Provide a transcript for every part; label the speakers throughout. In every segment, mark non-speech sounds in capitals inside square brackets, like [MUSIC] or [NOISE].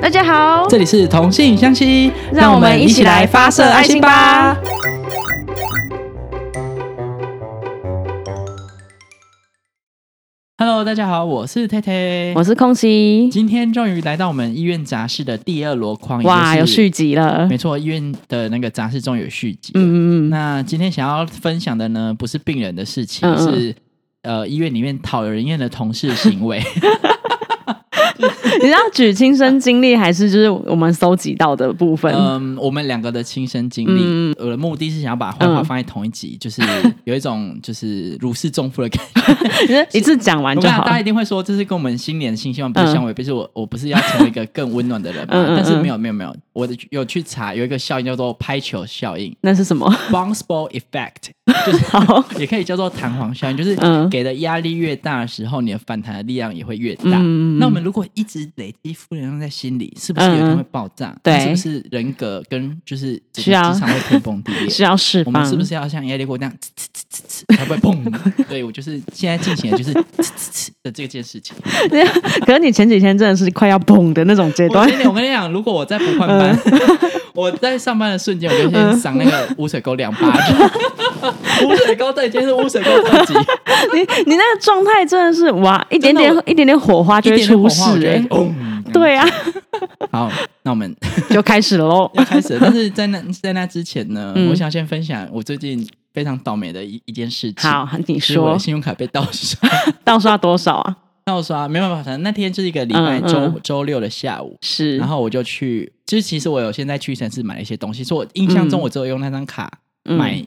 Speaker 1: 大家好，
Speaker 2: 这里是同性相吸，
Speaker 1: 让我们一起来发射爱心吧！
Speaker 2: Hello，大家好，我是泰泰，
Speaker 1: 我是空西。
Speaker 2: 今天终于来到我们医院杂事的第二箩筐，
Speaker 1: 哇，
Speaker 2: 也
Speaker 1: 有
Speaker 2: 就是
Speaker 1: 续集了。
Speaker 2: 没错，医院的那个杂事终于有续集。
Speaker 1: 嗯嗯嗯，
Speaker 2: 那今天想要分享的呢，不是病人的事情，
Speaker 1: 嗯嗯
Speaker 2: 是呃医院里面讨人厌的同事行
Speaker 1: [LAUGHS] 嗯
Speaker 2: 为。
Speaker 1: 你这样举亲身经历，还是就是我们搜集到的部分？
Speaker 2: 嗯，我们两个的亲身经历，
Speaker 1: 嗯
Speaker 2: 我的目的是想要把坏话
Speaker 1: 嗯
Speaker 2: 放在同一集，
Speaker 1: [LAUGHS]
Speaker 2: 就是有一种就是如释重负的感觉。
Speaker 1: 你就一次讲完
Speaker 2: 我
Speaker 1: 就
Speaker 2: 跟你讲
Speaker 1: 好
Speaker 2: 大。家一定会说，这是跟我们新年新希望不是相违背，是我我不是要成为一个更温暖的人嘛？
Speaker 1: 嗯嗯嗯
Speaker 2: 但是没有没有没有，我的有去查有一个效应叫做拍球效应
Speaker 1: 那是什
Speaker 2: [LAUGHS]
Speaker 1: 么？
Speaker 2: （bounce ball effect），
Speaker 1: 好，
Speaker 2: 也可以叫做弹簧效应，就是
Speaker 1: 嗯
Speaker 2: 给的压力越大的时候，你的反弹的力量也会越大。
Speaker 1: 嗯
Speaker 2: 那我们如果一直累积负能量在心里，是不是有一天会爆炸？
Speaker 1: 对
Speaker 2: 那是不是人格跟就是整
Speaker 1: 需要
Speaker 2: 个职场会天崩地裂？
Speaker 1: 需要释
Speaker 2: 我们
Speaker 1: 放，
Speaker 2: 是不是要像压力锅那样，呲呲呲呲呲才不会砰？对我就是现在进行的就是呲呲呲的这件事情。
Speaker 1: [LAUGHS] 可是你前几天真的是快要崩的那种阶
Speaker 2: 我
Speaker 1: 段
Speaker 2: 跟，你我跟你讲，如果我再不换
Speaker 1: 嗯
Speaker 2: 班， [LAUGHS] 我在上班的瞬间，我就先赏那个污水沟两巴掌。
Speaker 1: [LAUGHS]
Speaker 2: 污水沟对，今天是污水沟特辑，
Speaker 1: 你你那个状态真的是哇，一点点
Speaker 2: 真的
Speaker 1: 一点点火花就会
Speaker 2: 一点点
Speaker 1: 出
Speaker 2: 火花，我
Speaker 1: 事
Speaker 2: 觉
Speaker 1: 哎
Speaker 2: 得。嗡。
Speaker 1: 对啊， [LAUGHS]
Speaker 2: 好，那我们
Speaker 1: 就开始喽。
Speaker 2: 要开始
Speaker 1: [LAUGHS]
Speaker 2: 了，但是在那在那之前呢，
Speaker 1: 嗯
Speaker 2: 我想先分享我最近非常倒霉的一一件事情。，
Speaker 1: 好，你
Speaker 2: 是我
Speaker 1: 说
Speaker 2: 的信用卡被盗刷， [LAUGHS]
Speaker 1: 到时候要多少啊？
Speaker 2: 盗刷没办法，反正那天就是一个礼拜
Speaker 1: 嗯
Speaker 2: 周
Speaker 1: 嗯
Speaker 2: 周六的下午，
Speaker 1: 是，
Speaker 2: 然后我就去，就是其实我有先在屈臣氏买了一些东西，所以我印象
Speaker 1: 嗯
Speaker 2: 中我只有用那张卡
Speaker 1: 嗯
Speaker 2: 买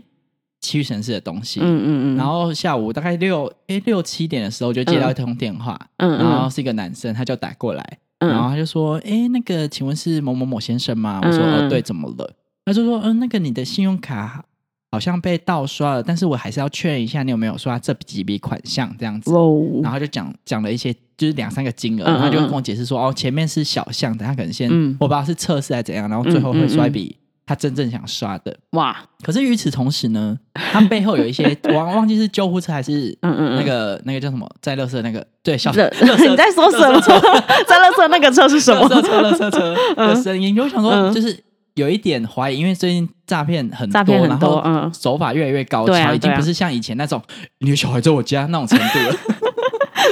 Speaker 2: 屈臣氏的东西。
Speaker 1: 嗯嗯嗯，
Speaker 2: 然后下午大概六哎六七点的时候，就接到一通电话，
Speaker 1: 嗯嗯
Speaker 2: 然后是一个男生，他就打过来，
Speaker 1: 嗯
Speaker 2: 然后他就说：“哎，那个，请问是某某某先生吗？”我说：“
Speaker 1: 嗯
Speaker 2: 哦，对，怎么了？”他就说：“嗯、那个你的信用卡好像被盗刷了，但是我还是要确认一下你有没有刷这几笔款项这样
Speaker 1: 嗯
Speaker 2: 子。”
Speaker 1: 哇
Speaker 2: 然后他就讲讲了一些，就是两三个金额，
Speaker 1: 哦嗯嗯
Speaker 2: 然后他就
Speaker 1: 嗯
Speaker 2: 跟我解释说：“哦，前面是小项的，他可能先、
Speaker 1: 嗯
Speaker 2: 我不知道是测试还是怎样，然后最后
Speaker 1: 嗯嗯
Speaker 2: 会
Speaker 1: 嗯
Speaker 2: 刷一笔他真正想刷的。
Speaker 1: 哇，
Speaker 2: 可是与此同时呢， [LAUGHS] 他背后有一
Speaker 1: [LAUGHS]
Speaker 2: 些我忘记是救护车还是
Speaker 1: 嗯嗯嗯
Speaker 2: 那个那个叫什么在乐色那个对小 [LAUGHS]
Speaker 1: 这
Speaker 2: 乐啊
Speaker 1: [LAUGHS]
Speaker 2: 色
Speaker 1: 你在说什么？ [LAUGHS] 在乐色那个车是什么
Speaker 2: 乐？色车乐色车的声音，我想说
Speaker 1: 嗯
Speaker 2: 就是有一点怀疑，因为最近诈骗很多，
Speaker 1: 诈骗很
Speaker 2: 然
Speaker 1: 多
Speaker 2: 后，
Speaker 1: 嗯，
Speaker 2: 手法越来越高
Speaker 1: 对啊
Speaker 2: 超，已经
Speaker 1: 对啊
Speaker 2: 不是像以前那种你的小孩在我家那种程度了，
Speaker 1: [LAUGHS]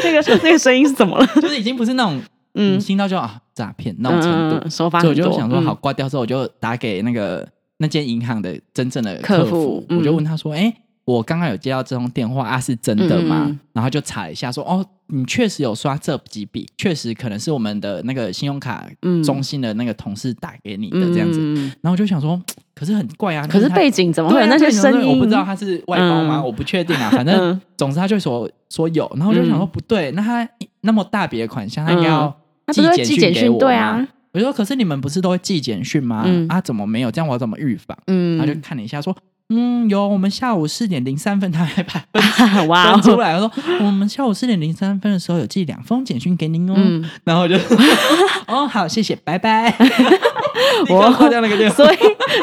Speaker 1: 那个那个声音是怎么了？
Speaker 2: 就是已经不是那种
Speaker 1: 嗯
Speaker 2: 嗯听到就啊诈骗那种程
Speaker 1: 嗯
Speaker 2: 度
Speaker 1: 嗯，，手法
Speaker 2: 所以我
Speaker 1: 很多。
Speaker 2: 就想说，
Speaker 1: 嗯
Speaker 2: 好，，挂掉之后，我就打给那个那间银行的真正的
Speaker 1: 客
Speaker 2: 客
Speaker 1: 服
Speaker 2: 服，
Speaker 1: 嗯
Speaker 2: 我就问他说：“哎、我刚刚有接到这通电话啊，是真的吗？”
Speaker 1: 嗯嗯嗯
Speaker 2: 然后就查了一下说：“哦，你确实有刷这几笔，确实可能是我们的那个信用卡
Speaker 1: 嗯
Speaker 2: 中心的那个同事打给你的这样子。
Speaker 1: 子。
Speaker 2: 然后我就想说，可是很怪啊，
Speaker 1: 嗯可是
Speaker 2: 他
Speaker 1: 背景怎么会
Speaker 2: 对
Speaker 1: 有那
Speaker 2: 啊
Speaker 1: 些声
Speaker 2: 对
Speaker 1: 音？
Speaker 2: 我不知道他是外包吗？
Speaker 1: 嗯
Speaker 2: 我不确定啊，反正
Speaker 1: [LAUGHS] 嗯
Speaker 2: 总之他就说说有，然后我就想说
Speaker 1: 嗯
Speaker 2: 不对，那他那么大笔的款项，他应该
Speaker 1: 嗯
Speaker 2: 要
Speaker 1: 他
Speaker 2: 寄
Speaker 1: 不是会
Speaker 2: 简
Speaker 1: 寄
Speaker 2: 讯
Speaker 1: 简
Speaker 2: 给
Speaker 1: 讯
Speaker 2: 我
Speaker 1: 对
Speaker 2: 吗
Speaker 1: 啊，
Speaker 2: 我就说可是你们不是都会寄简讯吗？
Speaker 1: 嗯
Speaker 2: 啊，怎么没有？这样我要怎么预防？然后就
Speaker 1: 嗯，
Speaker 2: 看了一下说。嗯，有，我们下午四点零三分，他还把分
Speaker 1: [LAUGHS] 哇
Speaker 2: 出
Speaker 1: 哦，
Speaker 2: 来，我说嗯我们下午四点零三分的时候有寄两封简讯给您哦，
Speaker 1: 嗯，
Speaker 2: 然后我就 [LAUGHS] 哦好，谢谢，拜
Speaker 1: [LAUGHS]
Speaker 2: 拜，立
Speaker 1: 我
Speaker 2: 刻挂掉那个电话。
Speaker 1: 所以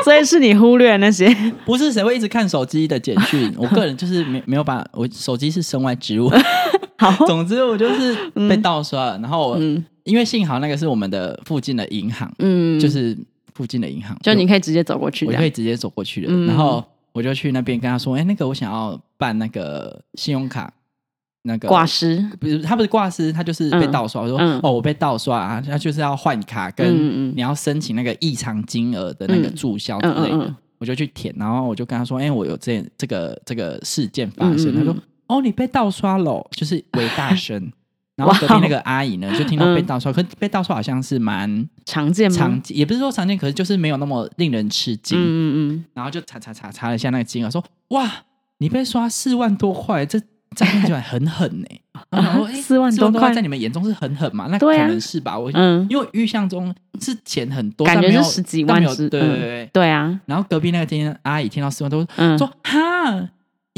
Speaker 1: 所以是你忽略那
Speaker 2: [LAUGHS]
Speaker 1: 些，
Speaker 2: 不是谁会一直看手机的简
Speaker 1: [LAUGHS]
Speaker 2: 讯，我个人就是没没有把我手机是身外之物。
Speaker 1: 好，
Speaker 2: 总之我就是被盗刷了，然后我、
Speaker 1: 嗯
Speaker 2: 因为幸好那个是我们的附近的银行，
Speaker 1: 嗯，
Speaker 2: 就是附近的银行，
Speaker 1: 就你可以直接走过去
Speaker 2: 我
Speaker 1: 这
Speaker 2: 就可
Speaker 1: 样，
Speaker 2: 以直接走过去的。
Speaker 1: 嗯
Speaker 2: 然后我就去那边跟他说：“哎、那个我想要办那个信用卡，那个
Speaker 1: 挂失，
Speaker 2: 不是他不是挂失，他就是被
Speaker 1: 嗯
Speaker 2: 盗刷。我说：“
Speaker 1: 嗯
Speaker 2: 哦，我被盗刷啊，那就是要换卡，
Speaker 1: 嗯嗯
Speaker 2: 跟你要申请那个异常金额的那个
Speaker 1: 嗯
Speaker 2: 注销之
Speaker 1: 嗯
Speaker 2: 类的。
Speaker 1: 嗯嗯，
Speaker 2: 我就去填，然后我就跟他说：“哎、我有这这个这个事件发
Speaker 1: 嗯
Speaker 2: 生。
Speaker 1: 嗯嗯
Speaker 2: 他说：“哦，你被盗刷喽！”就是为大
Speaker 1: [LAUGHS]
Speaker 2: 声。然后隔壁那个阿姨呢，就听到
Speaker 1: 嗯
Speaker 2: 被盗刷，可是被盗刷好像是蛮
Speaker 1: 常见吗？
Speaker 2: 常见，也不是说常见，可是就是没有那么令人吃惊。
Speaker 1: 嗯嗯
Speaker 2: 然后就查查查查了一下那个金额，说哇，你被刷四万多块，这诈骗集团很狠
Speaker 1: [LAUGHS]
Speaker 2: 呢、然后我说
Speaker 1: 啊
Speaker 2: 诶
Speaker 1: 4万
Speaker 2: 4
Speaker 1: 多块
Speaker 2: 在你们眼中是很狠嘛？那可
Speaker 1: 对啊
Speaker 2: 能是吧。我、
Speaker 1: 嗯嗯，
Speaker 2: 因为我预象中是钱很多，
Speaker 1: 感
Speaker 2: 但
Speaker 1: 觉
Speaker 2: 没有
Speaker 1: 是十几
Speaker 2: 但
Speaker 1: 万
Speaker 2: 没有
Speaker 1: 之，
Speaker 2: 对对对对。
Speaker 1: 对啊，
Speaker 2: 然后隔壁那个天阿姨听到四万多，
Speaker 1: 嗯，
Speaker 2: 说哈。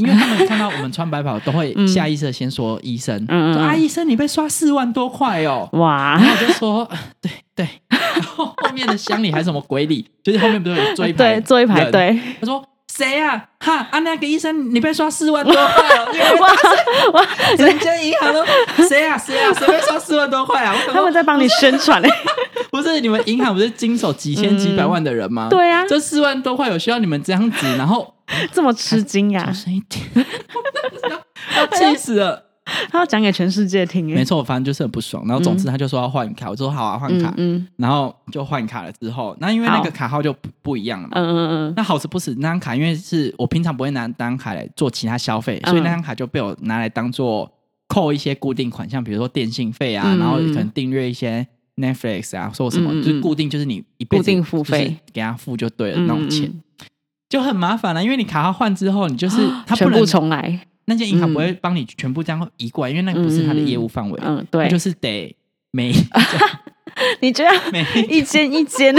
Speaker 2: 因为他们看到我们穿白袍，都
Speaker 1: [LAUGHS]
Speaker 2: 会
Speaker 1: 嗯
Speaker 2: 下意识地先说医生，
Speaker 1: 嗯嗯
Speaker 2: 说
Speaker 1: 嗯
Speaker 2: 啊医生你被刷四万多块哦，
Speaker 1: 哇，
Speaker 2: 然后我就说， [LAUGHS] 呃对对，然后后面的乡里还是什么鬼里，就是后面不是有追
Speaker 1: [LAUGHS]
Speaker 2: 排
Speaker 1: 对，坐一排
Speaker 2: 人，
Speaker 1: 对，
Speaker 2: [LAUGHS] 他说谁啊？哈啊，那个医生，你被刷四万多块
Speaker 1: [LAUGHS]
Speaker 2: 哦！那个
Speaker 1: 哇哇，
Speaker 2: 人家银行都谁啊谁啊，谁被刷四万多块啊？我想
Speaker 1: 他们
Speaker 2: 说 [LAUGHS]
Speaker 1: 在帮你宣传嘞，
Speaker 2: 不是，是你们银行不是经手几千几百万的人吗？
Speaker 1: 对啊
Speaker 2: 这四万多块有需要你们这样子，然后
Speaker 1: 这么吃惊 [LAUGHS]
Speaker 2: [LAUGHS]
Speaker 1: 呀、
Speaker 2: 小声一点，要气死
Speaker 1: [LAUGHS]
Speaker 2: 了。
Speaker 1: 他要讲给全世界听、欸，
Speaker 2: 没错，我反正就是很不爽。然后总之他就说要换卡，我说好啊，换
Speaker 1: 嗯
Speaker 2: 卡。
Speaker 1: 嗯
Speaker 2: 然后就换卡了之后，那因为那个
Speaker 1: 好
Speaker 2: 卡号就不不一样了嘛
Speaker 1: 嗯。嗯嗯
Speaker 2: 那好死不死，那张卡因为是我平常不会拿那张卡来做其他消费，
Speaker 1: 嗯
Speaker 2: 所以那张卡就被我拿来当做扣一些固定款项，比如说电信费啊，
Speaker 1: 嗯
Speaker 2: 然后可能订阅一些 Netflix 啊，说什么、
Speaker 1: 嗯嗯嗯
Speaker 2: 就是固定，就是你一辈
Speaker 1: 固
Speaker 2: 子
Speaker 1: 定付费，
Speaker 2: 给他付就对了
Speaker 1: 嗯，
Speaker 2: 那种钱、
Speaker 1: 嗯
Speaker 2: 就很麻烦了、啊因为你卡号换之后，你就是他不
Speaker 1: 啊全
Speaker 2: 能
Speaker 1: 部重来，
Speaker 2: 那间银行不会帮你全部这样移过来，因为那个不是他的业务范围，
Speaker 1: 嗯，
Speaker 2: 它
Speaker 1: 对，
Speaker 2: 就是得每 [LAUGHS]
Speaker 1: 你觉得
Speaker 2: 每
Speaker 1: 一间一
Speaker 2: [LAUGHS]
Speaker 1: 间，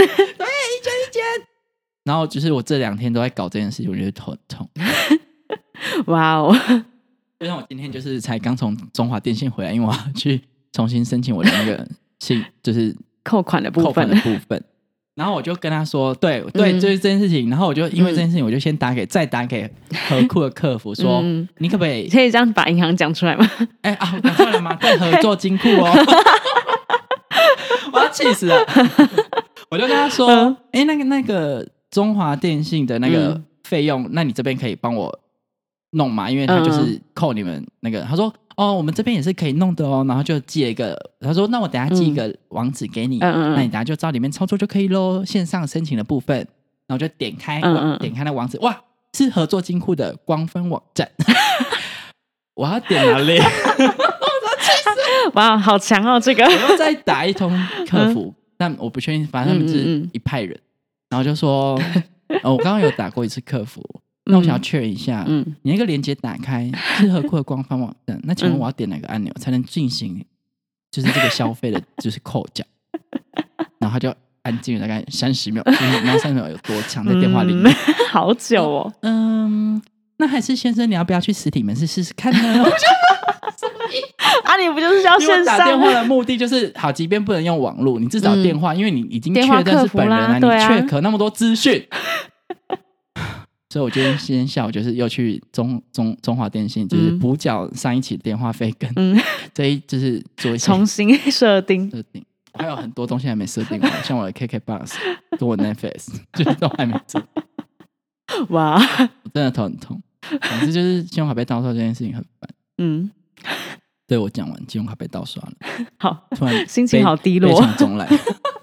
Speaker 1: [LAUGHS]
Speaker 2: 然后就是我这两天都在搞这件事情，我觉得头很痛。
Speaker 1: 哇哦，
Speaker 2: 就像我今天就是才刚从中华电信回来，因为我要去重新申请我的
Speaker 1: [LAUGHS]
Speaker 2: 那个信，就是
Speaker 1: 扣款的部
Speaker 2: 扣款
Speaker 1: 分
Speaker 2: 的，部分。然后我就跟他说，对对，
Speaker 1: 嗯
Speaker 2: 就是这件事情。然后我就因为这件事情，我就先打给再打给合库的客服说，
Speaker 1: 嗯
Speaker 2: 你可不可以
Speaker 1: 你可以这样把银行讲出来吗？ [LAUGHS]
Speaker 2: 哎啊，我讲错了吗？在合作金库哦，我要气死了！我就跟他说
Speaker 1: 嗯，
Speaker 2: 哎、那个那个中华电信的那个
Speaker 1: 嗯
Speaker 2: 费用，那你这边可以帮我弄嘛？因为他
Speaker 1: 嗯
Speaker 2: 就是扣你们那个。他说，哦，我们这边也是可以弄的哦。然后就寄了一个，他说，那我等下寄一个网址给你，
Speaker 1: 嗯嗯嗯
Speaker 2: 那你等下就照里面操作就可以喽。线上申请的部分，然后就点开，
Speaker 1: 嗯嗯嗯
Speaker 2: 点开那网址，哇，是合作金库的官方网
Speaker 1: [LAUGHS]
Speaker 2: 站。我要点哪里？
Speaker 1: 哇，好强哦，这个，
Speaker 2: 我又再打一通客服，但我不确定，反正他们
Speaker 1: 嗯嗯
Speaker 2: 是
Speaker 1: 嗯
Speaker 2: 一派人，然后就说，
Speaker 1: [LAUGHS]
Speaker 2: 哦，我刚刚有打过一次客服，那我想要确认一下，
Speaker 1: 嗯，
Speaker 2: 你那个链接打开是何库的官方网站，那请问我要点哪个按钮才能进行，就是这个消费的，就是扣缴？
Speaker 1: [LAUGHS]
Speaker 2: 然后他就安静了大概三十秒，就是你知道三十秒有多长，在电话里面，
Speaker 1: 嗯 [LAUGHS] 好久哦，
Speaker 2: 嗯。那还是先生，你要不要去实体门市试试看呢？我就
Speaker 1: 啊，你不就是要
Speaker 2: [LAUGHS] 因为
Speaker 1: 线
Speaker 2: 我
Speaker 1: 上
Speaker 2: 打电话
Speaker 1: 吗？
Speaker 2: 的目的就是，好，即便不能用网络，你至少
Speaker 1: 嗯
Speaker 2: 电话，因为你已经
Speaker 1: 电话
Speaker 2: 确认
Speaker 1: 客
Speaker 2: 是
Speaker 1: 服
Speaker 2: 本人
Speaker 1: 啦
Speaker 2: 啊，你
Speaker 1: 对啊
Speaker 2: 确可那么多资讯。 [LAUGHS] 所以我今天今天下午就是又去中中中华电信，就是
Speaker 1: 嗯
Speaker 2: 补缴上一期电话费跟
Speaker 1: 嗯，
Speaker 2: [LAUGHS] 这一就是做一些
Speaker 1: 重新设
Speaker 2: [LAUGHS]
Speaker 1: 定，
Speaker 2: 设定，还有很多东西还没设
Speaker 1: [LAUGHS]
Speaker 2: 定完，像我的 KKBox 跟我 Netflix [LAUGHS] 就是都还没设定，
Speaker 1: 哇，
Speaker 2: 我真的头很痛。总之就是信用卡被盗刷这件事情很烦。
Speaker 1: 嗯，
Speaker 2: 对我讲完，信用卡被盗刷了。
Speaker 1: 好，
Speaker 2: 突然
Speaker 1: [LAUGHS] 心情
Speaker 2: 悲
Speaker 1: 好低落
Speaker 2: 悲从中来。 [LAUGHS]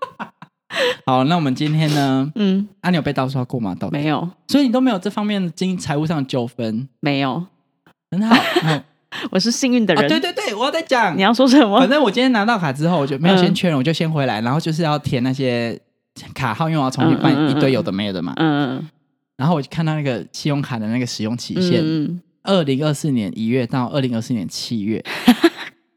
Speaker 2: 好，那我们今天呢？
Speaker 1: 嗯，
Speaker 2: 啊，你有被盗刷过吗？到底
Speaker 1: 没，有，
Speaker 2: 所以你都没有这方面的经财务上的纠纷，
Speaker 1: 没有，[LAUGHS]
Speaker 2: 很好。嗯
Speaker 1: 我是幸运的
Speaker 2: 啊，
Speaker 1: 人。
Speaker 2: 对对对，我要在讲
Speaker 1: 你。要说什么
Speaker 2: 反？正我今天拿到卡之后，我就没有
Speaker 1: 嗯
Speaker 2: 先确认，我就先回来，然后就是要填那些卡号，因为我要重新办
Speaker 1: 嗯嗯嗯
Speaker 2: 一堆有的没有的嘛。
Speaker 1: 嗯，
Speaker 2: 然后我就看到那个信用卡的那个使用期限，
Speaker 1: 嗯，嗯
Speaker 2: 二零二四年一月到二零二四年七月，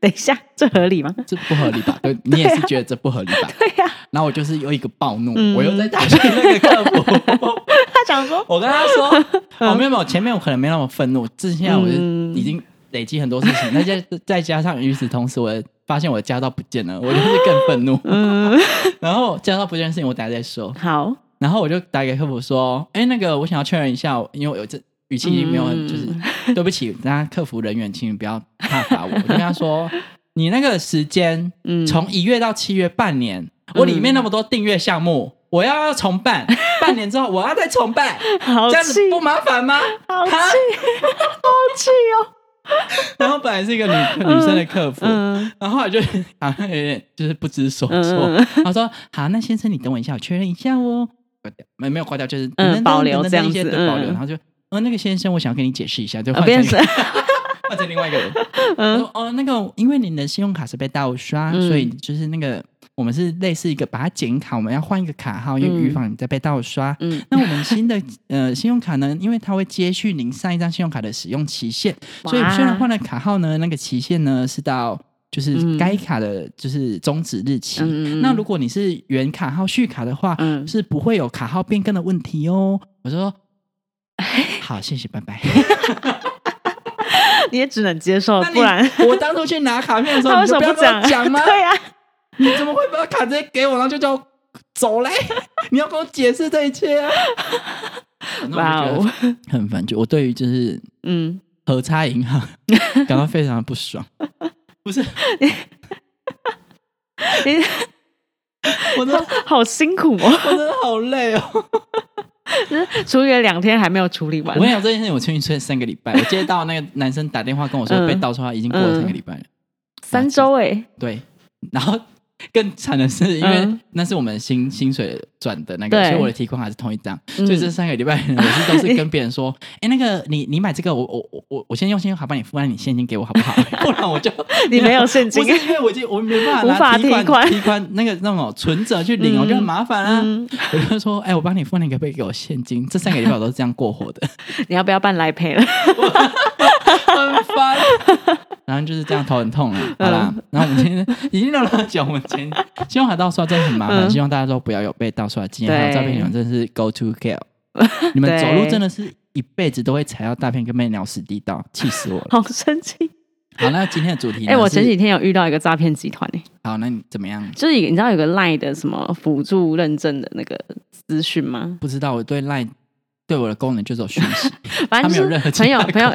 Speaker 1: 等一下，这合理吗？
Speaker 2: 这不合理
Speaker 1: [LAUGHS]
Speaker 2: 吧？对，你也是觉得这不合理吧？
Speaker 1: 啊对呀、
Speaker 2: 然后我就是有一个暴怒，
Speaker 1: 嗯
Speaker 2: 我又在打去那个客
Speaker 1: [LAUGHS]
Speaker 2: 服，
Speaker 1: 他想说，
Speaker 2: 我跟他
Speaker 1: [LAUGHS]
Speaker 2: 说，哦，没有没有，前面我可能没那么愤怒，之前我就
Speaker 1: 嗯
Speaker 2: 已经累积很多事
Speaker 1: [LAUGHS]
Speaker 2: 情，再加再加上与此同时，我发现我的驾照不见了，我就是更愤怒。
Speaker 1: [LAUGHS] 嗯，
Speaker 2: [LAUGHS] 然后驾照不见的事情我等下再说，
Speaker 1: 好，
Speaker 2: 然后我就打给客服说，哎，那个我想要确认一下，因为我这语气已经没有
Speaker 1: 嗯
Speaker 2: 很，就是对不起，大家客服人员，请你不要怕罚我，我就跟他
Speaker 1: [LAUGHS]
Speaker 2: 说，你那个时间
Speaker 1: 嗯，
Speaker 2: 从一月到七月半年，我里面那么多订阅项
Speaker 1: 嗯
Speaker 2: 目，我要重办，半年之后我要再重办，
Speaker 1: 好
Speaker 2: 这样
Speaker 1: 气
Speaker 2: 子，不麻烦
Speaker 1: [LAUGHS]
Speaker 2: 吗？
Speaker 1: 好气，
Speaker 2: 哈
Speaker 1: 好气哦，
Speaker 2: [LAUGHS] 然后本来是一个女女生的客服，
Speaker 1: 嗯
Speaker 2: 然后后来就 [LAUGHS] 好像有点就是不知所
Speaker 1: 嗯
Speaker 2: 措，他说：“好，那先生你等我一下，我确认一下哦。”挂掉，没没有挂掉，就是
Speaker 1: 嗯
Speaker 2: 等等
Speaker 1: 保留
Speaker 2: 等
Speaker 1: 这
Speaker 2: 等
Speaker 1: 样
Speaker 2: 一些
Speaker 1: 子
Speaker 2: 对保留，
Speaker 1: 嗯
Speaker 2: 然后就。呃，那个先生，我想要跟你解释一下，就
Speaker 1: 啊
Speaker 2: 换成一个
Speaker 1: 变
Speaker 2: 换成另外一个
Speaker 1: [LAUGHS]
Speaker 2: 人。他
Speaker 1: 嗯
Speaker 2: 说哦，那个，因为你的信用卡是被盗刷，
Speaker 1: 嗯
Speaker 2: 所以就是那个我们是类似一个把它剪卡，我们要换一个卡号，因为
Speaker 1: 嗯
Speaker 2: 预防你再被盗刷。
Speaker 1: 嗯，
Speaker 2: 那我们新的呃信用卡呢，因为它会接续您上一张信用卡的使用期限，所以
Speaker 1: 哇
Speaker 2: 虽然换了卡号呢，那个期限呢是到就是
Speaker 1: 嗯
Speaker 2: 该卡的就是终止日期。
Speaker 1: 嗯
Speaker 2: 那如果你是原卡号续卡的话，
Speaker 1: 嗯
Speaker 2: 是不会有卡号变更的问题哦。我说好，谢谢，拜拜。
Speaker 1: [LAUGHS] 你也只能接受，
Speaker 2: 那
Speaker 1: 哦
Speaker 2: 你
Speaker 1: 不然
Speaker 2: 我当初去拿卡片的
Speaker 1: [LAUGHS]
Speaker 2: 时
Speaker 1: 他
Speaker 2: 候，
Speaker 1: 为
Speaker 2: 你
Speaker 1: 什
Speaker 2: 就不
Speaker 1: 么
Speaker 2: 要
Speaker 1: 不
Speaker 2: 跟我讲
Speaker 1: 讲
Speaker 2: 吗
Speaker 1: 啊？？ [LAUGHS] 对呀、
Speaker 2: 你怎么会把卡直接给我，然后就叫我走嘞？ [LAUGHS] 你要跟我解释这一切 [LAUGHS] 啊！
Speaker 1: 哇
Speaker 2: 我就
Speaker 1: 哦，
Speaker 2: 觉得很烦，就我对于就是
Speaker 1: 嗯，
Speaker 2: 和差银行 [LAUGHS] 感到非常的不爽。不是，
Speaker 1: 你
Speaker 2: 我真的
Speaker 1: [LAUGHS] 好辛苦哦，
Speaker 2: 我真的好累哦。
Speaker 1: 处理了两天还没有处理完
Speaker 2: 我跟。你讲这件事情，我出去吹三个礼拜，我接到那个男生打电话跟我说
Speaker 1: 嗯
Speaker 2: 被盗出来，已经过了三个礼拜了。
Speaker 1: 三周哎，
Speaker 2: 对，然后 [LAUGHS] 更惨的是，因为
Speaker 1: 嗯
Speaker 2: 那是我们薪薪水转的那个，
Speaker 1: 对
Speaker 2: 所以我的提款还是同一张，
Speaker 1: 嗯
Speaker 2: 所以这三个礼拜我是都
Speaker 1: [LAUGHS]
Speaker 2: 是跟别人说，哎，那个你你买这个，我我我我我先用信用卡帮你付，那你现金给我好不好？
Speaker 1: [LAUGHS]
Speaker 2: 不然我就
Speaker 1: 你没有现金
Speaker 2: 不是因为我已经我没办法
Speaker 1: 无法
Speaker 2: 拿提款
Speaker 1: 提款
Speaker 2: 提款那个那种存折去领，
Speaker 1: 嗯
Speaker 2: 我就很麻烦啊。
Speaker 1: 嗯，
Speaker 2: 我就说，哎，我帮你付，那你可不可以给我现金？这三个礼拜我都是这样过活的，
Speaker 1: 你要不要办来赔了？
Speaker 2: 很烦。 [LAUGHS] 然后就是这样头很痛啊，
Speaker 1: 嗯
Speaker 2: 好啦。然后我们今天已经聊了很久，我们前信用卡盗刷真的很麻烦，
Speaker 1: 嗯
Speaker 2: 希望大家都不要有被盗刷的经验。还有
Speaker 1: 对
Speaker 2: 诈骗你们真的是 go to hell，
Speaker 1: [LAUGHS]
Speaker 2: 你们
Speaker 1: 对
Speaker 2: 走路真的是一辈子都会踩到大片跟被鸟屎地道，气死我了。
Speaker 1: 好生气！
Speaker 2: 好，那今天的主题呢
Speaker 1: 哎，我
Speaker 2: 是
Speaker 1: 前几天有遇到一个诈骗集团哎，
Speaker 2: 好，那你怎么样？
Speaker 1: 就是你知道有个赖的什么辅助认证的那个资讯吗？
Speaker 2: 不知道我对 Line 对我的功能就是
Speaker 1: [LAUGHS]
Speaker 2: 有讯息，
Speaker 1: 反正
Speaker 2: 他没有
Speaker 1: 就
Speaker 2: 任何
Speaker 1: 是
Speaker 2: 其
Speaker 1: 朋友
Speaker 2: 他
Speaker 1: 朋友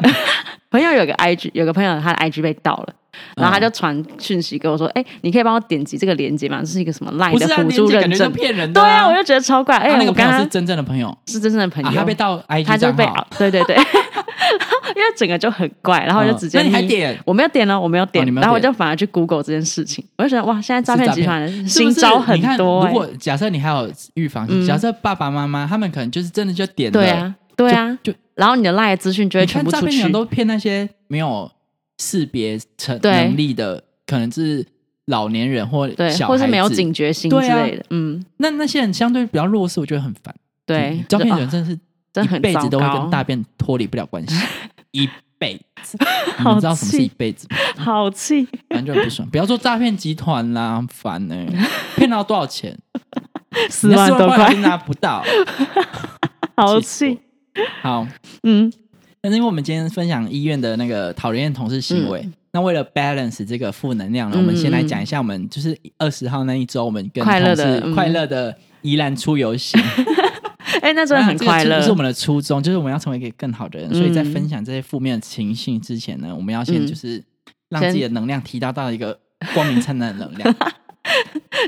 Speaker 1: [LAUGHS] 朋友有个 IG，有个朋友他的 IG 被盗了。然后他
Speaker 2: 嗯
Speaker 1: 就传讯息给我说：“哎、你可以帮我点击这个链接吗？这是一个什么赖
Speaker 2: 不
Speaker 1: 的
Speaker 2: 是啊，
Speaker 1: 辅
Speaker 2: 你
Speaker 1: 助
Speaker 2: 感
Speaker 1: 认
Speaker 2: 觉就
Speaker 1: 证？”
Speaker 2: 骗人的。
Speaker 1: 对啊，我就觉得超怪。哎、
Speaker 2: 他那
Speaker 1: 我
Speaker 2: 个朋
Speaker 1: 刚
Speaker 2: 友
Speaker 1: 刚
Speaker 2: 是真正的朋友啊，
Speaker 1: 是真正的朋友，
Speaker 2: 他被盗 IG
Speaker 1: 他就被啊
Speaker 2: 账号
Speaker 1: 对对对， [LAUGHS] 然后因为整个就很怪，然后我就直接、
Speaker 2: 嗯那你还点？
Speaker 1: 我没有点哦，我没有点，
Speaker 2: 哦你没有
Speaker 1: 然后我
Speaker 2: 点
Speaker 1: 就反而去 Google 这件事情，我就觉得哇，现在诈
Speaker 2: 是
Speaker 1: 骗
Speaker 2: 诈
Speaker 1: 集团的
Speaker 2: 骗是不
Speaker 1: 新
Speaker 2: 是
Speaker 1: 招很
Speaker 2: 你看
Speaker 1: 多、哎
Speaker 2: 如果假设你还有预防，
Speaker 1: 嗯
Speaker 2: 假设爸爸妈妈他们可能就是真的就点了
Speaker 1: 对，啊，对啊，
Speaker 2: 就就
Speaker 1: 然后你的赖的资讯就会
Speaker 2: 你
Speaker 1: 全
Speaker 2: 看
Speaker 1: 部
Speaker 2: 诈
Speaker 1: 出
Speaker 2: 骗
Speaker 1: 去
Speaker 2: 集团。都骗那些没有识别成
Speaker 1: 对
Speaker 2: 能力的，可能是老年人或
Speaker 1: 对，
Speaker 2: 小
Speaker 1: 或
Speaker 2: 孩
Speaker 1: 是没有
Speaker 2: 子
Speaker 1: 警觉心之
Speaker 2: 对啊
Speaker 1: 类的，嗯，
Speaker 2: 那那些人相对比较弱势，我觉得很烦。
Speaker 1: 对
Speaker 2: 嗯，诈骗
Speaker 1: 就
Speaker 2: 集团
Speaker 1: 啊
Speaker 2: 真的是
Speaker 1: [LAUGHS] 真的很
Speaker 2: 一辈子
Speaker 1: 糟
Speaker 2: 都会
Speaker 1: 糕
Speaker 2: 跟大便脱离不了关
Speaker 1: [LAUGHS]
Speaker 2: 系，一辈子。你们
Speaker 1: 好
Speaker 2: 知道什么是
Speaker 1: 气
Speaker 2: 一辈子吗？
Speaker 1: [LAUGHS] 好气，
Speaker 2: 反正就很不爽。不要说诈骗集团啦，很烦呢、欸
Speaker 1: [LAUGHS]
Speaker 2: 骗到多少钱？
Speaker 1: 四万
Speaker 2: 你那
Speaker 1: 多
Speaker 2: 块
Speaker 1: 块
Speaker 2: 都，拿不到，
Speaker 1: 好
Speaker 2: 气
Speaker 1: 气
Speaker 2: 死，我。好，
Speaker 1: 嗯，
Speaker 2: 但是因为我们今天分享医院的那个讨人厌同事行为，那为了 balance 这个负能量呢，
Speaker 1: 嗯
Speaker 2: 我们先来讲一下我们就是二十号那一周，我们跟
Speaker 1: 快乐的
Speaker 2: 同
Speaker 1: 嗯
Speaker 2: 事快乐的宜兰出游行。
Speaker 1: 哎、那 [LAUGHS] 真的很快
Speaker 2: 啊这
Speaker 1: 乐
Speaker 2: 个。是我们的初衷，就是我们要成为一个更好的人。
Speaker 1: 嗯
Speaker 2: 所以在分享这些负面的情绪之前呢，我们要先就是让自己的能量提高到一个光明灿烂的能量。
Speaker 1: [LAUGHS]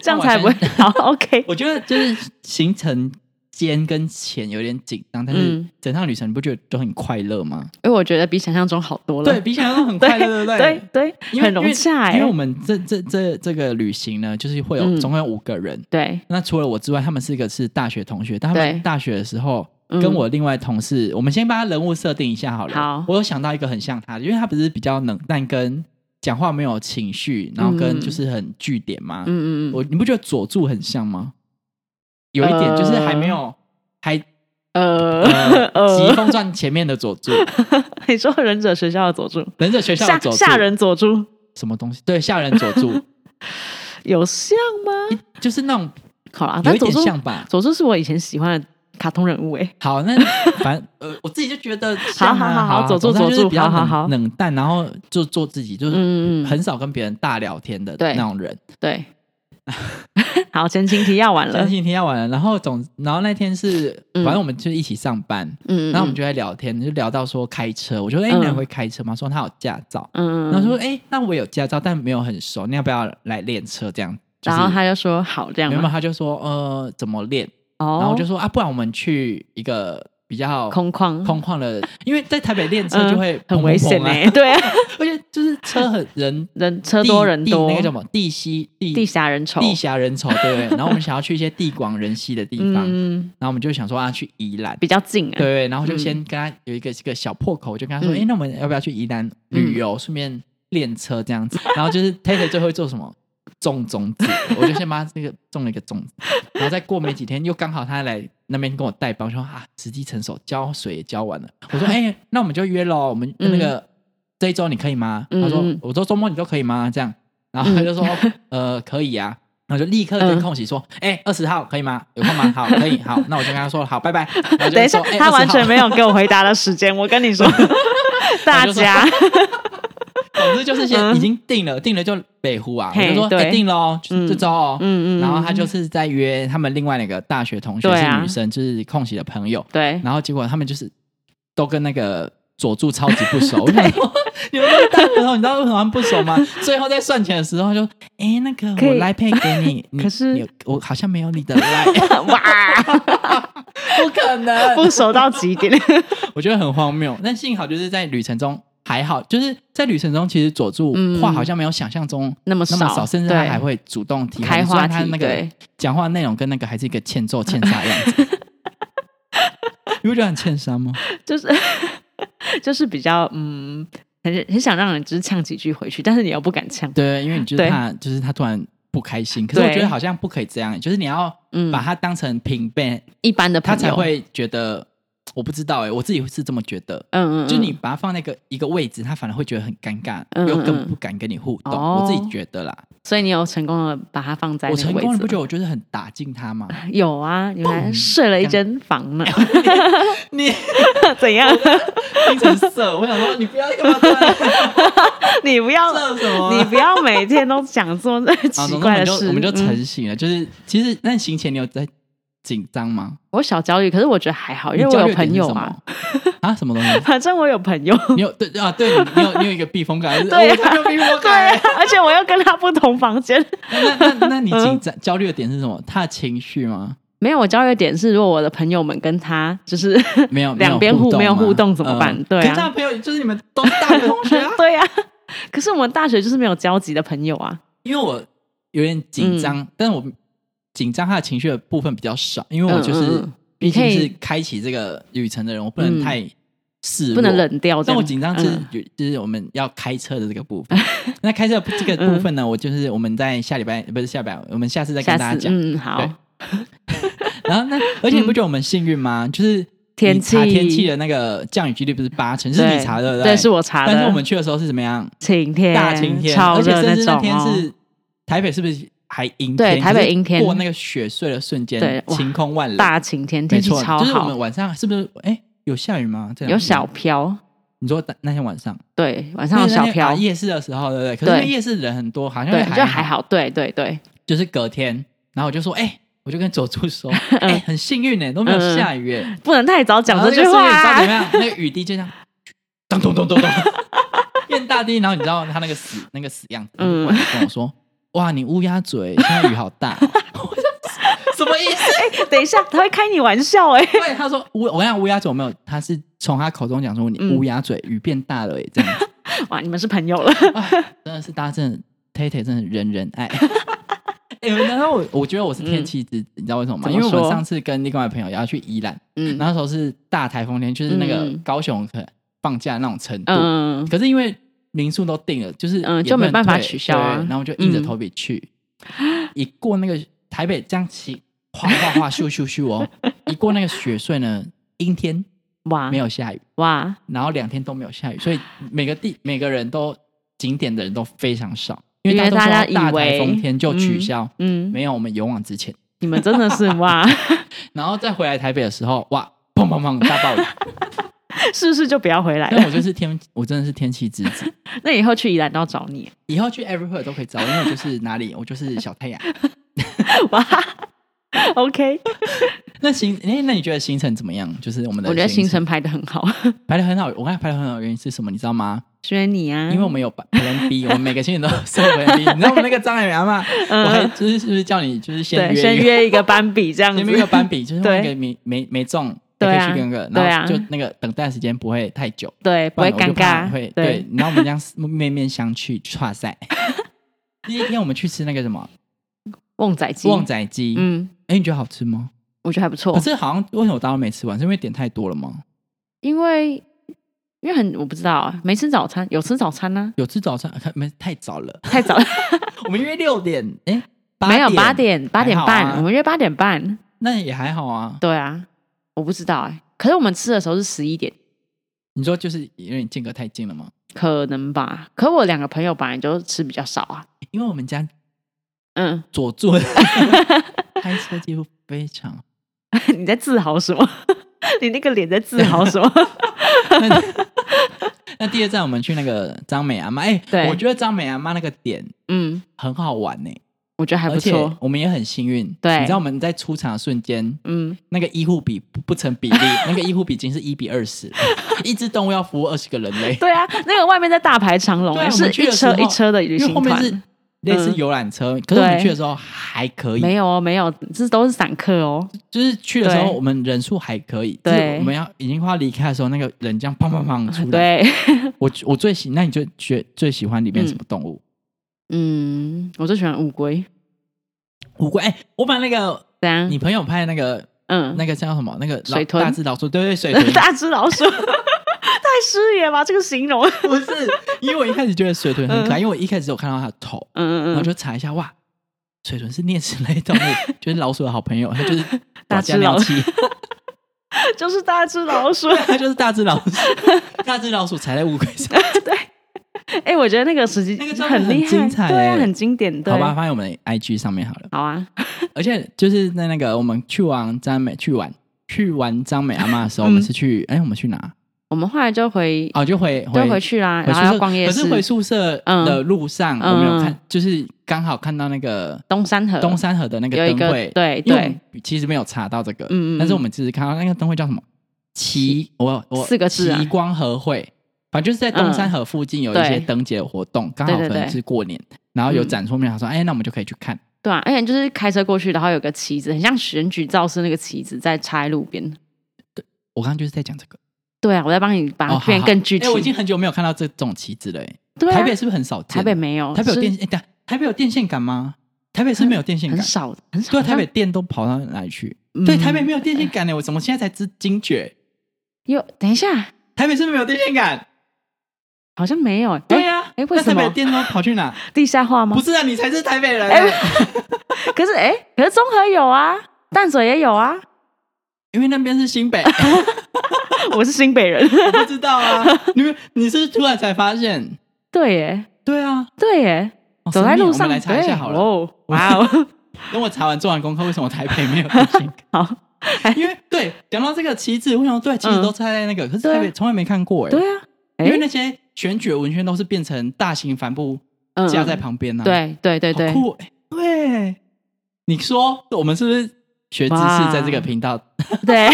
Speaker 1: 这样才不会好。OK，
Speaker 2: 我觉得就是行程间跟钱有点紧张，但是
Speaker 1: 嗯
Speaker 2: 整趟旅程你不觉得都很快乐吗？
Speaker 1: 因为我觉得比想象中好多了。
Speaker 2: 对比想象
Speaker 1: [LAUGHS]
Speaker 2: 中很快乐，对不
Speaker 1: 对对
Speaker 2: 因为
Speaker 1: 很融洽
Speaker 2: 因为
Speaker 1: 哎、
Speaker 2: 因为我们这这这这个旅行呢，就是会有
Speaker 1: 嗯
Speaker 2: 总共有五个人，
Speaker 1: 对，
Speaker 2: 那除了我之外，他们四个是大学同学，但他们
Speaker 1: 对
Speaker 2: 大学的时候
Speaker 1: 嗯
Speaker 2: 跟我另外同事，我们先把他人物设定一下好了。
Speaker 1: 好
Speaker 2: 我有想到一个很像他的，因为他不是比较冷淡，跟讲话没有情绪，然后跟
Speaker 1: 嗯
Speaker 2: 就是很据点吗？
Speaker 1: 嗯嗯嗯，
Speaker 2: 我你不觉得佐助很像吗？有一点就是还没有、还
Speaker 1: [LAUGHS]
Speaker 2: 呃
Speaker 1: 呃
Speaker 2: 《疾
Speaker 1: 呃，
Speaker 2: 风传》前面的佐助， [LAUGHS]
Speaker 1: 你说忍者学校的佐助，
Speaker 2: 忍者学校
Speaker 1: 吓
Speaker 2: 的佐助，
Speaker 1: 吓人佐助
Speaker 2: 什么东西？对，吓人佐
Speaker 1: [LAUGHS]
Speaker 2: 助，
Speaker 1: 有像吗？
Speaker 2: 就是那种
Speaker 1: 好啦，
Speaker 2: 有
Speaker 1: 但
Speaker 2: 一
Speaker 1: 啊佐
Speaker 2: 点
Speaker 1: 助
Speaker 2: 像吧。
Speaker 1: 佐助是我以前喜欢的卡通人物哎、
Speaker 2: 好，那反正呃，
Speaker 1: [LAUGHS]
Speaker 2: 我自己就觉得像
Speaker 1: 好
Speaker 2: 啊
Speaker 1: 好好
Speaker 2: 啊
Speaker 1: 佐助
Speaker 2: 总之他
Speaker 1: 佐
Speaker 2: 就是
Speaker 1: 助
Speaker 2: 比较
Speaker 1: 好好
Speaker 2: 冷
Speaker 1: 好
Speaker 2: 冷淡，然后就做自己，就
Speaker 1: 嗯
Speaker 2: 是
Speaker 1: 嗯嗯，
Speaker 2: 很少跟别人大聊天的
Speaker 1: 对
Speaker 2: 那种人。
Speaker 1: 对。好，前情提要完了
Speaker 2: 相，信天要完了，然后总然后那天是，
Speaker 1: 嗯
Speaker 2: 反正我们就一起上班，
Speaker 1: 嗯，嗯
Speaker 2: 然后我们
Speaker 1: 就
Speaker 2: 就在聊天，就聊到说开车，我就说哎，
Speaker 1: 嗯
Speaker 2: 你也会开车吗？说他有驾照，
Speaker 1: 嗯，嗯
Speaker 2: 然后说哎，那我有驾照，但没有很熟，你要不要来练车？这样，就是
Speaker 1: 然后他就说好这样
Speaker 2: 没有
Speaker 1: 吗，
Speaker 2: 他就说呃怎么练，
Speaker 1: 哦，
Speaker 2: 然后我就说啊，不然我们去一个比较
Speaker 1: 空旷，
Speaker 2: 空旷的，因为在台北练车
Speaker 1: 嗯
Speaker 2: 就会
Speaker 1: 很
Speaker 2: 砰砰
Speaker 1: 危
Speaker 2: 砰
Speaker 1: 险
Speaker 2: 啊
Speaker 1: 哎、对啊，
Speaker 2: [LAUGHS] 而且就是车很人
Speaker 1: 人 [LAUGHS] 车
Speaker 2: 地
Speaker 1: 多人
Speaker 2: 地
Speaker 1: 多，
Speaker 2: 那个叫什么地西地
Speaker 1: 地狭人稠，
Speaker 2: 地狭人稠，对不对？然后我们想要去一些地广人稀的地方，然
Speaker 1: 嗯，
Speaker 2: 后我们就想说啊，去宜兰，
Speaker 1: 比较近哎、
Speaker 2: 对对，然后就先跟他有一个这个小破口，我就跟他说，
Speaker 1: 嗯
Speaker 2: 哎、那我们要不要去宜兰旅游，顺便练车这样子？ [LAUGHS] 然后就是 t a t e 最后会做什么？种种子，我就先帮他这个种了一个种子， [LAUGHS] 然后再过没几天，又刚好他来那边跟我带包，说啊，时机成熟，浇水也浇完了。我说，哎、那我们就约喽，我们
Speaker 1: 嗯
Speaker 2: 那个、这一周你可以吗？
Speaker 1: 嗯
Speaker 2: 他说
Speaker 1: 嗯，
Speaker 2: 我说周末你都可以吗？这样，然后他就说，呃，可以啊。然后就立刻
Speaker 1: 嗯
Speaker 2: 跟空喜说：“哎、二、十号可以吗？有空吗？好，可以，好，那我就跟他说好，拜拜。”
Speaker 1: [LAUGHS]
Speaker 2: 然后就
Speaker 1: 等一下，
Speaker 2: 说哎
Speaker 1: 他
Speaker 2: 20
Speaker 1: 完全
Speaker 2: 号
Speaker 1: 没有给我回答的时间。我跟 [LAUGHS] 你说，大家
Speaker 2: 总之就是先
Speaker 1: 嗯
Speaker 2: 已经定了，定了就北湖啊，我
Speaker 1: 嘿
Speaker 2: 就说哎、
Speaker 1: 对
Speaker 2: 定了哦，就
Speaker 1: 嗯
Speaker 2: 这周哦。
Speaker 1: 嗯嗯嗯
Speaker 2: 然后他就是在约他们另外那个大学同学
Speaker 1: 对
Speaker 2: 是
Speaker 1: 啊
Speaker 2: 女生，就是空袭的朋友。
Speaker 1: 对，
Speaker 2: 然后结果他们就是都跟那个佐助超级不熟，我想说你们大舌头，你知道为什么他们不
Speaker 1: [LAUGHS]
Speaker 2: 熟吗？最后在算钱的时候就，哎、那个
Speaker 1: 可
Speaker 2: 我
Speaker 1: 以
Speaker 2: 来配给你，你
Speaker 1: 可是
Speaker 2: 你有我好像没有你的
Speaker 1: [LAUGHS]
Speaker 2: 来，不
Speaker 1: 哇，
Speaker 2: 可能，
Speaker 1: 不熟到极点。
Speaker 2: 我觉得很荒谬。但幸好就是在旅程中还好，就是在旅程中其实佐助
Speaker 1: 嗯
Speaker 2: 话好像没有想象中
Speaker 1: [LAUGHS] 那么
Speaker 2: 那么
Speaker 1: 少
Speaker 2: 少，甚至他
Speaker 1: 对
Speaker 2: 还会主动提问
Speaker 1: 开
Speaker 2: 虽
Speaker 1: 话
Speaker 2: 然他
Speaker 1: 题
Speaker 2: 那个
Speaker 1: 对
Speaker 2: 讲话内容跟那个还是一个欠揍欠杀的样
Speaker 1: [LAUGHS]
Speaker 2: 子。你不觉得很欠杀吗？
Speaker 1: 就是 [LAUGHS] 就是比较嗯，很很想让人就是呛几句回去，但是你又不敢呛，
Speaker 2: 对，因为你就是
Speaker 1: 对
Speaker 2: 怕，就是他突然不开心。可是我
Speaker 1: 对
Speaker 2: 觉得好像不可以这样，就是你要
Speaker 1: 嗯
Speaker 2: 把他当成平辈，
Speaker 1: 一般的朋
Speaker 2: 他
Speaker 1: 友
Speaker 2: 才会觉得。我不知道哎、我自己是这么觉得。
Speaker 1: 嗯嗯，嗯
Speaker 2: 就是你把他放那个一个位置，他反而会觉得很尴尬，
Speaker 1: 嗯嗯
Speaker 2: 又更
Speaker 1: 嗯
Speaker 2: 不敢跟你互动。
Speaker 1: 哦
Speaker 2: 我自己觉得啦，
Speaker 1: 所以你有成功的把它放在那
Speaker 2: 我
Speaker 1: 个
Speaker 2: 成
Speaker 1: 位
Speaker 2: 功了，
Speaker 1: 置
Speaker 2: 不
Speaker 1: 吗。
Speaker 2: 觉得我就是很打进
Speaker 1: [LAUGHS]
Speaker 2: 他吗？
Speaker 1: 有啊，你还睡了一间房呢，
Speaker 2: 你
Speaker 1: [LAUGHS] 怎样？
Speaker 2: 听成色，我想说你不要干嘛突然
Speaker 1: 你不
Speaker 2: [LAUGHS]
Speaker 1: 要，
Speaker 2: 色什么？
Speaker 1: 你不要每天都讲这么
Speaker 2: 啊好，
Speaker 1: 奇怪的
Speaker 2: 总之
Speaker 1: 事。
Speaker 2: 我们就我们就
Speaker 1: 嗯
Speaker 2: 成型了。就是其实那行前你有在紧张吗？
Speaker 1: 我小焦虑，可是我觉得还好，因为
Speaker 2: 你
Speaker 1: 我
Speaker 2: 焦
Speaker 1: 有
Speaker 2: 虑的点
Speaker 1: 朋
Speaker 2: 是
Speaker 1: 友
Speaker 2: 什
Speaker 1: 嘛
Speaker 2: 么，啊，什么东西？
Speaker 1: 反正我有朋友，
Speaker 2: 你有对啊？对你，你有你有一个避风港，还是
Speaker 1: 对啊
Speaker 2: 我才没有避风
Speaker 1: 对
Speaker 2: 港欸
Speaker 1: 啊。， [LAUGHS] 而且我又跟他不同房间。
Speaker 2: 那那那你
Speaker 1: 嗯
Speaker 2: 紧张焦虑的点是什么？他的情绪吗？
Speaker 1: 没有，我焦虑的点是，如果我的朋友们跟他就是
Speaker 2: 没有，
Speaker 1: 两边互
Speaker 2: 没
Speaker 1: 没有互动
Speaker 2: 吗
Speaker 1: 怎么办
Speaker 2: 嗯
Speaker 1: 对啊。
Speaker 2: 可是他的朋友就是你们都是大学同学啊
Speaker 1: [LAUGHS] 对呀、可是我们大学就是没有交集的朋友啊。
Speaker 2: 因为我有点紧张，
Speaker 1: 嗯
Speaker 2: 但是我紧张他的情绪的部分比较少，因为我就是
Speaker 1: 嗯嗯
Speaker 2: 毕竟
Speaker 1: 你可
Speaker 2: 是
Speaker 1: 以
Speaker 2: 开启这个旅程的人，我不
Speaker 1: 嗯
Speaker 2: 能太示弱，
Speaker 1: 不能冷掉这样
Speaker 2: 但我紧张就是
Speaker 1: 嗯
Speaker 2: 有就是我们要开车的这个部
Speaker 1: [LAUGHS]
Speaker 2: 分。那开车这个部分呢，我就是我们在下礼拜不是下礼拜，我们下次再跟
Speaker 1: 下
Speaker 2: 大家
Speaker 1: 次
Speaker 2: 讲。
Speaker 1: 嗯好
Speaker 2: 对，然后那而且你不觉得我们幸运吗？就是
Speaker 1: 天
Speaker 2: 你查
Speaker 1: 气
Speaker 2: 天气的那个降雨几率不是八成，是你查的不
Speaker 1: 对，是我查的。
Speaker 2: 但是我们去的时候是怎么样？
Speaker 1: 晴天，
Speaker 2: 大晴天，
Speaker 1: 超
Speaker 2: 而且
Speaker 1: 热
Speaker 2: 甚至那
Speaker 1: 种
Speaker 2: 天
Speaker 1: 哦。
Speaker 2: 是台北是不是还阴天？
Speaker 1: 对
Speaker 2: 可是
Speaker 1: 台北阴天
Speaker 2: 过那个雪碎的瞬间
Speaker 1: 对，哇
Speaker 2: 晴空万里，
Speaker 1: 大晴天，
Speaker 2: 没
Speaker 1: 天气
Speaker 2: 错，
Speaker 1: 超
Speaker 2: 就是我
Speaker 1: 好
Speaker 2: 们，晚上是不是哎有下雨吗？这两天
Speaker 1: 有小，飘，
Speaker 2: 你说那天晚上
Speaker 1: 对，晚上有
Speaker 2: 就是那
Speaker 1: 小
Speaker 2: 天啊
Speaker 1: 飘，
Speaker 2: 夜市的时候，对不对？可是因为
Speaker 1: 对
Speaker 2: 夜市人很多，好像
Speaker 1: 对，
Speaker 2: 还
Speaker 1: 就还，好，对对对，
Speaker 2: 就是隔天，然后我就说哎。我就跟佐助
Speaker 1: [LAUGHS]
Speaker 2: 说，哎，很幸运呢，都没有
Speaker 1: 嗯
Speaker 2: 下雨哎。
Speaker 1: 不能太早讲
Speaker 2: 然后
Speaker 1: 这
Speaker 2: 那
Speaker 1: 句
Speaker 2: 个
Speaker 1: 话
Speaker 2: 瞬间你知道怎么
Speaker 1: 啊。
Speaker 2: 样？那个雨滴就这样， [LAUGHS] 咚咚咚咚咚，变大滴。然后你知道他那个死那个死样子，嗯，
Speaker 1: 嗯
Speaker 2: 跟我说：“哇，你乌鸦嘴，现在雨好大、哦。”我
Speaker 1: [LAUGHS]
Speaker 2: 就什么意思？
Speaker 1: 等一下，他会开你玩笑
Speaker 2: [LAUGHS]
Speaker 1: 哎，
Speaker 2: 因为他说乌，我讲乌鸦嘴有没有，他是从他口中讲说你
Speaker 1: 嗯
Speaker 2: 乌鸦嘴，雨变大了、欸，这样子，
Speaker 1: 哇，你们是朋友了，
Speaker 2: 哎真的是大家真的 t t 真的人人
Speaker 1: [LAUGHS]
Speaker 2: 爱。哎、然后我我觉得我是天气之子，你知道为什么吗？
Speaker 1: 怎
Speaker 2: 因
Speaker 1: 么
Speaker 2: 为我们
Speaker 1: 说
Speaker 2: 上次跟另外一个朋友要去宜兰，
Speaker 1: 嗯
Speaker 2: 那时候是大台风天，就是那个
Speaker 1: 嗯
Speaker 2: 高雄可能放假那种程度。
Speaker 1: 嗯，
Speaker 2: 可是因为民宿都定了，就是
Speaker 1: 嗯
Speaker 2: 也
Speaker 1: 就
Speaker 2: 不能
Speaker 1: 没办法
Speaker 2: 退
Speaker 1: 取消啊嗯
Speaker 2: 对然后我就硬着头皮去，一过那个台北这样骑，哗哗哗咻咻
Speaker 1: [LAUGHS]
Speaker 2: 咻哦，一过那个雪隧呢，阴天
Speaker 1: 哇嗯
Speaker 2: 没有下雨，
Speaker 1: 哇，
Speaker 2: 然后两天都没有下雨，所以每个地每个人都景点的人都非常少，因为
Speaker 1: 因为
Speaker 2: 大
Speaker 1: 大家
Speaker 2: 家都说大
Speaker 1: 以
Speaker 2: 台
Speaker 1: 为
Speaker 2: 风天就取消，
Speaker 1: 嗯，
Speaker 2: 没有我们勇往直前。
Speaker 1: 你们真的是
Speaker 2: [LAUGHS]
Speaker 1: 哇，
Speaker 2: 然后再回来台北的时候，哇，砰砰砰大
Speaker 1: [LAUGHS]
Speaker 2: 暴雨，
Speaker 1: 是不是就不要回来
Speaker 2: 但我
Speaker 1: 了？
Speaker 2: 就是天，我真的是天气之子。
Speaker 1: 那以后去宜兰都要找你
Speaker 2: 以后去 everywhere 都可以找我，因为我就是哪里，我就是小太阳。
Speaker 1: 哇。OK，
Speaker 2: 那行，哎、那你觉得行程怎么样？就是我们的，
Speaker 1: 我觉得行程排的很好，
Speaker 2: 排的很好。我刚才排的很好的原因是什么？你知道吗？
Speaker 1: 学你啊，
Speaker 2: 因为我们有 Plan B，我们每个行程都有
Speaker 1: [LAUGHS]
Speaker 2: Plan B。你知道我们那个张海源嘛？我还就是是不是叫你就是先
Speaker 1: 嗯对
Speaker 2: 约
Speaker 1: 先
Speaker 2: 一个
Speaker 1: 约一个班比这样子
Speaker 2: 先，约一个班比，就是
Speaker 1: 对
Speaker 2: 那个没没没中，
Speaker 1: 对
Speaker 2: 还
Speaker 1: 啊
Speaker 2: 可以去跟个，
Speaker 1: 对
Speaker 2: 然
Speaker 1: 啊
Speaker 2: 后就那个等待时间不会太久，
Speaker 1: 对，不会
Speaker 2: 然我就
Speaker 1: 尴
Speaker 2: 怕
Speaker 1: 尬，
Speaker 2: 会对。然后我们这样面面相觑，哇塞！
Speaker 1: [LAUGHS]
Speaker 2: 第一天我们去吃那个什么
Speaker 1: 旺仔鸡，
Speaker 2: 旺仔鸡，哎、
Speaker 1: 嗯，哦
Speaker 2: 你觉得好吃吗？
Speaker 1: 我觉得还不错
Speaker 2: 可，是好像为什么我当时没吃完？是因为点太多了吗？
Speaker 1: 因为因为很我不知道啊，没吃早餐，有吃早餐呢、
Speaker 2: 有吃早餐？看没太早了，
Speaker 1: 太早了，
Speaker 2: [LAUGHS] 我们约六点，哎、
Speaker 1: [LAUGHS]
Speaker 2: 八
Speaker 1: 没有八，点八点
Speaker 2: 还
Speaker 1: 半，
Speaker 2: 好啊
Speaker 1: 我们约八点半，
Speaker 2: 那也还好啊。
Speaker 1: 对啊，我不知道哎、可是我们吃的时候是十一点，
Speaker 2: 你说就是有点间隔太近了吗？
Speaker 1: 可能吧？可我两个朋友本来就吃比较少啊，
Speaker 2: 因为我们家
Speaker 1: 嗯， [LAUGHS]
Speaker 2: 左座开车几乎非常，
Speaker 1: 你在自豪什么？ [LAUGHS] 你那个脸在自豪什么？ [LAUGHS]
Speaker 2: [LAUGHS] 那第二站我们去那个张美阿妈，哎、
Speaker 1: 对
Speaker 2: 我觉得张美阿妈那个点
Speaker 1: 嗯，
Speaker 2: 很好玩呢、
Speaker 1: 我觉得还
Speaker 2: 而
Speaker 1: 不
Speaker 2: 且
Speaker 1: 错。
Speaker 2: 我们也很幸运，
Speaker 1: 对
Speaker 2: 你知道我们在出场的瞬间，
Speaker 1: 嗯，
Speaker 2: 那个医护比不不成
Speaker 1: [LAUGHS]
Speaker 2: 比例，那个医护比已经是一比二十，一只动物要服务二十个人类，
Speaker 1: 对啊，那个外面在大排长龙
Speaker 2: 对啊
Speaker 1: 欸，
Speaker 2: 我
Speaker 1: 是
Speaker 2: 们去
Speaker 1: 一
Speaker 2: 的时候
Speaker 1: 车一车的旅
Speaker 2: 因为
Speaker 1: 行
Speaker 2: 后面是
Speaker 1: 团。嗯
Speaker 2: 类似游览车，可是我们
Speaker 1: 对
Speaker 2: 去的时候还可以，
Speaker 1: 没有哦，没有，这都是散客哦。
Speaker 2: 就是去的时候
Speaker 1: 对
Speaker 2: 我们人数还可以，
Speaker 1: 对
Speaker 2: 就是我们要已经快要离开的时候，那个人这样砰砰砰出来。
Speaker 1: 对，
Speaker 2: 我我最喜，那你就觉最喜欢里面
Speaker 1: 嗯
Speaker 2: 什么动物？
Speaker 1: [LAUGHS] 嗯，我最喜欢乌龟。
Speaker 2: 乌龟，哎，我把那个
Speaker 1: 怎样？
Speaker 2: 你朋友拍的那个
Speaker 1: 嗯，
Speaker 2: 那个叫什么？那个老
Speaker 1: 水豚
Speaker 2: 大只老鼠，对
Speaker 1: [LAUGHS]
Speaker 2: 对，水豚，
Speaker 1: 大只老鼠，太失礼了吧？这个形容。
Speaker 2: 不是，因为我一开始觉得水豚很可爱，因为我一开始有看到它的头，然
Speaker 1: 嗯嗯
Speaker 2: 后
Speaker 1: 嗯，
Speaker 2: 就查一下，哇，水豚是啮齿类
Speaker 1: [LAUGHS]
Speaker 2: 动物，就是老鼠的好朋友，它就是
Speaker 1: 大
Speaker 2: 家
Speaker 1: 只
Speaker 2: 鸟
Speaker 1: 老
Speaker 2: 器，
Speaker 1: [LAUGHS] 就是大只老鼠。
Speaker 2: [LAUGHS] 它就是大只老鼠，大只老鼠踩在乌龟上，
Speaker 1: 哎，我觉得那个时机
Speaker 2: 那个照片
Speaker 1: 很厉
Speaker 2: 很精
Speaker 1: 害，
Speaker 2: 彩
Speaker 1: 对啊，
Speaker 2: 欸
Speaker 1: 很经典。对，
Speaker 2: 好吧，放在我们的 IG 上面好了。
Speaker 1: 好啊，
Speaker 2: 而且就是在那个我们去完张美去玩去完张美阿妈的时候，我们是去哎我们去哪？
Speaker 1: 我们后来就回
Speaker 2: 哦，就回
Speaker 1: 就
Speaker 2: 回
Speaker 1: 回去啦，
Speaker 2: 回
Speaker 1: 然
Speaker 2: 宿
Speaker 1: 后要
Speaker 2: 舍，
Speaker 1: 逛夜
Speaker 2: 可是
Speaker 1: 市，
Speaker 2: 回宿舍的路上，
Speaker 1: 嗯
Speaker 2: 我们有
Speaker 1: 嗯
Speaker 2: 看，就是刚好看到那个
Speaker 1: 东山河
Speaker 2: 东山河的那个
Speaker 1: 有一
Speaker 2: 灯
Speaker 1: 个
Speaker 2: 会，
Speaker 1: 对
Speaker 2: 因为我
Speaker 1: 对
Speaker 2: 们其实没有查到这个，
Speaker 1: 嗯嗯
Speaker 2: 但是我们只是看到那个灯会叫什么奇，我我
Speaker 1: 四个字啊
Speaker 2: 奇光和会，反正就是在东山河附近有一些
Speaker 1: 对
Speaker 2: 灯节活动，刚好可
Speaker 1: 对对对
Speaker 2: 能是过年，然后有
Speaker 1: 嗯
Speaker 2: 展出面，他说哎，那我们就可以去看，
Speaker 1: 对啊，而且就是开车过去，然后有个旗子，很像选举造势那个旗子在插在路边。
Speaker 2: 我刚刚就是在讲这个，
Speaker 1: 对啊，我在帮你把
Speaker 2: 哦
Speaker 1: 它
Speaker 2: 好
Speaker 1: 变
Speaker 2: 好
Speaker 1: 更具体。
Speaker 2: 哎，我已经很久没有看到这种旗子了，哎
Speaker 1: 对啊，
Speaker 2: 台北是不是很少见？
Speaker 1: 台北没有，
Speaker 2: 台北有
Speaker 1: 是
Speaker 2: 电，哎等下台北有电线杆吗？台北是没有电线
Speaker 1: 很
Speaker 2: 杆，
Speaker 1: 少很少。
Speaker 2: 对啊，台北电都跑到哪里去？
Speaker 1: 嗯
Speaker 2: 对，台北没有电线杆哎呢，我怎么现在才知惊觉？
Speaker 1: 有，等一下，
Speaker 2: 台北是不是没有电线杆？
Speaker 1: 好像没有欸。
Speaker 2: 对
Speaker 1: 哎
Speaker 2: 呀、
Speaker 1: 诶为
Speaker 2: 那
Speaker 1: 什
Speaker 2: 台
Speaker 1: 么
Speaker 2: 北的电都跑去哪？
Speaker 1: 地下化吗
Speaker 2: 不？是啊，你才是台北人。
Speaker 1: 哎可是哎，可是中和有啊，淡水也有
Speaker 2: [LAUGHS]
Speaker 1: 啊。
Speaker 2: 因为那边是新北，哎
Speaker 1: 我是新北人。
Speaker 2: 我不知
Speaker 1: [LAUGHS]
Speaker 2: 道啊。你们你是突然才发现？
Speaker 1: 对耶，
Speaker 2: 对啊，
Speaker 1: 对耶，
Speaker 2: 哦
Speaker 1: 走在
Speaker 2: 神秘
Speaker 1: 路
Speaker 2: 我
Speaker 1: 上
Speaker 2: 们来查一
Speaker 1: 对
Speaker 2: 下好了。 [LAUGHS]
Speaker 1: 哦，哇哦， [LAUGHS]
Speaker 2: 等我查完做完功课，为什么台北没有电线杆？
Speaker 1: 好，
Speaker 2: 因为对，讲到这个旗帜，我想说对，旗帜
Speaker 1: 嗯
Speaker 2: 都插在那个，可是
Speaker 1: 对啊
Speaker 2: 台北从来没看过哎、
Speaker 1: 对啊，哎
Speaker 2: 因为那些选举文宣都是变成大型帆布
Speaker 1: 嗯
Speaker 2: 架在
Speaker 1: 嗯
Speaker 2: 旁边呢、啊。
Speaker 1: 对对对
Speaker 2: 好
Speaker 1: 对，
Speaker 2: 酷哎、对，你说我们是不是学知识在这个频道？ [LAUGHS] 等
Speaker 1: [LAUGHS] 对，哦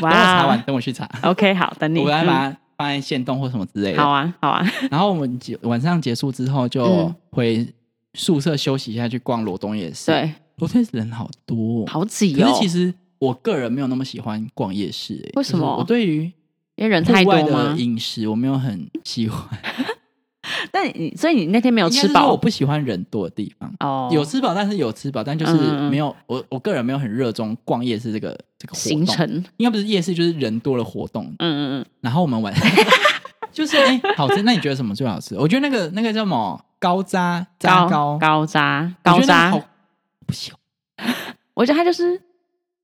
Speaker 2: 我查完，等我去查，
Speaker 1: ，OK，好，等你，
Speaker 2: 我来
Speaker 1: 嗯
Speaker 2: 把它放在线动或什么之类的。
Speaker 1: 好啊，好
Speaker 2: [LAUGHS]
Speaker 1: 啊，
Speaker 2: 然后我们结晚上结束之后就
Speaker 1: 嗯
Speaker 2: 回宿舍休息一下，去逛罗东夜市。，
Speaker 1: 对，
Speaker 2: 罗东夜市人好多、哦，
Speaker 1: 好挤
Speaker 2: 可
Speaker 1: 哦
Speaker 2: 是，其实我个人没有那么喜欢逛夜市、欸，
Speaker 1: 为什么
Speaker 2: 就是我对于
Speaker 1: 因为人太
Speaker 2: 户
Speaker 1: 多
Speaker 2: 外
Speaker 1: 吗
Speaker 2: 的？饮食我没有很喜
Speaker 1: [LAUGHS]
Speaker 2: 欢，
Speaker 1: 但你所以你那天没有
Speaker 2: 应该
Speaker 1: 吃
Speaker 2: 是说我
Speaker 1: 饱
Speaker 2: 不喜欢人多的地方。
Speaker 1: 哦，
Speaker 2: 有吃饱，但是有吃饱，但就是
Speaker 1: 嗯嗯嗯
Speaker 2: 没有、我我个人没有很热衷逛夜市这个这个活
Speaker 1: 行
Speaker 2: 动，
Speaker 1: 程，嗯
Speaker 2: 应该不是夜市，就是人多的活动。
Speaker 1: 嗯嗯，
Speaker 2: 然后我们晚
Speaker 1: [LAUGHS]
Speaker 2: 就是哎、好吃，那你觉得什么最好吃？我觉得那个那个叫什么高渣渣糕，
Speaker 1: 高渣
Speaker 2: 我
Speaker 1: 高
Speaker 2: 觉得那个
Speaker 1: 渣
Speaker 2: 好，不行，
Speaker 1: 我觉得它就是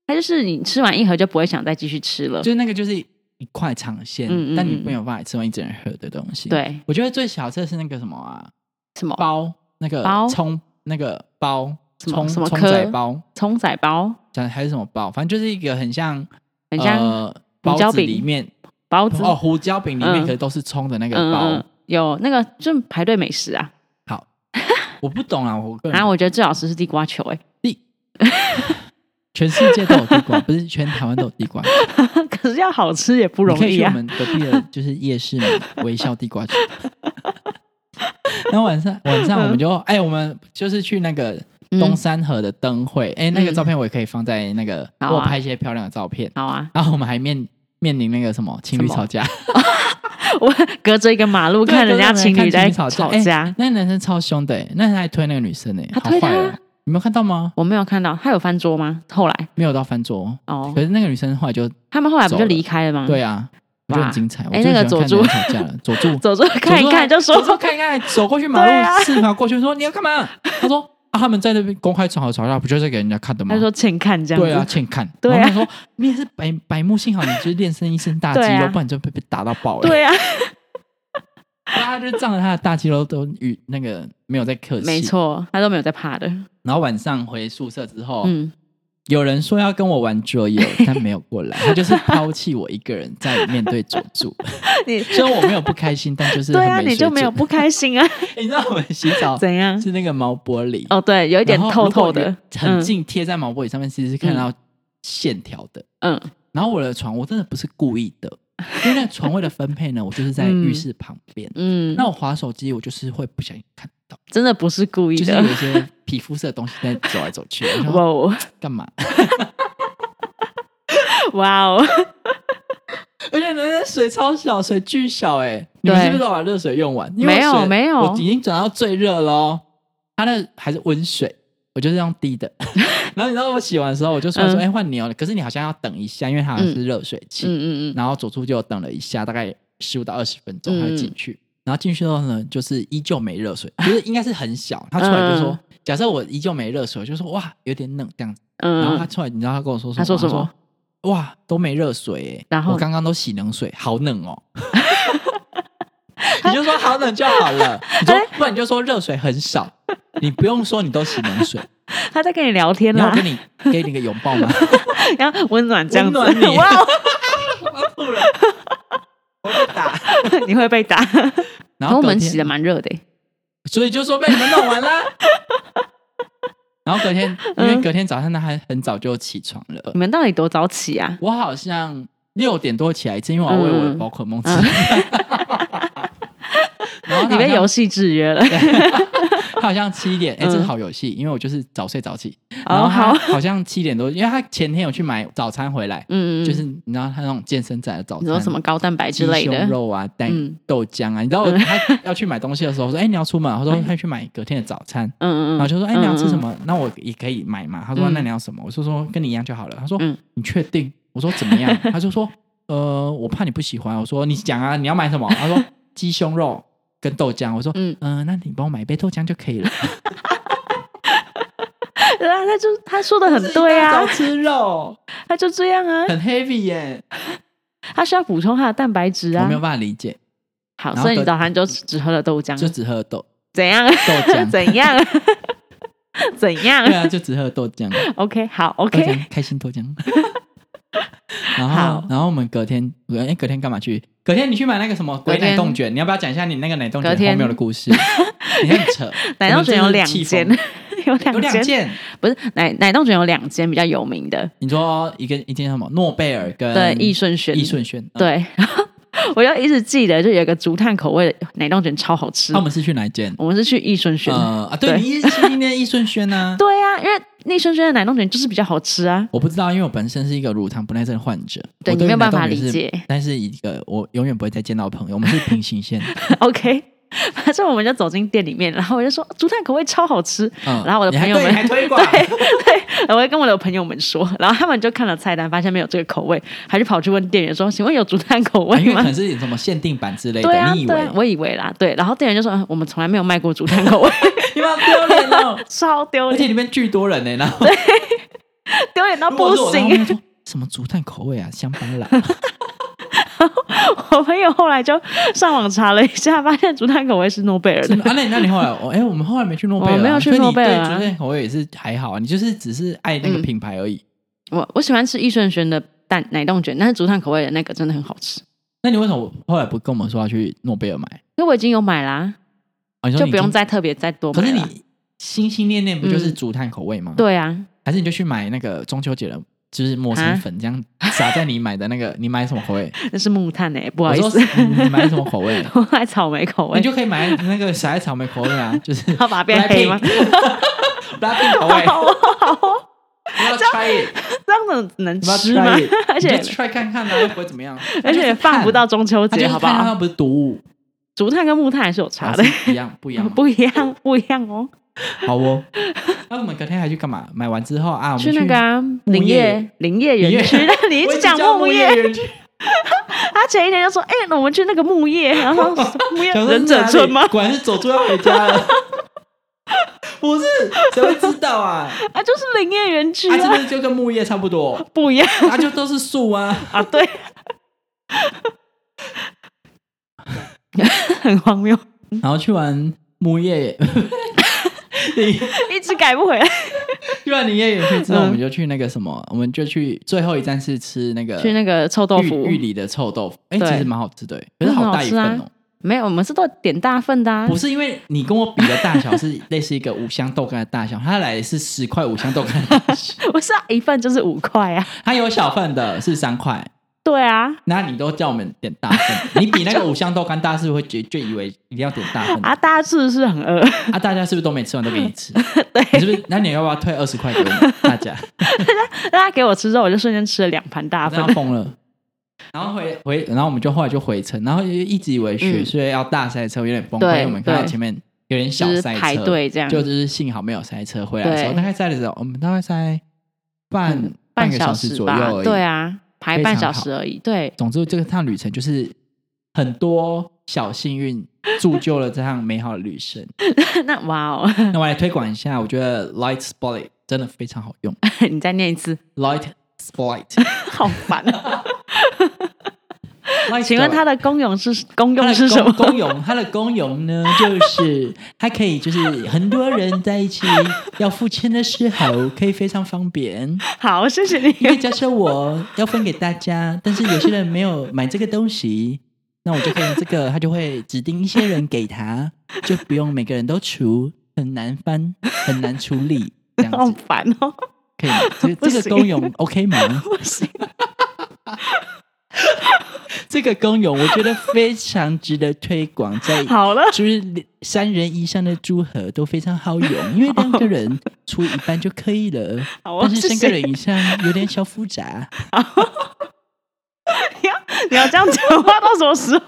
Speaker 1: 它就是你吃完一盒就不会想再继续吃了
Speaker 2: 就，是那个就是一块长线，
Speaker 1: 嗯嗯
Speaker 2: 但你
Speaker 1: 嗯
Speaker 2: 没有办法吃完一整盒的东西。，
Speaker 1: 对，
Speaker 2: 我觉得最好吃的是那个什么啊，
Speaker 1: 什么
Speaker 2: 包那个
Speaker 1: 哦包
Speaker 2: 葱那个包
Speaker 1: 什么
Speaker 2: 葱
Speaker 1: 什么
Speaker 2: 葱
Speaker 1: 科
Speaker 2: 仔包，
Speaker 1: 葱仔包，
Speaker 2: 讲还是什么包，反正就是一个很像
Speaker 1: 很像
Speaker 2: 呃、包
Speaker 1: 椒
Speaker 2: 子
Speaker 1: 饼
Speaker 2: 里面
Speaker 1: 包子，
Speaker 2: 哦，胡椒饼里面
Speaker 1: 嗯
Speaker 2: 可是都是葱的那
Speaker 1: 嗯
Speaker 2: 个
Speaker 1: 嗯
Speaker 2: 包。
Speaker 1: 嗯，有那个就是排队美食啊，
Speaker 2: 好，我不懂啊，我个
Speaker 1: 然
Speaker 2: 人
Speaker 1: 后我觉得最好吃是地瓜球，哎，
Speaker 2: 全世界都有地瓜，不 [LAUGHS] 是全台湾都有地瓜，
Speaker 1: [LAUGHS] 可是要好吃也 [LAUGHS] 不
Speaker 2: 不
Speaker 1: 容
Speaker 2: 可以
Speaker 1: 易
Speaker 2: 去我
Speaker 1: 啊，
Speaker 2: 们隔壁的就是夜市买微笑地瓜球。然后晚上晚
Speaker 1: 嗯
Speaker 2: 上我们就哎、我们就是去那个东山河的灯会，哎、那个照片我也可以放在那个，
Speaker 1: 嗯好啊
Speaker 2: 我有拍一些漂亮的照片。
Speaker 1: 好啊， [LAUGHS]
Speaker 2: 然后我们还面面临那个什么情侣
Speaker 1: 什么
Speaker 2: 吵架，
Speaker 1: 我隔着一个马路
Speaker 2: 对
Speaker 1: 看人家
Speaker 2: 对对啊
Speaker 1: 情
Speaker 2: 看
Speaker 1: 侣在
Speaker 2: 吵
Speaker 1: 吵
Speaker 2: 哎
Speaker 1: 架，
Speaker 2: 那个男生超凶的、哎那他还推那个女生呢、哎
Speaker 1: 他
Speaker 2: 好
Speaker 1: 推
Speaker 2: 坏
Speaker 1: 她
Speaker 2: 哦、你没有看到吗？
Speaker 1: 我没有看到他有翻桌吗？后来
Speaker 2: 没有到翻桌，
Speaker 1: 哦
Speaker 2: 可，是那个女生后来就
Speaker 1: 他们后来不
Speaker 2: 走
Speaker 1: 就
Speaker 2: 了
Speaker 1: 离开了吗？
Speaker 2: 对啊，我觉得很精彩。我
Speaker 1: 嗯哎
Speaker 2: 最喜欢
Speaker 1: 那个佐
Speaker 2: 看
Speaker 1: 助
Speaker 2: 人吵架了，佐
Speaker 1: [LAUGHS]
Speaker 2: 助
Speaker 1: 走出来看一看，就说
Speaker 2: 佐助看一看，走过去马
Speaker 1: 对啊
Speaker 2: 路四条过去说你要干嘛？他说啊，他们在那边公开场合吵架，不就是给人家看的吗
Speaker 1: 他？说请看这样
Speaker 2: 对啊，
Speaker 1: 子，
Speaker 2: 欠看。
Speaker 1: 对啊
Speaker 2: 然后他说你也是百百木幸好，你就是练身一身大肌
Speaker 1: 对
Speaker 2: 肉，
Speaker 1: 啊
Speaker 2: 不然就被被打到爆
Speaker 1: [LAUGHS]
Speaker 2: 了。欸
Speaker 1: 对啊，
Speaker 2: 大家就仗着他的大肌肉都与那个没有在客气。
Speaker 1: 没。错，他都没有在怕的，
Speaker 2: [LAUGHS] 然后晚上回宿舍之后，
Speaker 1: 嗯，
Speaker 2: 有人说要跟我玩桌
Speaker 1: [LAUGHS]
Speaker 2: 游，但没有过来，他就是抛弃我一个人在面对佐
Speaker 1: [LAUGHS]
Speaker 2: 助。
Speaker 1: 你
Speaker 2: 虽然我没有不开心，但就是
Speaker 1: 对
Speaker 2: 很
Speaker 1: 啊，
Speaker 2: 没
Speaker 1: 你
Speaker 2: 水
Speaker 1: 就没有
Speaker 2: 准。
Speaker 1: 不开心啊？
Speaker 2: [LAUGHS] 你知道我们洗
Speaker 1: [LAUGHS]
Speaker 2: 澡
Speaker 1: 怎样？
Speaker 2: 是那个毛玻璃，
Speaker 1: 哦，对，有一点
Speaker 2: 然后
Speaker 1: 透
Speaker 2: 如果
Speaker 1: 透的，嗯
Speaker 2: 你很近贴在毛玻璃上面，其实是看到线条的。
Speaker 1: 嗯。嗯，
Speaker 2: 然后我的床，我真的不是故意的，
Speaker 1: [LAUGHS]
Speaker 2: 因为那个床位的分配呢，我就是在浴室旁边。
Speaker 1: 嗯，
Speaker 2: 那我滑手机，我就是会不小心看到，
Speaker 1: 真的不是故意
Speaker 2: 就是
Speaker 1: 的
Speaker 2: 有。一些皮肤色的东西在走来走 [LAUGHS] 去，我想
Speaker 1: 哇
Speaker 2: 说
Speaker 1: 哦， [LAUGHS]
Speaker 2: 干嘛？
Speaker 1: 哇哦，
Speaker 2: [LAUGHS] 而且那水超小，水巨小哎、你们
Speaker 1: 对
Speaker 2: 是不是都把热水用完？因为
Speaker 1: 没有
Speaker 2: 水
Speaker 1: 没有
Speaker 2: 我已经转到最热喽。它的还是温水，我就是用低 [LAUGHS] 的。然后你知道我洗完的时候，我就说说，
Speaker 1: 嗯
Speaker 2: 哎、换你哦。可是你好像要等一下，因为它好像是热水器。
Speaker 1: 嗯嗯嗯，
Speaker 2: 然后佐助就等了一下，大概十五到二十分钟，
Speaker 1: 嗯
Speaker 2: 他就进去。然后进去后呢，就是依旧没热水，就是应该是很小。他出来就说，
Speaker 1: 嗯
Speaker 2: 假设我依旧没热水，我就说哇有点冷这样子。
Speaker 1: 嗯，
Speaker 2: 然后他出来，你知道他跟我说什么
Speaker 1: 他
Speaker 2: 吗？
Speaker 1: 说什么
Speaker 2: 说哇，都没热水耶、
Speaker 1: 然后
Speaker 2: 我刚刚都洗冷水，好冷
Speaker 1: [LAUGHS]
Speaker 2: 哦。你就说好冷就好
Speaker 1: 哎
Speaker 2: 了，你说不然你就说热水很少，你不用说你都洗冷
Speaker 1: [LAUGHS]
Speaker 2: 水，
Speaker 1: 他在跟你聊天
Speaker 2: 你要
Speaker 1: 啦
Speaker 2: 跟，你给你个拥
Speaker 1: [LAUGHS]
Speaker 2: 抱吗？
Speaker 1: 然后温暖这样子，
Speaker 2: 温暖你
Speaker 1: [LAUGHS] 哇哦，
Speaker 2: 我
Speaker 1: [LAUGHS]
Speaker 2: 吐了，我被打。
Speaker 1: 你会被打。
Speaker 2: 然
Speaker 1: 然后
Speaker 2: 后
Speaker 1: 我
Speaker 2: 隔
Speaker 1: 们
Speaker 2: 天
Speaker 1: 洗的蛮热的欸，
Speaker 2: 所以就说被你们弄完
Speaker 1: [LAUGHS]
Speaker 2: 啦。然后隔天，因
Speaker 1: 嗯
Speaker 2: 为隔天早上他还很早就起床了，
Speaker 1: 你们到底多早起啊？
Speaker 2: 我好像六点多起来一次，因为我要喂我的宝可梦吃 [LAUGHS]
Speaker 1: 嗯。
Speaker 2: 然后
Speaker 1: 你
Speaker 2: 他好
Speaker 1: 被
Speaker 2: 像
Speaker 1: 游戏制约了，
Speaker 2: [LAUGHS] 他好像七点，哎、
Speaker 1: 嗯
Speaker 2: 这好游戏，因为我就是早睡早起。然
Speaker 1: 哦
Speaker 2: 后
Speaker 1: 好，
Speaker 2: 他好像七点多，因为他前天有去买早餐回来，
Speaker 1: 嗯，嗯
Speaker 2: 就是你知道他那种健身仔的早
Speaker 1: 你说
Speaker 2: 餐，
Speaker 1: 什么高蛋白
Speaker 2: 鸡
Speaker 1: 之类的
Speaker 2: 胸，肉啊、蛋、
Speaker 1: 嗯
Speaker 2: 豆浆啊。你
Speaker 1: [LAUGHS]
Speaker 2: 知道我
Speaker 1: 嗯
Speaker 2: 他要去买东西的时候，我说：“哎、你要出门？”他说：“他去买隔天的早餐。”
Speaker 1: 嗯嗯
Speaker 2: 然后
Speaker 1: 嗯，
Speaker 2: 就说：“哎、你要吃
Speaker 1: 嗯
Speaker 2: 什么？那我也可以买嘛。”他说：“
Speaker 1: 嗯
Speaker 2: 那你要什么？”我就说：“跟你一样就好了。”他说：“
Speaker 1: 嗯
Speaker 2: 你确定？”我说：“怎么
Speaker 1: [LAUGHS]
Speaker 2: 样？”他就说：“呃，我怕你不喜欢。”我说：“你讲啊，你要买什么？”他说：“鸡胸肉跟豆浆。”我说：“嗯
Speaker 1: 嗯、
Speaker 2: 那你帮我买一杯豆浆就可以了。
Speaker 1: 对啊，他就他说的很 [LAUGHS] 对啊
Speaker 2: 早，吃肉
Speaker 1: 他就这样啊，
Speaker 2: [LAUGHS] 很 heavy 耶、
Speaker 1: 他需要补充他的蛋白质
Speaker 2: 我
Speaker 1: 啊
Speaker 2: 没。有办法理解，
Speaker 1: 好，
Speaker 2: 然后
Speaker 1: 所以你
Speaker 2: 得
Speaker 1: 早餐就只只喝了豆浆，
Speaker 2: 就只喝豆
Speaker 1: 怎样？
Speaker 2: [LAUGHS] 豆浆。
Speaker 1: 嗯 [LAUGHS] 怎样？ [LAUGHS] 怎
Speaker 2: 对
Speaker 1: 样
Speaker 2: 啊，就只喝豆浆，
Speaker 1: ？OK，好
Speaker 2: 豆
Speaker 1: ，OK，
Speaker 2: 浆开心
Speaker 1: [LAUGHS]
Speaker 2: 豆浆。然后
Speaker 1: 好，
Speaker 2: 然后我们隔天，哎，隔天干嘛去？隔天你去买那个什么
Speaker 1: 隔
Speaker 2: 鬼
Speaker 1: 天
Speaker 2: 奶冻卷，你要不要讲一下你那个奶冻卷
Speaker 1: 隔天
Speaker 2: 后面的故事？ [LAUGHS] 你很扯，
Speaker 1: 奶冻卷有两
Speaker 2: 我
Speaker 1: 间
Speaker 2: 们真的是气，
Speaker 1: 有 [LAUGHS]
Speaker 2: 疯，有
Speaker 1: 两
Speaker 2: 两
Speaker 1: 间，
Speaker 2: 件。
Speaker 1: 不是奶奶冻卷有两间比较有名的，
Speaker 2: 你说一个一件什么？诺贝尔跟
Speaker 1: 对，易顺轩，
Speaker 2: 易顺轩。嗯，
Speaker 1: 对， [LAUGHS] 然后我就一直记得，就有一个竹炭口味的奶冻卷超好吃。
Speaker 2: 那我们是去哪一间？
Speaker 1: 我们是去益顺轩，
Speaker 2: 呃啊，对，
Speaker 1: 对？
Speaker 2: 你一直去那间易顺轩呢
Speaker 1: [LAUGHS] 对啊，因为益顺轩的奶冻卷就是比较好吃啊。 [LAUGHS]
Speaker 2: 我不知道，因为我本身是一个乳糖不耐症患者，
Speaker 1: 对
Speaker 2: 我
Speaker 1: 你没有
Speaker 2: 奶
Speaker 1: 办法
Speaker 2: 冻
Speaker 1: 理
Speaker 2: 卷是
Speaker 1: 解
Speaker 2: 但是一个我永远不会再见到的朋友，我们是平
Speaker 1: [LAUGHS]
Speaker 2: 行线。
Speaker 1: OK，反正我们就走进店里面，然后我就说竹炭口味超好吃，
Speaker 2: 嗯，
Speaker 1: 然后我的
Speaker 2: 你还
Speaker 1: 朋友
Speaker 2: 对
Speaker 1: 们
Speaker 2: 你还推广，
Speaker 1: [LAUGHS] 我会跟我的朋友们说，然后他们就看了菜单，发现没有这个口味，还去跑去问店员说：“请问有竹炭口
Speaker 2: 啊因
Speaker 1: 味
Speaker 2: 为可
Speaker 1: 吗
Speaker 2: 能是什么限定版之？”类的，
Speaker 1: 对啊，
Speaker 2: 你以
Speaker 1: 对
Speaker 2: 为
Speaker 1: 啊，我以为啦，对。然后店员就说：“嗯我们从来没有卖过竹炭口味，！
Speaker 2: [LAUGHS] 你们好丢脸哦
Speaker 1: 超丢
Speaker 2: 而且
Speaker 1: 脸，
Speaker 2: 里面巨多人呢、然后
Speaker 1: 丢脸到
Speaker 2: 如果
Speaker 1: 啊不
Speaker 2: 是 [LAUGHS] 我的话
Speaker 1: 行。
Speaker 2: 我会说什么竹炭口味啊，香巴拉，”
Speaker 1: 我朋友后来就上网查了一下，发现竹炭口味是诺贝尔
Speaker 2: [LAUGHS] 真
Speaker 1: 的。
Speaker 2: 的啊？那你那你后来，我哎、我们后来没去诺贝尔啊、
Speaker 1: 我没有去
Speaker 2: 所以你
Speaker 1: 诺贝尔啊嗯
Speaker 2: 对竹炭口味也是还好啊，你就是只是爱那个品牌而已。
Speaker 1: 我我喜欢吃益顺轩的蛋奶冻卷，但是竹炭口味的那个真的很好吃，
Speaker 2: 那你为什么后来不跟我们说要去诺贝尔买？
Speaker 1: 因为我已经有买啦，
Speaker 2: 啊，你说
Speaker 1: 就
Speaker 2: 你已
Speaker 1: 不用
Speaker 2: 经，
Speaker 1: 再特别再多买
Speaker 2: 可
Speaker 1: 了。嗯
Speaker 2: 是你心心念念不就是竹炭口味吗？，
Speaker 1: 对啊，
Speaker 2: 还是你就去买那个中秋节的，就是磨成粉这样撒在你买的那个，你买什么口味？
Speaker 1: 那是木炭哎、不好
Speaker 2: 我
Speaker 1: 意
Speaker 2: 说嗯
Speaker 1: 思，
Speaker 2: 你你买什么口味？
Speaker 1: 我买草莓口味
Speaker 2: 你，就可以买那个小爱草莓口味
Speaker 1: [LAUGHS]
Speaker 2: 啊，就是
Speaker 1: 要把它变黑吗
Speaker 2: [LAUGHS]
Speaker 1: [LAUGHS]
Speaker 2: ？Blackpink 口味，
Speaker 1: 好哦好哦，
Speaker 2: 你要 try it，
Speaker 1: 这样子能
Speaker 2: 你要
Speaker 1: 吃
Speaker 2: try
Speaker 1: 吗
Speaker 2: it？？
Speaker 1: 而
Speaker 2: 你
Speaker 1: 且
Speaker 2: 就 try 看看啊，又不会怎么样。
Speaker 1: 而且也放不到中秋
Speaker 2: 它就
Speaker 1: 节，
Speaker 2: 是
Speaker 1: 好不
Speaker 2: 看
Speaker 1: 好？
Speaker 2: 它不是毒物，
Speaker 1: 竹炭跟木炭还是有差的。
Speaker 2: 啊，是一样不一样
Speaker 1: [LAUGHS] 不一样，不一样哦。
Speaker 2: 好哦，那我们隔天还去干嘛？买完之后啊，我们
Speaker 1: 去那个啊林业 [LAUGHS] 林业园区，那你一
Speaker 2: 我
Speaker 1: 直
Speaker 2: 一
Speaker 1: 讲
Speaker 2: 直叫
Speaker 1: 木
Speaker 2: 业
Speaker 1: 业，
Speaker 2: 园区，
Speaker 1: 他前一天就说：“哎，我们去那个木 [LAUGHS] 业，然后说木业
Speaker 2: 想说
Speaker 1: 忍者
Speaker 2: 哪
Speaker 1: 村
Speaker 2: 里
Speaker 1: 吗？
Speaker 2: 果然是走出要回家
Speaker 1: [LAUGHS]
Speaker 2: 了。不是，谁会知道啊？
Speaker 1: 啊， [LAUGHS] 就是林业园区
Speaker 2: 它是
Speaker 1: 啊，
Speaker 2: 不是就跟木叶差不多？
Speaker 1: 不一样
Speaker 2: 它就都是树啊。
Speaker 1: [LAUGHS] 啊，对， [LAUGHS] 很荒谬， [LAUGHS]
Speaker 2: 然后去玩木叶，你
Speaker 1: 一直改不回来。
Speaker 2: 去完营业园区之后，
Speaker 1: 嗯
Speaker 2: 我们就去那个什么，我们就去最后一站是吃那个
Speaker 1: 去那个臭豆腐
Speaker 2: 玉玉里的臭豆腐，哎，
Speaker 1: 对
Speaker 2: 其实蛮好吃的，可是好大一
Speaker 1: 很
Speaker 2: 份
Speaker 1: 好啊
Speaker 2: 哦。
Speaker 1: 没有，我们是都点大份的、啊
Speaker 2: 不。是因为你跟我比的大小是类似一个五香豆干的大小，它来的是十块五香豆干的大小，
Speaker 1: 我是啊一份就是五块啊。
Speaker 2: 它有小份的是三块，
Speaker 1: 对啊，
Speaker 2: 那你都叫我们点大份，你比那个五香豆干大，是不是会觉就以为一定要点大份的
Speaker 1: 啊，大家是不是很饿？ [LAUGHS]
Speaker 2: 啊？大家是不是都没吃完都给你吃？你是不是？那你要不要退二十块给我们大家？
Speaker 1: 大家给我吃之后，我就瞬间吃了两盘大份
Speaker 2: 然。后疯了。然后回回，然后我们就后来就回程，然后就一直以为雪
Speaker 1: 嗯
Speaker 2: 隧要大塞车，有点崩溃。
Speaker 1: 对
Speaker 2: 因为我们看到
Speaker 1: 对
Speaker 2: 前面有点小
Speaker 1: 就是
Speaker 2: 塞车，
Speaker 1: 排队这样
Speaker 2: 就就是幸好没有塞车。回来的时候
Speaker 1: 对
Speaker 2: 大概塞的时候，我们大概塞半、
Speaker 1: 嗯半
Speaker 2: 半个小
Speaker 1: 时
Speaker 2: 左
Speaker 1: 吧
Speaker 2: 右而已。
Speaker 1: 对，啊，排
Speaker 2: 非
Speaker 1: 半
Speaker 2: 常
Speaker 1: 小
Speaker 2: 好
Speaker 1: 时而已。
Speaker 2: [LAUGHS]
Speaker 1: 对，
Speaker 2: 总之这趟旅程就是很多小幸运铸就了这趟美好的旅程。
Speaker 1: 那哇哦， [LAUGHS]
Speaker 2: 那我来推广一下，我觉得 Light Spotlight 真的非常好
Speaker 1: [LAUGHS]
Speaker 2: 用
Speaker 1: 你再念一次，
Speaker 2: ，Light Spotlight 。
Speaker 1: 好烦
Speaker 2: 哦
Speaker 1: 啊！[LAUGHS]
Speaker 2: Light
Speaker 1: 请问
Speaker 2: Spotlight
Speaker 1: 它的功用是功
Speaker 2: 它
Speaker 1: 用
Speaker 2: 的
Speaker 1: 是什么？
Speaker 2: 功用，它的功用呢，就是它可以就是很多人在一起要付钱的时候，可以非常方便。
Speaker 1: 好，谢谢你。
Speaker 2: 因为假设我要分给大家，但是有些人没有买这个东西，那我就可以用这个，他就会指定一些人给他，就不用每个人都除，很难翻，很难处理，这样
Speaker 1: 好
Speaker 2: 子
Speaker 1: 烦哦，
Speaker 2: 可以吗？
Speaker 1: [LAUGHS]
Speaker 2: 这
Speaker 1: 不
Speaker 2: 这个
Speaker 1: 行
Speaker 2: 功用 OK 吗？
Speaker 1: [LAUGHS] 不行，
Speaker 2: 这个功用我觉得非常值得推广，在
Speaker 1: 好了，
Speaker 2: 就是三人以上的组合都非常好用，因为两个人出一半就可以了。
Speaker 1: [LAUGHS] 好哦
Speaker 2: 但是
Speaker 1: 谢谢
Speaker 2: 三个人以上有点小
Speaker 1: [LAUGHS]
Speaker 2: 复杂，
Speaker 1: 你要你要这样讲话到什么时候？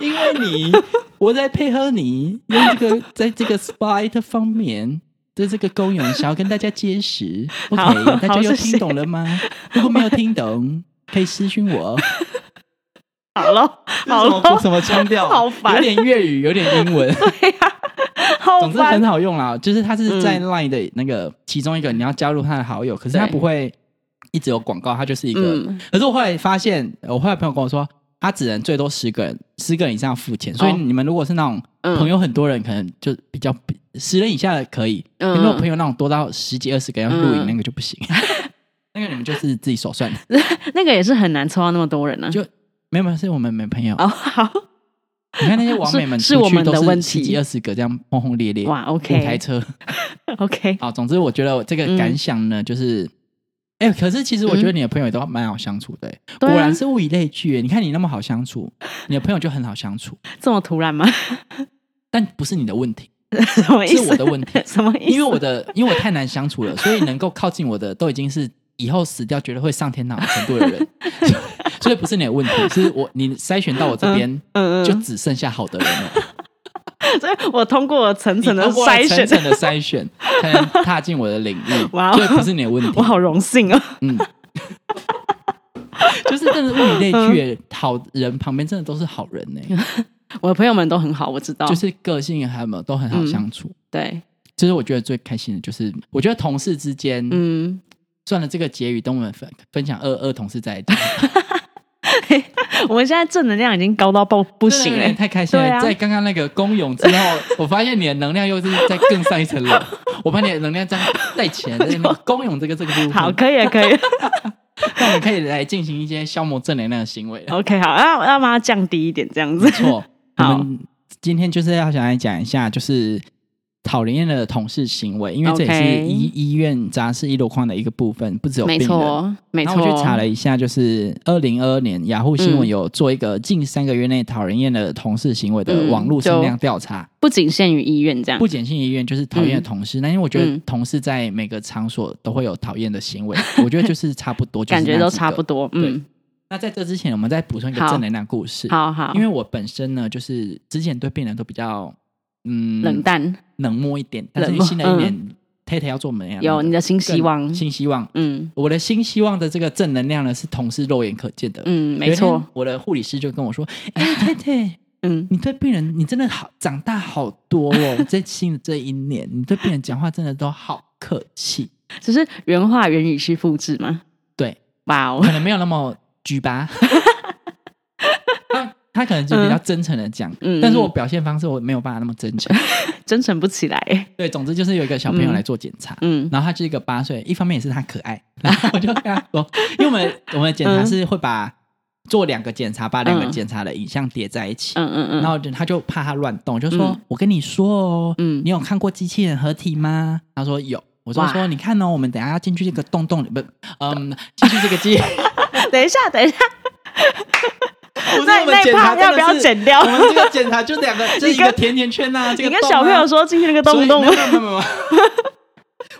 Speaker 2: 因为你我在配合你用这个在这个 spite 方面。的这个功用，想要跟大家揭示
Speaker 1: 好
Speaker 2: ，OK，大家
Speaker 1: 好
Speaker 2: 有
Speaker 1: 谢谢
Speaker 2: 听懂了吗？如果没有听懂，可以私信我。
Speaker 1: 好了， [LAUGHS] 好
Speaker 2: 这
Speaker 1: 了，
Speaker 2: 是什么什么腔
Speaker 1: [LAUGHS]
Speaker 2: 调？
Speaker 1: 好烦
Speaker 2: 有点粤语，有点英文。
Speaker 1: 好
Speaker 2: [LAUGHS] 总之很
Speaker 1: 烦，
Speaker 2: 好用啦，就是它是在
Speaker 1: 嗯
Speaker 2: Line 的那个其中一个，你要加入他的好友，可是它
Speaker 1: 对
Speaker 2: 不会一直有广告，它就是一个。
Speaker 1: 嗯
Speaker 2: 可是我后来发现，呃我后来朋友跟我说，他只能最多十个人，十个人以上付钱，所以
Speaker 1: 哦
Speaker 2: 你们如果是那种
Speaker 1: 嗯
Speaker 2: 朋友很多人，可能就比较十人以下的可以，
Speaker 1: 嗯
Speaker 2: 如果朋友那种多到十几二十个要录影
Speaker 1: 嗯
Speaker 2: 那个就
Speaker 1: [LAUGHS]
Speaker 2: 不行，那个你们就是自己手算的，
Speaker 1: 那个也是很难抽到那么多人呢、
Speaker 2: 就没有没有是我们没朋友，
Speaker 1: 哦，好，
Speaker 2: 你看那些网美们
Speaker 1: 是
Speaker 2: 出
Speaker 1: 是我
Speaker 2: 去
Speaker 1: 们的
Speaker 2: 都
Speaker 1: 问
Speaker 2: 是
Speaker 1: 题
Speaker 2: 十几二十个这样轰轰烈烈，
Speaker 1: 哇
Speaker 2: 五台
Speaker 1: ，OK
Speaker 2: 车。
Speaker 1: OK，
Speaker 2: 好，总之我觉得我这
Speaker 1: 嗯
Speaker 2: 个感想呢，就是，哎、可是其实我觉得你的朋友也都蛮好相处的、欸
Speaker 1: 对啊
Speaker 2: 果然是物以类聚、欸。你看你那么好相处，你的朋友就很好相处，
Speaker 1: 这么突然吗？ [LAUGHS]
Speaker 2: 但不是你的问题，
Speaker 1: 什么意
Speaker 2: 是
Speaker 1: 思？，
Speaker 2: 我的问题
Speaker 1: 什么意思？
Speaker 2: 因为我的因为我太难相处了，所以能够靠近我的都已经是以后死掉绝对会上天堂的程度的人， [LAUGHS] 所以不是你的问题，是我你筛选到我这边。
Speaker 1: 嗯
Speaker 2: 就
Speaker 1: 嗯
Speaker 2: 只剩下好的人了，
Speaker 1: 嗯，所以我通过层
Speaker 2: 你
Speaker 1: 层的
Speaker 2: 通过了
Speaker 1: 筛选，
Speaker 2: 层层的筛选才能踏进我的领域，
Speaker 1: 哇哦
Speaker 2: 所以不是你的问题。
Speaker 1: 我好荣幸哦。 [LAUGHS]
Speaker 2: 嗯，就是真的物以类聚，好人旁边真的都是好人呢、
Speaker 1: 嗯我的朋友们都很好，我知道，
Speaker 2: 就是个性还有没有都很好相处。
Speaker 1: 对，
Speaker 2: 这是我觉得最开心的，就是我觉得同事之间，
Speaker 1: 嗯，
Speaker 2: 算了，这个结语等我们分分享二二同事再讲，
Speaker 1: 我们现在正能量已经高到爆 [LAUGHS] 不
Speaker 2: 不
Speaker 1: 行了、
Speaker 2: 太开心了。
Speaker 1: 对啊
Speaker 2: 在刚刚那个公勇之后，我发现你的能量又是在更上一层
Speaker 1: [LAUGHS]
Speaker 2: 楼，我把你的能量这样带起来，在那个公勇这个这个部分，
Speaker 1: 好，可以了，可 [LAUGHS] 以了
Speaker 2: 那我们可以来进行一些消磨正能量的行为了。
Speaker 1: ，OK，好，那那把它降低一点，这样子
Speaker 2: 没，错，我
Speaker 1: [LAUGHS] 好
Speaker 2: 们今天就是要想来讲一下，就是讨人厌的同事行为，因为这也是
Speaker 1: OK
Speaker 2: 医医院杂事一箩筐的一个部分，不只有病
Speaker 1: 没
Speaker 2: 人。
Speaker 1: 错，没
Speaker 2: 然
Speaker 1: 错，嗯
Speaker 2: 后我去查了一下，就是二零二二年雅虎新闻有做一个近三个月内讨人厌的同事行为的
Speaker 1: 嗯
Speaker 2: 网络声量调查，
Speaker 1: 不仅限于医院这样
Speaker 2: 不，仅限医院，就是讨厌的同事。那、因为我觉得
Speaker 1: 嗯
Speaker 2: 同事在每个场所都会有讨厌的行为，我觉得就是差不多，就
Speaker 1: [LAUGHS]
Speaker 2: 是
Speaker 1: 感觉
Speaker 2: 那
Speaker 1: 都
Speaker 2: 几
Speaker 1: 差
Speaker 2: 个
Speaker 1: 不。多，嗯，
Speaker 2: 那在这之前，我们再补充一个
Speaker 1: 好
Speaker 2: 正能量故事。
Speaker 1: 好好，
Speaker 2: 因为我本身呢，就是之前对病人都比较嗯
Speaker 1: 冷淡
Speaker 2: 冷漠一点，但是
Speaker 1: 冷
Speaker 2: 因为
Speaker 1: 漠嗯
Speaker 2: 新的一年太太要做门牙，
Speaker 1: 有你的新
Speaker 2: 更
Speaker 1: 希望，
Speaker 2: 新希望。
Speaker 1: 嗯
Speaker 2: 我的新希望的这个正能量呢，是同事肉眼可见的。
Speaker 1: 嗯，没
Speaker 2: 有一
Speaker 1: 错
Speaker 2: 天，我的护理师就跟我说：“哎、太太，
Speaker 1: 嗯，
Speaker 2: 你对病人，你真的好长大好多哦。在新的这一年，你对病人讲话真的都好客
Speaker 1: [LAUGHS]
Speaker 2: 气，
Speaker 1: 只是原话原语去复制嘛，
Speaker 2: 对， [LAUGHS]
Speaker 1: 哇哦
Speaker 2: 可，能没有那么举吧。啊 [LAUGHS] 他可能就比较真诚的讲，
Speaker 1: 嗯嗯
Speaker 2: 但是我表现方式我没有办法那么真诚。
Speaker 1: 真诚不起来。
Speaker 2: 对，总之就是有一个小朋友来做检查，
Speaker 1: 嗯
Speaker 2: 然后他就是一个八岁，一方面也是他可爱，然后我就跟他说，因为我们我们的检查是会把做两个检查，把两个
Speaker 1: 嗯
Speaker 2: 检查的影像叠在一起，
Speaker 1: 嗯嗯
Speaker 2: 然
Speaker 1: 嗯，
Speaker 2: 后就他就怕他乱动，就说：“
Speaker 1: 嗯
Speaker 2: 我跟你说哦，
Speaker 1: 嗯
Speaker 2: 你有看过机器人合体吗？”他说有，我就
Speaker 1: 哇
Speaker 2: 说：“你看哦，我们等一下要进去这个洞洞里，不，嗯，进去这个机。”
Speaker 1: 等一下，等一下，
Speaker 2: 不是
Speaker 1: 那
Speaker 2: [LAUGHS] 我们
Speaker 1: 那
Speaker 2: 检查
Speaker 1: 怕要
Speaker 2: 真
Speaker 1: 不
Speaker 2: 的
Speaker 1: 要
Speaker 2: 是
Speaker 1: 剪掉
Speaker 2: 我们这个检查就两
Speaker 1: [LAUGHS]
Speaker 2: 个，就是一个
Speaker 1: 跟
Speaker 2: 甜甜圈呐、啊，这
Speaker 1: 你跟
Speaker 2: 个洞啊
Speaker 1: 小朋友说进去那个洞洞
Speaker 2: 所以，没有没有没有 [LAUGHS] 没有，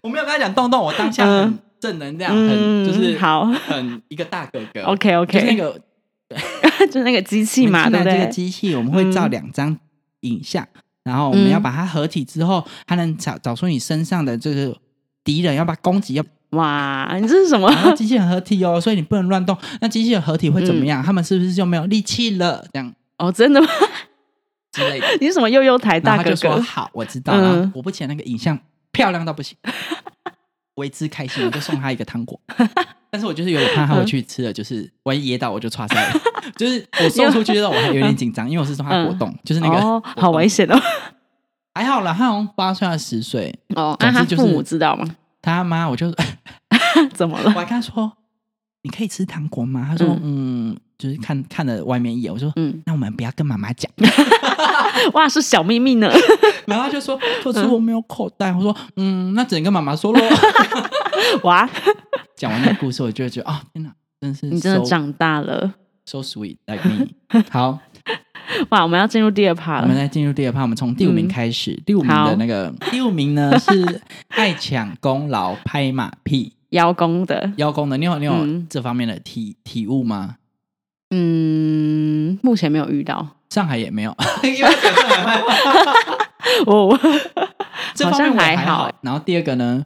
Speaker 2: 我没有跟他讲洞洞，我当下很
Speaker 1: 嗯
Speaker 2: 正能量，很
Speaker 1: 嗯，
Speaker 2: 就是
Speaker 1: 好
Speaker 2: 很一个大哥哥。
Speaker 1: ，OK
Speaker 2: 就是那
Speaker 1: OK，
Speaker 2: 个
Speaker 1: [LAUGHS] 就是那个机器
Speaker 2: 我们
Speaker 1: 嘛，
Speaker 2: 进
Speaker 1: 对
Speaker 2: 来
Speaker 1: 不
Speaker 2: 这个
Speaker 1: 对？
Speaker 2: 机器，我们会照
Speaker 1: 嗯
Speaker 2: 两张影像，然后我们要
Speaker 1: 嗯
Speaker 2: 把它合体之后，它能找找出你身上的这个敌人，要把它攻击，要
Speaker 1: 哇，你这是什么？
Speaker 2: 然后机器人合体哦，所以你不能乱动。那机器人合体会怎么
Speaker 1: 嗯
Speaker 2: 样？他们是不是就没有力气了？这样
Speaker 1: [LAUGHS] 哦，真的吗？ [LAUGHS]
Speaker 2: 之类的。
Speaker 1: 你是什么幼幼台
Speaker 2: 然
Speaker 1: 大
Speaker 2: 后他
Speaker 1: 哥
Speaker 2: 就说
Speaker 1: 哥？
Speaker 2: 好，我知道。
Speaker 1: 嗯
Speaker 2: 然后果不其然，那个影像漂亮到不行， [LAUGHS] 为之开心，我就送他一个糖果。 [LAUGHS] 但是我就是有点怕他回去吃了，就是万一噎到我就岔赛了。 [LAUGHS] 就是我送出去的时候我还有点
Speaker 1: [LAUGHS]
Speaker 2: 紧张，因为我是送他果冻，就是那个
Speaker 1: 哦，
Speaker 2: 果冻
Speaker 1: 好危险哦！
Speaker 2: 还好啦，他好像八岁还是十岁，
Speaker 1: 哦，
Speaker 2: 总
Speaker 1: 那他
Speaker 2: 之就是
Speaker 1: 父母知道吗？ [LAUGHS]
Speaker 2: 他妈我就
Speaker 1: 怎么
Speaker 2: 我
Speaker 1: 了？
Speaker 2: 还跟他说你可以吃糖果吗？他说嗯就是看看了外面一眼，我说
Speaker 1: 嗯，
Speaker 2: 那我们不要跟妈妈讲。哦
Speaker 1: 哇，是小秘密
Speaker 2: [LAUGHS]
Speaker 1: 呢。
Speaker 2: 然后他就说可
Speaker 1: 嗯
Speaker 2: 是我没有口袋，我说嗯那只能跟妈妈说喽。 [LAUGHS]
Speaker 1: 哇，
Speaker 2: 讲完那个故事，我就会觉得啊、天哪，真是
Speaker 1: 你真的
Speaker 2: so-
Speaker 1: 长大了。
Speaker 2: so sweet like
Speaker 1: [LAUGHS]
Speaker 2: me。好，
Speaker 1: 哇，我们要进入第二趴
Speaker 2: 我们
Speaker 1: 了。
Speaker 2: 来进入第二趴，我们从第五名
Speaker 1: 嗯
Speaker 2: 开始。第五名的那个第五名呢是爱抢功劳、拍马
Speaker 1: [LAUGHS]
Speaker 2: 屁、
Speaker 1: 邀功的，
Speaker 2: 邀功的。你有你有
Speaker 1: 嗯
Speaker 2: 这方面的体体悟吗？
Speaker 1: 嗯，目前没有遇到
Speaker 2: 上海也没有， [LAUGHS] 因为讲上海话
Speaker 1: 哦。 [LAUGHS]
Speaker 2: 这方面我
Speaker 1: 好像
Speaker 2: 还
Speaker 1: 还好。
Speaker 2: 然后第二个
Speaker 1: [LAUGHS]
Speaker 2: 呢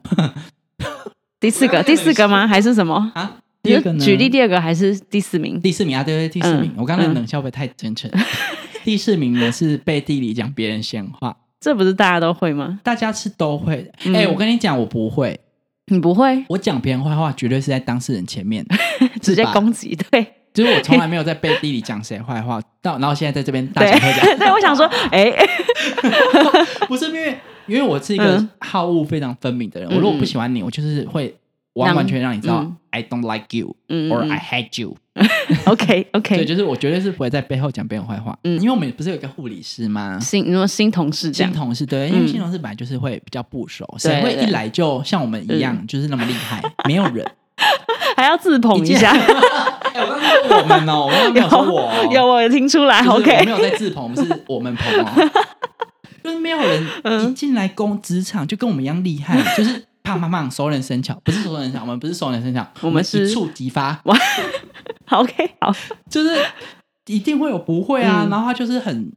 Speaker 1: 第四
Speaker 2: [LAUGHS]
Speaker 1: 个，第四个吗？还是什么？
Speaker 2: 啊，
Speaker 1: 你
Speaker 2: 第二
Speaker 1: 就
Speaker 2: 个呢？
Speaker 1: 举例第二个还是第四名？
Speaker 2: 第四名啊，对对，第四名。
Speaker 1: 嗯
Speaker 2: 我刚才
Speaker 1: 嗯
Speaker 2: 冷笑会不会太真诚。 [LAUGHS] 第四名呢是背地里讲别人闲话，
Speaker 1: 这不是大家都会吗？
Speaker 2: 大家是都会的。哎、
Speaker 1: 嗯
Speaker 2: 我跟你讲，我不会，
Speaker 1: 你不会
Speaker 2: 我讲别人坏话绝对是在当事人前面，
Speaker 1: [LAUGHS] 直接
Speaker 2: 是吧
Speaker 1: 攻击对
Speaker 2: 就是我从来没有在背地里讲谁坏话，到然后现在在这边大
Speaker 1: 对
Speaker 2: 讲特讲，
Speaker 1: [LAUGHS] 对，我想说，哎，
Speaker 2: [LAUGHS] 不是因为因为我是一个
Speaker 1: 嗯
Speaker 2: 好恶非常分明的人，
Speaker 1: 嗯
Speaker 2: 我如果不喜欢你，我就是会完
Speaker 1: 让
Speaker 2: 完全全让你知道、
Speaker 1: 嗯
Speaker 2: I don't like you
Speaker 1: 嗯
Speaker 2: or I hate you，、
Speaker 1: ，OK
Speaker 2: 对，
Speaker 1: OK，
Speaker 2: 就是我绝对是不会在背后讲别人坏话，
Speaker 1: 嗯
Speaker 2: 因为我们不是有一个护理师吗？
Speaker 1: 新你说新同事这
Speaker 2: 新
Speaker 1: 样，
Speaker 2: 同事对，因为
Speaker 1: 嗯
Speaker 2: 新同事本来就是会比较不熟，
Speaker 1: 对
Speaker 2: 谁会
Speaker 1: 对
Speaker 2: 一来就像我们一样就是那么厉
Speaker 1: [LAUGHS]
Speaker 2: 害？没有人， [LAUGHS]
Speaker 1: 还要自捧一下，
Speaker 2: 哎，我刚刚说我们哦，我刚刚没有说我哦，
Speaker 1: 有我有听出来
Speaker 2: 就是我没
Speaker 1: ，OK，
Speaker 2: 有在自捧，我们
Speaker 1: [LAUGHS]
Speaker 2: 是我们捧哦，就是没有人一
Speaker 1: 嗯
Speaker 2: 进来攻职场就跟我们一样厉害，就是胖胖胖，熟能生巧，不是熟能生巧，我们不是熟能生巧，
Speaker 1: 我们
Speaker 2: 一
Speaker 1: 是
Speaker 2: 触即发，
Speaker 1: 哇，OK，好，
Speaker 2: 哦就是一定会有不会啊，
Speaker 1: 嗯
Speaker 2: 然后他就是很。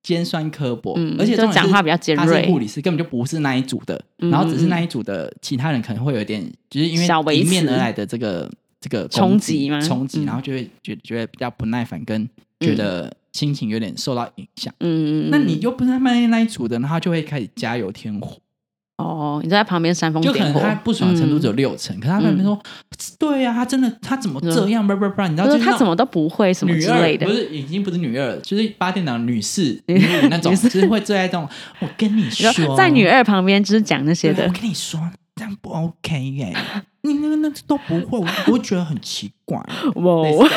Speaker 2: 尖酸刻薄，
Speaker 1: 嗯
Speaker 2: 而且
Speaker 1: 就
Speaker 2: 重点是
Speaker 1: 讲话比较尖
Speaker 2: 他是
Speaker 1: 锐
Speaker 2: 护理师根本就不是那一组的，
Speaker 1: 嗯
Speaker 2: 然后只是那一组的其他人可能会有点，就是因
Speaker 1: 小
Speaker 2: 为
Speaker 1: 维
Speaker 2: 迎面
Speaker 1: 持
Speaker 2: 而来的这个这个
Speaker 1: 冲
Speaker 2: 攻
Speaker 1: 击吗
Speaker 2: 冲击，
Speaker 1: 嗯
Speaker 2: 然后就会觉觉得比较不耐烦，跟觉得心情有点受到影响。
Speaker 1: 嗯，
Speaker 2: 那你又不是他们那一组的，然后他就会开始加油添火，
Speaker 1: 哦，你就在旁边煽风
Speaker 2: 就可
Speaker 1: 点
Speaker 2: 能
Speaker 1: 火，
Speaker 2: 他不爽的程度只有六成，可是他们说，对呀、啊，他真的他怎么这样，不不不，你知道
Speaker 1: 就
Speaker 2: 就是是
Speaker 1: 他
Speaker 2: 那
Speaker 1: 怎么都不会什么
Speaker 2: 女
Speaker 1: 之
Speaker 2: 二
Speaker 1: 类的
Speaker 2: 不，是已经不是女二了，就是八点档女士女五那种，
Speaker 1: 女士
Speaker 2: 就是会最爱这种。我跟你
Speaker 1: 你
Speaker 2: 说，
Speaker 1: 说在女二旁边就是讲那些
Speaker 2: 对
Speaker 1: 的
Speaker 2: 我，跟你说这样不 OK 耶、你那个那都不会，我我觉得很奇怪。类似
Speaker 1: 哇，哦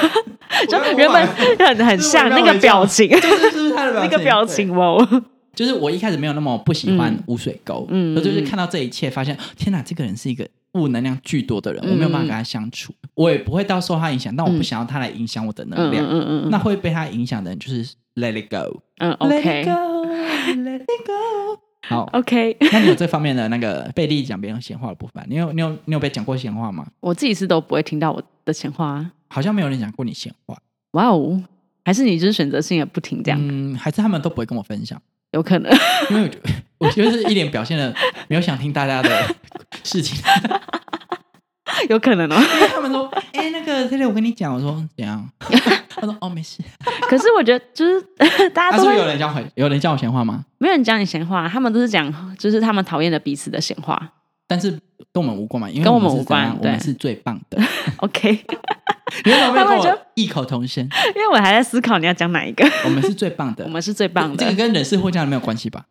Speaker 2: 这样
Speaker 1: 就
Speaker 2: 我
Speaker 1: 原本
Speaker 2: 我
Speaker 1: 很很像那个表情，
Speaker 2: 就是就是他的表
Speaker 1: 那
Speaker 2: 情
Speaker 1: 个表，情哇，
Speaker 2: 啊
Speaker 1: 哦
Speaker 2: 对就是我一开始没有那么不喜欢
Speaker 1: 嗯
Speaker 2: 污水沟，
Speaker 1: 嗯
Speaker 2: 嗯，我就是看到这一切，发现天哪，这个人是一个负能量巨多的人，我没有办法跟他相处，我也不会到受他影响，但我不
Speaker 1: 嗯
Speaker 2: 想要他来影响我的能
Speaker 1: 嗯
Speaker 2: 量。
Speaker 1: 嗯嗯
Speaker 2: 那
Speaker 1: 嗯
Speaker 2: 会被他影响的人就是 Let it go。
Speaker 1: 嗯
Speaker 2: Let it
Speaker 1: ，OK
Speaker 2: go，Let it go。好，
Speaker 1: OK，
Speaker 2: 那你有这方面的那个背地讲别人闲话的部分？你有你有你有被讲过闲话吗？
Speaker 1: 我自己是都不会听到我的闲话啊，
Speaker 2: 好像没有人讲过你闲话，
Speaker 1: 哇哦，还是你就是选择性的不听这样，
Speaker 2: 嗯，还是他们都不会跟我分享，
Speaker 1: 有可能 [LAUGHS]
Speaker 2: 因为我觉得 [LAUGHS] 我就是一脸表现的没有想听大家的事情，
Speaker 1: 有可能哦，
Speaker 2: 因为他们说， [LAUGHS] 哎、那个 t e 我跟你讲，我说
Speaker 1: [LAUGHS]
Speaker 2: 怎样？他说哦，没事。
Speaker 1: 可是我觉得就是 [LAUGHS] 大
Speaker 2: 他、
Speaker 1: 家
Speaker 2: 是
Speaker 1: 都
Speaker 2: 不是有
Speaker 1: 会
Speaker 2: 人讲我有人叫我闲话吗？
Speaker 1: 没有人讲你闲话，他们都是讲就是他们讨厌的彼此的闲话， [LAUGHS]
Speaker 2: 但是跟我们无关嘛，因为
Speaker 1: 跟我
Speaker 2: 我
Speaker 1: 们
Speaker 2: 是
Speaker 1: 无关
Speaker 2: 怎样我们
Speaker 1: 对
Speaker 2: 是最棒的。
Speaker 1: OK，
Speaker 2: 你为什么没有
Speaker 1: 他
Speaker 2: 跟
Speaker 1: 们就
Speaker 2: 我异口同声？
Speaker 1: 因为我还在思考你要讲哪一个，
Speaker 2: 我们是最棒的，
Speaker 1: 我们是最棒
Speaker 2: 这个
Speaker 1: 的，
Speaker 2: 跟人事互相没有关系吧？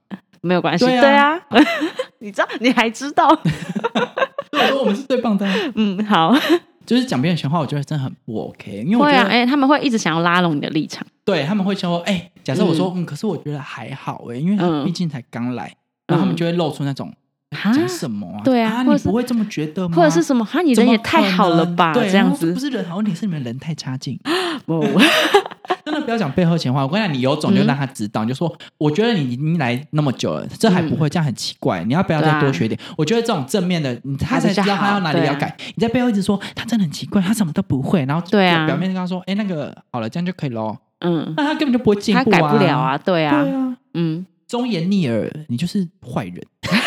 Speaker 1: 没有关系，
Speaker 2: 对啊
Speaker 1: 对啊， [LAUGHS] 你知道你还知道，
Speaker 2: 对，我说我们是最棒
Speaker 1: [LAUGHS]
Speaker 2: 的啊，
Speaker 1: 嗯，好，
Speaker 2: 就是讲别人闲话，我觉得真的很不 OK，因为我
Speaker 1: 会
Speaker 2: 觉
Speaker 1: 啊，
Speaker 2: 得
Speaker 1: 哎、他们会一直想要拉拢你的立场，
Speaker 2: 对他们会说，哎，假设我说，嗯，可是我觉得还好哎，因为他
Speaker 1: 嗯
Speaker 2: 毕竟才刚来，然后他们就会露出那种
Speaker 1: 啊
Speaker 2: 讲什么啊？
Speaker 1: 对啊
Speaker 2: 啊，
Speaker 1: 或
Speaker 2: 你
Speaker 1: 者是
Speaker 2: 不会这么觉得吗？
Speaker 1: 或者是什么？哈，你
Speaker 2: 怎
Speaker 1: 人
Speaker 2: 么
Speaker 1: 也
Speaker 2: 可
Speaker 1: 太好了
Speaker 2: 能
Speaker 1: 吧？
Speaker 2: 对
Speaker 1: 这样
Speaker 2: 然后说
Speaker 1: 子哦
Speaker 2: 不，是人好，问题是你们人太差劲。
Speaker 1: 我 [LAUGHS]
Speaker 2: 真的不要讲背后闲话，我跟你讲，你有种就让他知道，你就说我觉得你已经来那么久了，这还不会，这样很奇
Speaker 1: 嗯
Speaker 2: 怪。你要不要再多学一点？
Speaker 1: 啊
Speaker 2: 我觉得这种正面的，你他
Speaker 1: 他
Speaker 2: 才
Speaker 1: 比
Speaker 2: 知
Speaker 1: 较
Speaker 2: 道
Speaker 1: 好
Speaker 2: 他要哪里要改。你在背后一直说他真的很奇怪，他什么都不会，然后
Speaker 1: 对啊
Speaker 2: 表面跟他说，哎、那个好了，这样就可
Speaker 1: [LAUGHS]
Speaker 2: 以喽。
Speaker 1: 嗯，
Speaker 2: 那他根本就不会 [LAUGHS] 进步、
Speaker 1: 他
Speaker 2: 啊，
Speaker 1: 改不了啊，对
Speaker 2: 对
Speaker 1: 啊，
Speaker 2: 啊，
Speaker 1: 嗯，
Speaker 2: 忠言逆耳，你就是坏
Speaker 1: [LAUGHS]
Speaker 2: 人。 [LAUGHS]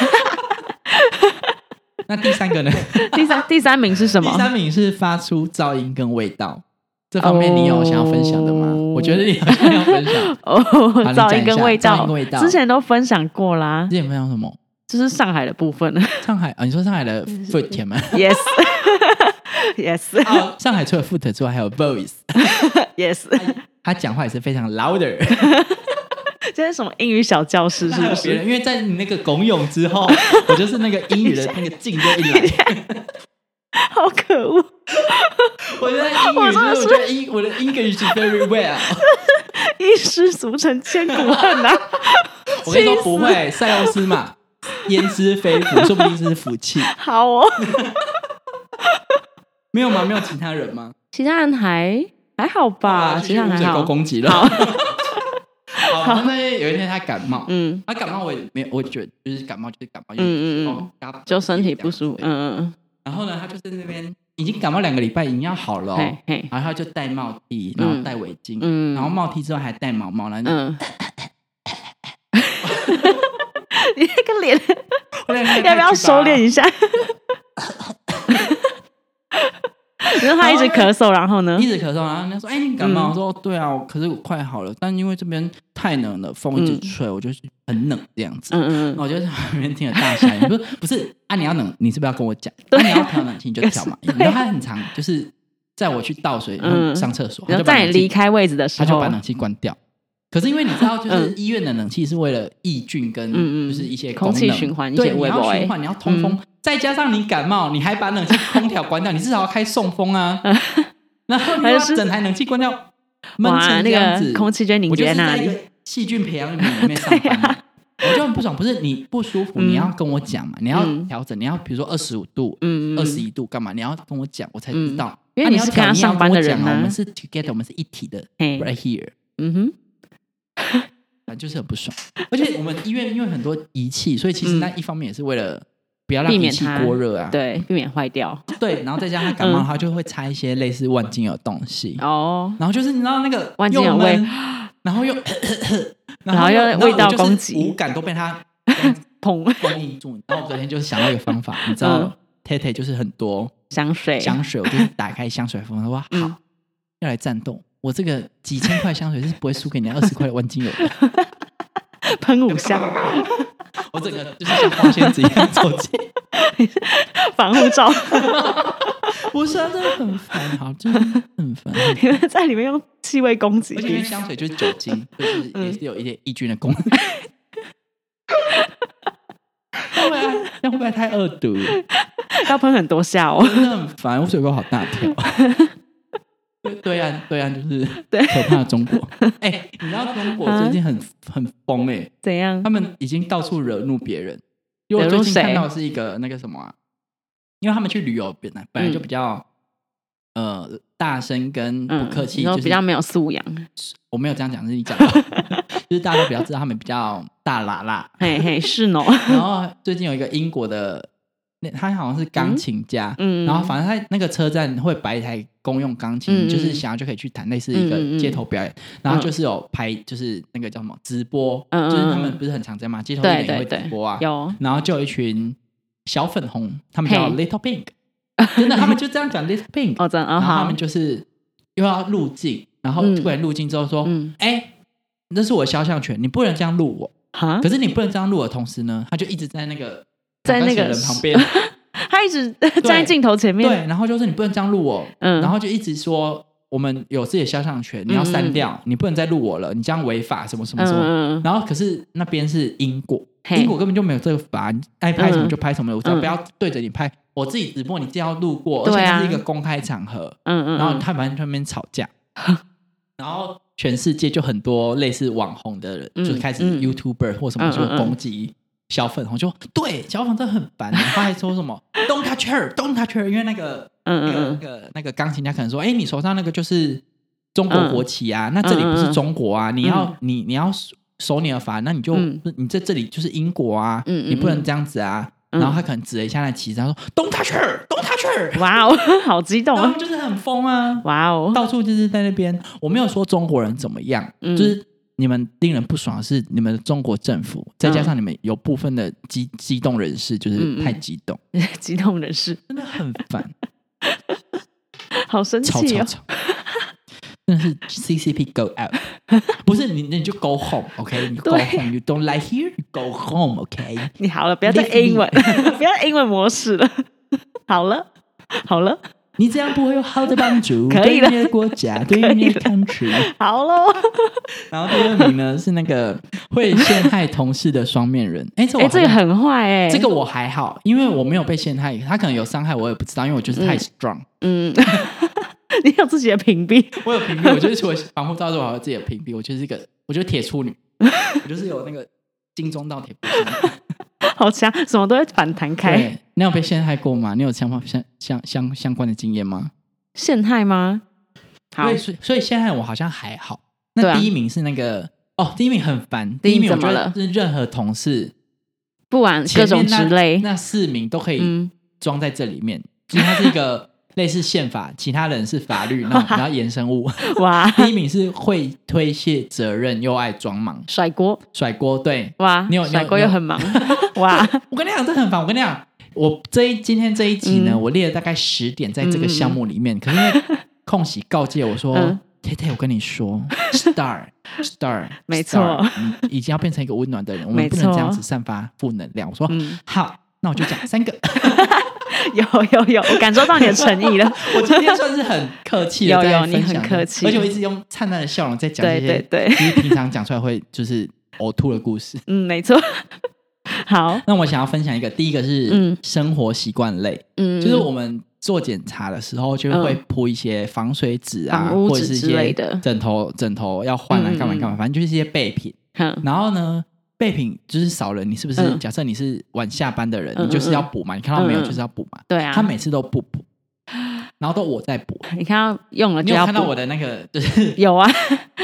Speaker 2: 那第三个呢？
Speaker 1: 第三第三名是什么
Speaker 2: [LAUGHS] 第？三名是发出噪音跟味道。这方面你有想要分享的吗
Speaker 1: 哦
Speaker 2: 我觉得你好像要分享。
Speaker 1: 哦，
Speaker 2: 你
Speaker 1: 噪
Speaker 2: 讲
Speaker 1: 音
Speaker 2: 一
Speaker 1: 跟
Speaker 2: 下
Speaker 1: 味
Speaker 2: 噪音
Speaker 1: 道
Speaker 2: 跟味道，
Speaker 1: 之前都分享过啦
Speaker 2: 之，前分享什么？
Speaker 1: 就是上海的部分
Speaker 2: 上海啊、你说上海的
Speaker 1: 嗯
Speaker 2: foot 甜吗？
Speaker 1: ，yes [LAUGHS] yes
Speaker 2: 哦，上海除了 foot 之外，还有 voice，
Speaker 1: yes，
Speaker 2: 他讲话也是非常 louder，
Speaker 1: 这是什么英语小教室是
Speaker 2: 还有
Speaker 1: 不
Speaker 2: 别
Speaker 1: 是？
Speaker 2: 人，因为在你那个拱泳之后， [LAUGHS] 我就是那个英语的那个劲就一来，
Speaker 1: 好可恶，
Speaker 2: 我觉得英
Speaker 1: [LAUGHS] 我
Speaker 2: 语，
Speaker 1: 真的
Speaker 2: 就是是我觉得英我的 English is very well，
Speaker 1: 一失足成千古恨啊！ [LAUGHS]
Speaker 2: 我跟你说不会，塞翁失马，焉知非福，说不定是福气。
Speaker 1: 好哦，
Speaker 2: 没有吗？没有其他人吗？
Speaker 1: 其他人还还好
Speaker 2: 啊
Speaker 1: 吧，其他人还
Speaker 2: 水沟
Speaker 1: 好，
Speaker 2: 攻击了。
Speaker 1: 好
Speaker 2: [LAUGHS] 好，那有一天他感冒，
Speaker 1: 嗯
Speaker 2: 他感冒我也没有，我觉得就是感冒就是感冒，就
Speaker 1: 嗯
Speaker 2: 是
Speaker 1: 嗯嗯，
Speaker 2: 哦，
Speaker 1: 就身体不舒服，
Speaker 2: 对
Speaker 1: 嗯嗯
Speaker 2: 然后呢，他就是那边已经感冒两个礼拜，已经要好了
Speaker 1: 嗯，
Speaker 2: 哦、
Speaker 1: 嘿嘿，
Speaker 2: 然后他就戴帽 T，然后戴围巾，
Speaker 1: 嗯，
Speaker 2: 然后帽 T 之后还戴毛毛，然后
Speaker 1: 嗯，你那个脸要
Speaker 2: 要
Speaker 1: 不要收敛？一下？ [LAUGHS] 然后他一直咳嗽，然后呢
Speaker 2: 一？直咳嗽，然后人家说：“哎、你感冒？”
Speaker 1: 嗯
Speaker 2: 我说：“对啊，可是我快好了，但因为这边太冷了，风一直吹，我就是很冷这样子。
Speaker 1: 嗯
Speaker 2: 然
Speaker 1: 嗯
Speaker 2: 后我就在旁边听了大笑，你说 [LAUGHS] 不是啊？你要冷，你是不是要跟我讲？
Speaker 1: 对
Speaker 2: 啊、你要调冷气你就调嘛。
Speaker 1: [LAUGHS] 对啊
Speaker 2: 然后他很常就是在我去倒水、
Speaker 1: 嗯
Speaker 2: 上厕所，
Speaker 1: 然后
Speaker 2: 他就把
Speaker 1: 在你
Speaker 2: 冷气
Speaker 1: 离开位置的时
Speaker 2: 他就
Speaker 1: 候
Speaker 2: 把，冷气关掉。可是因为你知道，就是
Speaker 1: 嗯
Speaker 2: 医院的冷气是为了抑菌跟
Speaker 1: 嗯嗯
Speaker 2: 就是一些
Speaker 1: 空气
Speaker 2: 功能
Speaker 1: 循环一
Speaker 2: 对，
Speaker 1: 些
Speaker 2: 你
Speaker 1: 微
Speaker 2: 要
Speaker 1: 波
Speaker 2: 循
Speaker 1: 欸
Speaker 2: 环，你要通风，再加上你感冒，你还把冷气空调关掉，你至少要开送
Speaker 1: [LAUGHS]
Speaker 2: 风啊。然后你
Speaker 1: 他
Speaker 2: 要
Speaker 1: 就是
Speaker 2: 整台冷气关掉，闷
Speaker 1: 哇，
Speaker 2: 成
Speaker 1: 那
Speaker 2: 这样
Speaker 1: 个
Speaker 2: 子，
Speaker 1: 空气就会凝
Speaker 2: 我就
Speaker 1: 结在
Speaker 2: 是
Speaker 1: 那
Speaker 2: 在一
Speaker 1: 里
Speaker 2: 个。细菌培养皿里面上班
Speaker 1: [LAUGHS]
Speaker 2: 的。我就很不爽，不是你不舒服，
Speaker 1: 嗯
Speaker 2: 你要跟我讲嘛，你要
Speaker 1: 嗯
Speaker 2: 调整，你要比如说二十五度、
Speaker 1: 嗯，嗯
Speaker 2: 二十，一度干嘛，你要跟我讲，我才知
Speaker 1: 嗯
Speaker 2: 道。
Speaker 1: 因
Speaker 2: 啊
Speaker 1: 为
Speaker 2: 你
Speaker 1: 你
Speaker 2: 要
Speaker 1: 是
Speaker 2: 调
Speaker 1: 跟他
Speaker 2: 你要
Speaker 1: 上班
Speaker 2: 我
Speaker 1: 的
Speaker 2: 讲
Speaker 1: 人
Speaker 2: 啊我们
Speaker 1: 呢。
Speaker 2: 是 together，我们是一体的
Speaker 1: 嗯嘿，
Speaker 2: ，right here。
Speaker 1: 嗯哼，
Speaker 2: 啊，就是很不
Speaker 1: [LAUGHS]
Speaker 2: 爽。而且我们医院因为很多仪器，所以其实
Speaker 1: 嗯
Speaker 2: 那一方面也是为了不要让
Speaker 1: 避
Speaker 2: 仪
Speaker 1: 免
Speaker 2: 器
Speaker 1: 它
Speaker 2: 过热啊。
Speaker 1: 对，避免坏掉。
Speaker 2: 对，然后再加上他感冒，
Speaker 1: 嗯
Speaker 2: 他就会擦一些类似万金油的东西，
Speaker 1: 哦，
Speaker 2: 然后就是你知道那个
Speaker 1: 万金
Speaker 2: 又
Speaker 1: 油味
Speaker 2: 闷，
Speaker 1: [COUGHS]
Speaker 2: 然后又
Speaker 1: 然后又味
Speaker 2: 我
Speaker 1: 道
Speaker 2: 就是
Speaker 1: 攻击
Speaker 2: 五感都被他这样子
Speaker 1: 砰，
Speaker 2: 封印住。然后我昨天就是想到一个方法，你知道
Speaker 1: 嗯
Speaker 2: ，Tay Tay 就是很多
Speaker 1: 香水，
Speaker 2: 香水，我就是打开香水封，说哇
Speaker 1: 嗯
Speaker 2: 好，要来战斗。我这个几千块香水是不会输给你二十块的万金油的， [LAUGHS]
Speaker 1: 喷五下，
Speaker 2: 我整个就是像花仙子一样走
Speaker 1: [LAUGHS]
Speaker 2: 进
Speaker 1: 防护罩， [LAUGHS]
Speaker 2: 不是啊，真的很烦，好，就是很烦。
Speaker 1: 你们在里面用气味攻击
Speaker 2: 而且因为香水就是酒
Speaker 1: [LAUGHS]
Speaker 2: 精，就是
Speaker 1: 嗯
Speaker 2: 也是有一些抑菌的功能。会不 [LAUGHS] 会那会不会太恶毒？
Speaker 1: 要喷很多下哦。
Speaker 2: 真的很烦，我水沟好大
Speaker 1: [LAUGHS]
Speaker 2: 条。对对岸对岸就是
Speaker 1: 对啊
Speaker 2: 可怕的中
Speaker 1: [LAUGHS]
Speaker 2: 国。哎、你知道中国最近很很疯哎、
Speaker 1: 怎样
Speaker 2: 他？们已经到处惹怒别人。因为我
Speaker 1: 惹
Speaker 2: 最
Speaker 1: 怒
Speaker 2: 近看
Speaker 1: 谁
Speaker 2: 到的是一个那个什么啊，因为他们去旅游本来本来就比较、呃大声跟不
Speaker 1: 嗯，
Speaker 2: 客气，
Speaker 1: 你说
Speaker 2: 就是
Speaker 1: 比较没有素养。
Speaker 2: 我没有这样讲，是你讲的，就是大家都比较知道他们比较大喇喇。
Speaker 1: 嘿
Speaker 2: [LAUGHS]
Speaker 1: 嘿，是喏，
Speaker 2: 然后最近有一个英国的，那他好像是钢琴家，
Speaker 1: 嗯，
Speaker 2: 然后反正他那个车站会摆一台公用钢琴，
Speaker 1: 嗯嗯
Speaker 2: 就是想要就可以去弹，类似一
Speaker 1: 嗯嗯
Speaker 2: 个
Speaker 1: 嗯
Speaker 2: 街头表演。然后就是有拍，就是那个叫什么直播，
Speaker 1: 嗯嗯嗯
Speaker 2: 就是他们不是很常在嘛，街头艺
Speaker 1: 对
Speaker 2: 人也
Speaker 1: 对
Speaker 2: 会
Speaker 1: 对
Speaker 2: 直播啊。
Speaker 1: 有
Speaker 2: 然后就有一群小粉红，他们叫
Speaker 1: 嘿
Speaker 2: Little Pink，真的，他们就这样讲 Little Pink，
Speaker 1: [LAUGHS] 哦，真的哦
Speaker 2: 然后他
Speaker 1: 好
Speaker 2: 们，就是又要入境，然后
Speaker 1: 嗯
Speaker 2: 突然入境之后说，
Speaker 1: 嗯，
Speaker 2: 哎、那是我肖像权，你不能这样录我。
Speaker 1: 哈
Speaker 2: 可，是你不能这样录的同时呢，他就一直在那个
Speaker 1: 在那
Speaker 2: 钢
Speaker 1: 个
Speaker 2: 琴人旁边，
Speaker 1: 他一直站在镜头 [LAUGHS] 前面，
Speaker 2: 对，然后就是你不能这样录我，
Speaker 1: 嗯
Speaker 2: 然后就一直说我们有自己的肖像权，你要删掉，你不能再录我了，你这样违法什么什么
Speaker 1: 嗯
Speaker 2: 什么。
Speaker 1: 嗯嗯，
Speaker 2: 然后可是那边是英国，
Speaker 1: 嘿
Speaker 2: 英国根本就没有这个法，你爱拍什么就拍什么的，我只要
Speaker 1: 嗯
Speaker 2: 不要对着你拍。我自己直播，你既要路过，而
Speaker 1: 对
Speaker 2: 且
Speaker 1: 啊
Speaker 2: 这是一个公开场合，
Speaker 1: 嗯嗯，
Speaker 2: 然后
Speaker 1: 嗯
Speaker 2: 他们在那边吵架， [LAUGHS] 然后全世界就很多类似网红的人，
Speaker 1: 嗯
Speaker 2: 就开始
Speaker 1: 嗯
Speaker 2: YouTuber 或什么
Speaker 1: 嗯嗯
Speaker 2: 就攻击小粉红，就对小粉红真的很烦。他还说
Speaker 1: [LAUGHS]
Speaker 2: 什么 “Don't touch her, Don't touch her”，因为那个那
Speaker 1: 嗯
Speaker 2: 个那
Speaker 1: 嗯
Speaker 2: 个那个钢琴家可能说：“哎，你手上那个就是中国国旗啊，那这里不
Speaker 1: 嗯嗯
Speaker 2: 是
Speaker 1: 嗯
Speaker 2: 中国啊，你要你你要守你的法，那你就
Speaker 1: 嗯
Speaker 2: 你在这里就是英国啊，
Speaker 1: 嗯嗯
Speaker 2: 你不能这样子啊。”
Speaker 1: 嗯
Speaker 2: 然后他可能指了一下那旗子，他说：“Don't touch her, Don't touch her。” [LAUGHS]
Speaker 1: 嗯，哇哦，好激动
Speaker 2: 然
Speaker 1: 啊
Speaker 2: 后，就是很疯啊，
Speaker 1: 哇哦，
Speaker 2: 到处就是在那边，我没有说中国人怎么样，
Speaker 1: 嗯
Speaker 2: 就是你们令人不爽的是你们的中国政府，再加上你们有部分的激激动人士就是
Speaker 1: 嗯嗯
Speaker 2: 太激动，
Speaker 1: [LAUGHS] 激动人士，
Speaker 2: 真的很烦，
Speaker 1: 好生
Speaker 2: 吵
Speaker 1: 气
Speaker 2: 吵
Speaker 1: 哦，
Speaker 2: 吵，真的是 CCP go
Speaker 1: [LAUGHS]
Speaker 2: out，不是你你就 go home，OK，、你 go
Speaker 1: 对
Speaker 2: home，you don't like here，you go home，OK，、
Speaker 1: [LAUGHS] 你好了，不要再
Speaker 2: Leave me
Speaker 1: 英文， [LAUGHS] 不要英文模式了， [LAUGHS] 好了，好了，
Speaker 2: 你这样不会有好的帮助，
Speaker 1: 可以
Speaker 2: 对
Speaker 1: 了
Speaker 2: 你的国
Speaker 1: [LAUGHS]
Speaker 2: 家，对于你的 country。
Speaker 1: 好
Speaker 2: [LAUGHS]
Speaker 1: 喽，
Speaker 2: 然后第二名呢是那个会陷害同事的双面人，哎、这我
Speaker 1: 哎，
Speaker 2: 好像
Speaker 1: 这个很坏哎，
Speaker 2: 这个我还好，因为我没有被陷害，他可能有伤害我也不知道，因为我就是太 strong，、
Speaker 1: 嗯， [LAUGHS] 你有自己的屏蔽，
Speaker 2: 我有屏蔽，我就是除了防护罩之外，我还有自己的屏蔽，我就是一个，我就是铁处女，我就是有那个金钟罩铁
Speaker 1: [LAUGHS]
Speaker 2: 布衫。
Speaker 1: 好强，什么都会反弹开，
Speaker 2: 对，你有被陷害过吗？你有相关相相相相关的经验吗？
Speaker 1: 陷害吗？好
Speaker 2: 对，所以所以陷害我好像还好。
Speaker 1: 对
Speaker 2: 那
Speaker 1: 啊
Speaker 2: 第一名是那个、哦，第一名很烦，
Speaker 1: 第
Speaker 2: 第
Speaker 1: 一
Speaker 2: 一
Speaker 1: 名怎
Speaker 2: 名我
Speaker 1: 么
Speaker 2: 觉
Speaker 1: 了
Speaker 2: 得是任何同事
Speaker 1: 不玩各种
Speaker 2: 前
Speaker 1: 之
Speaker 2: 面那
Speaker 1: 类，
Speaker 2: 那四名都可以
Speaker 1: 嗯，
Speaker 2: 装在这里面，就是它是一个类似宪法，其他人是法律，然
Speaker 1: [LAUGHS]
Speaker 2: 后然后衍生物。
Speaker 1: 哇，
Speaker 2: 第一名是会推卸责任又爱装忙，
Speaker 1: 甩锅，
Speaker 2: 甩锅。对
Speaker 1: 哇，
Speaker 2: 你有
Speaker 1: 甩锅
Speaker 2: 你有 [LAUGHS]
Speaker 1: 又很忙，哇，
Speaker 2: 我跟你讲，这很烦。我跟你讲，我这一今天这一集呢，
Speaker 1: 嗯
Speaker 2: 我列了大概十点在这个项目
Speaker 1: [LAUGHS]
Speaker 2: 里面，可是因为空喜告诫我说。
Speaker 1: 嗯
Speaker 2: t t 我跟你说，star star，
Speaker 1: [LAUGHS] 没错
Speaker 2: star，你已经要变成一个温暖的人，我们
Speaker 1: 没
Speaker 2: 不能这样
Speaker 1: 错
Speaker 2: 子散发负能量。我说、
Speaker 1: 嗯
Speaker 2: 好，那我就讲三个。 [LAUGHS]
Speaker 1: 有有有，我感受到你的诚意了，
Speaker 2: 我今天算是很客气的，
Speaker 1: 有有
Speaker 2: 在分享
Speaker 1: 你很客气
Speaker 2: 而且我一直用灿烂的笑容在讲
Speaker 1: 对
Speaker 2: 这些，
Speaker 1: 对对，
Speaker 2: 就是平常讲出来会就是呕吐的故事。
Speaker 1: 嗯，没错， [LAUGHS] 好，
Speaker 2: 那我想要分享一个，第一个是
Speaker 1: 嗯
Speaker 2: 生活习惯类，
Speaker 1: 嗯，
Speaker 2: 就是我们做检查的时候就会铺一些防水纸啊，
Speaker 1: 防污
Speaker 2: 或者
Speaker 1: 纸
Speaker 2: 是一
Speaker 1: 之类
Speaker 2: 些
Speaker 1: 的
Speaker 2: 枕头枕头要换啊，
Speaker 1: 嗯嗯
Speaker 2: 干嘛干嘛，反正就是一些备品。
Speaker 1: 哼，
Speaker 2: 然后呢，备品就是少了，你是不是
Speaker 1: 嗯
Speaker 2: 假设你是晚下班的人，
Speaker 1: 嗯
Speaker 2: 你就是要补嘛？你看到没有，
Speaker 1: 嗯嗯
Speaker 2: 就是要补嘛。
Speaker 1: 对啊
Speaker 2: 他，每次都不补，然后都我在补。
Speaker 1: 你看到用了
Speaker 2: 你
Speaker 1: 就
Speaker 2: 有
Speaker 1: 要
Speaker 2: 看到
Speaker 1: 补
Speaker 2: 我的那个
Speaker 1: [LAUGHS]
Speaker 2: 就是
Speaker 1: 有啊，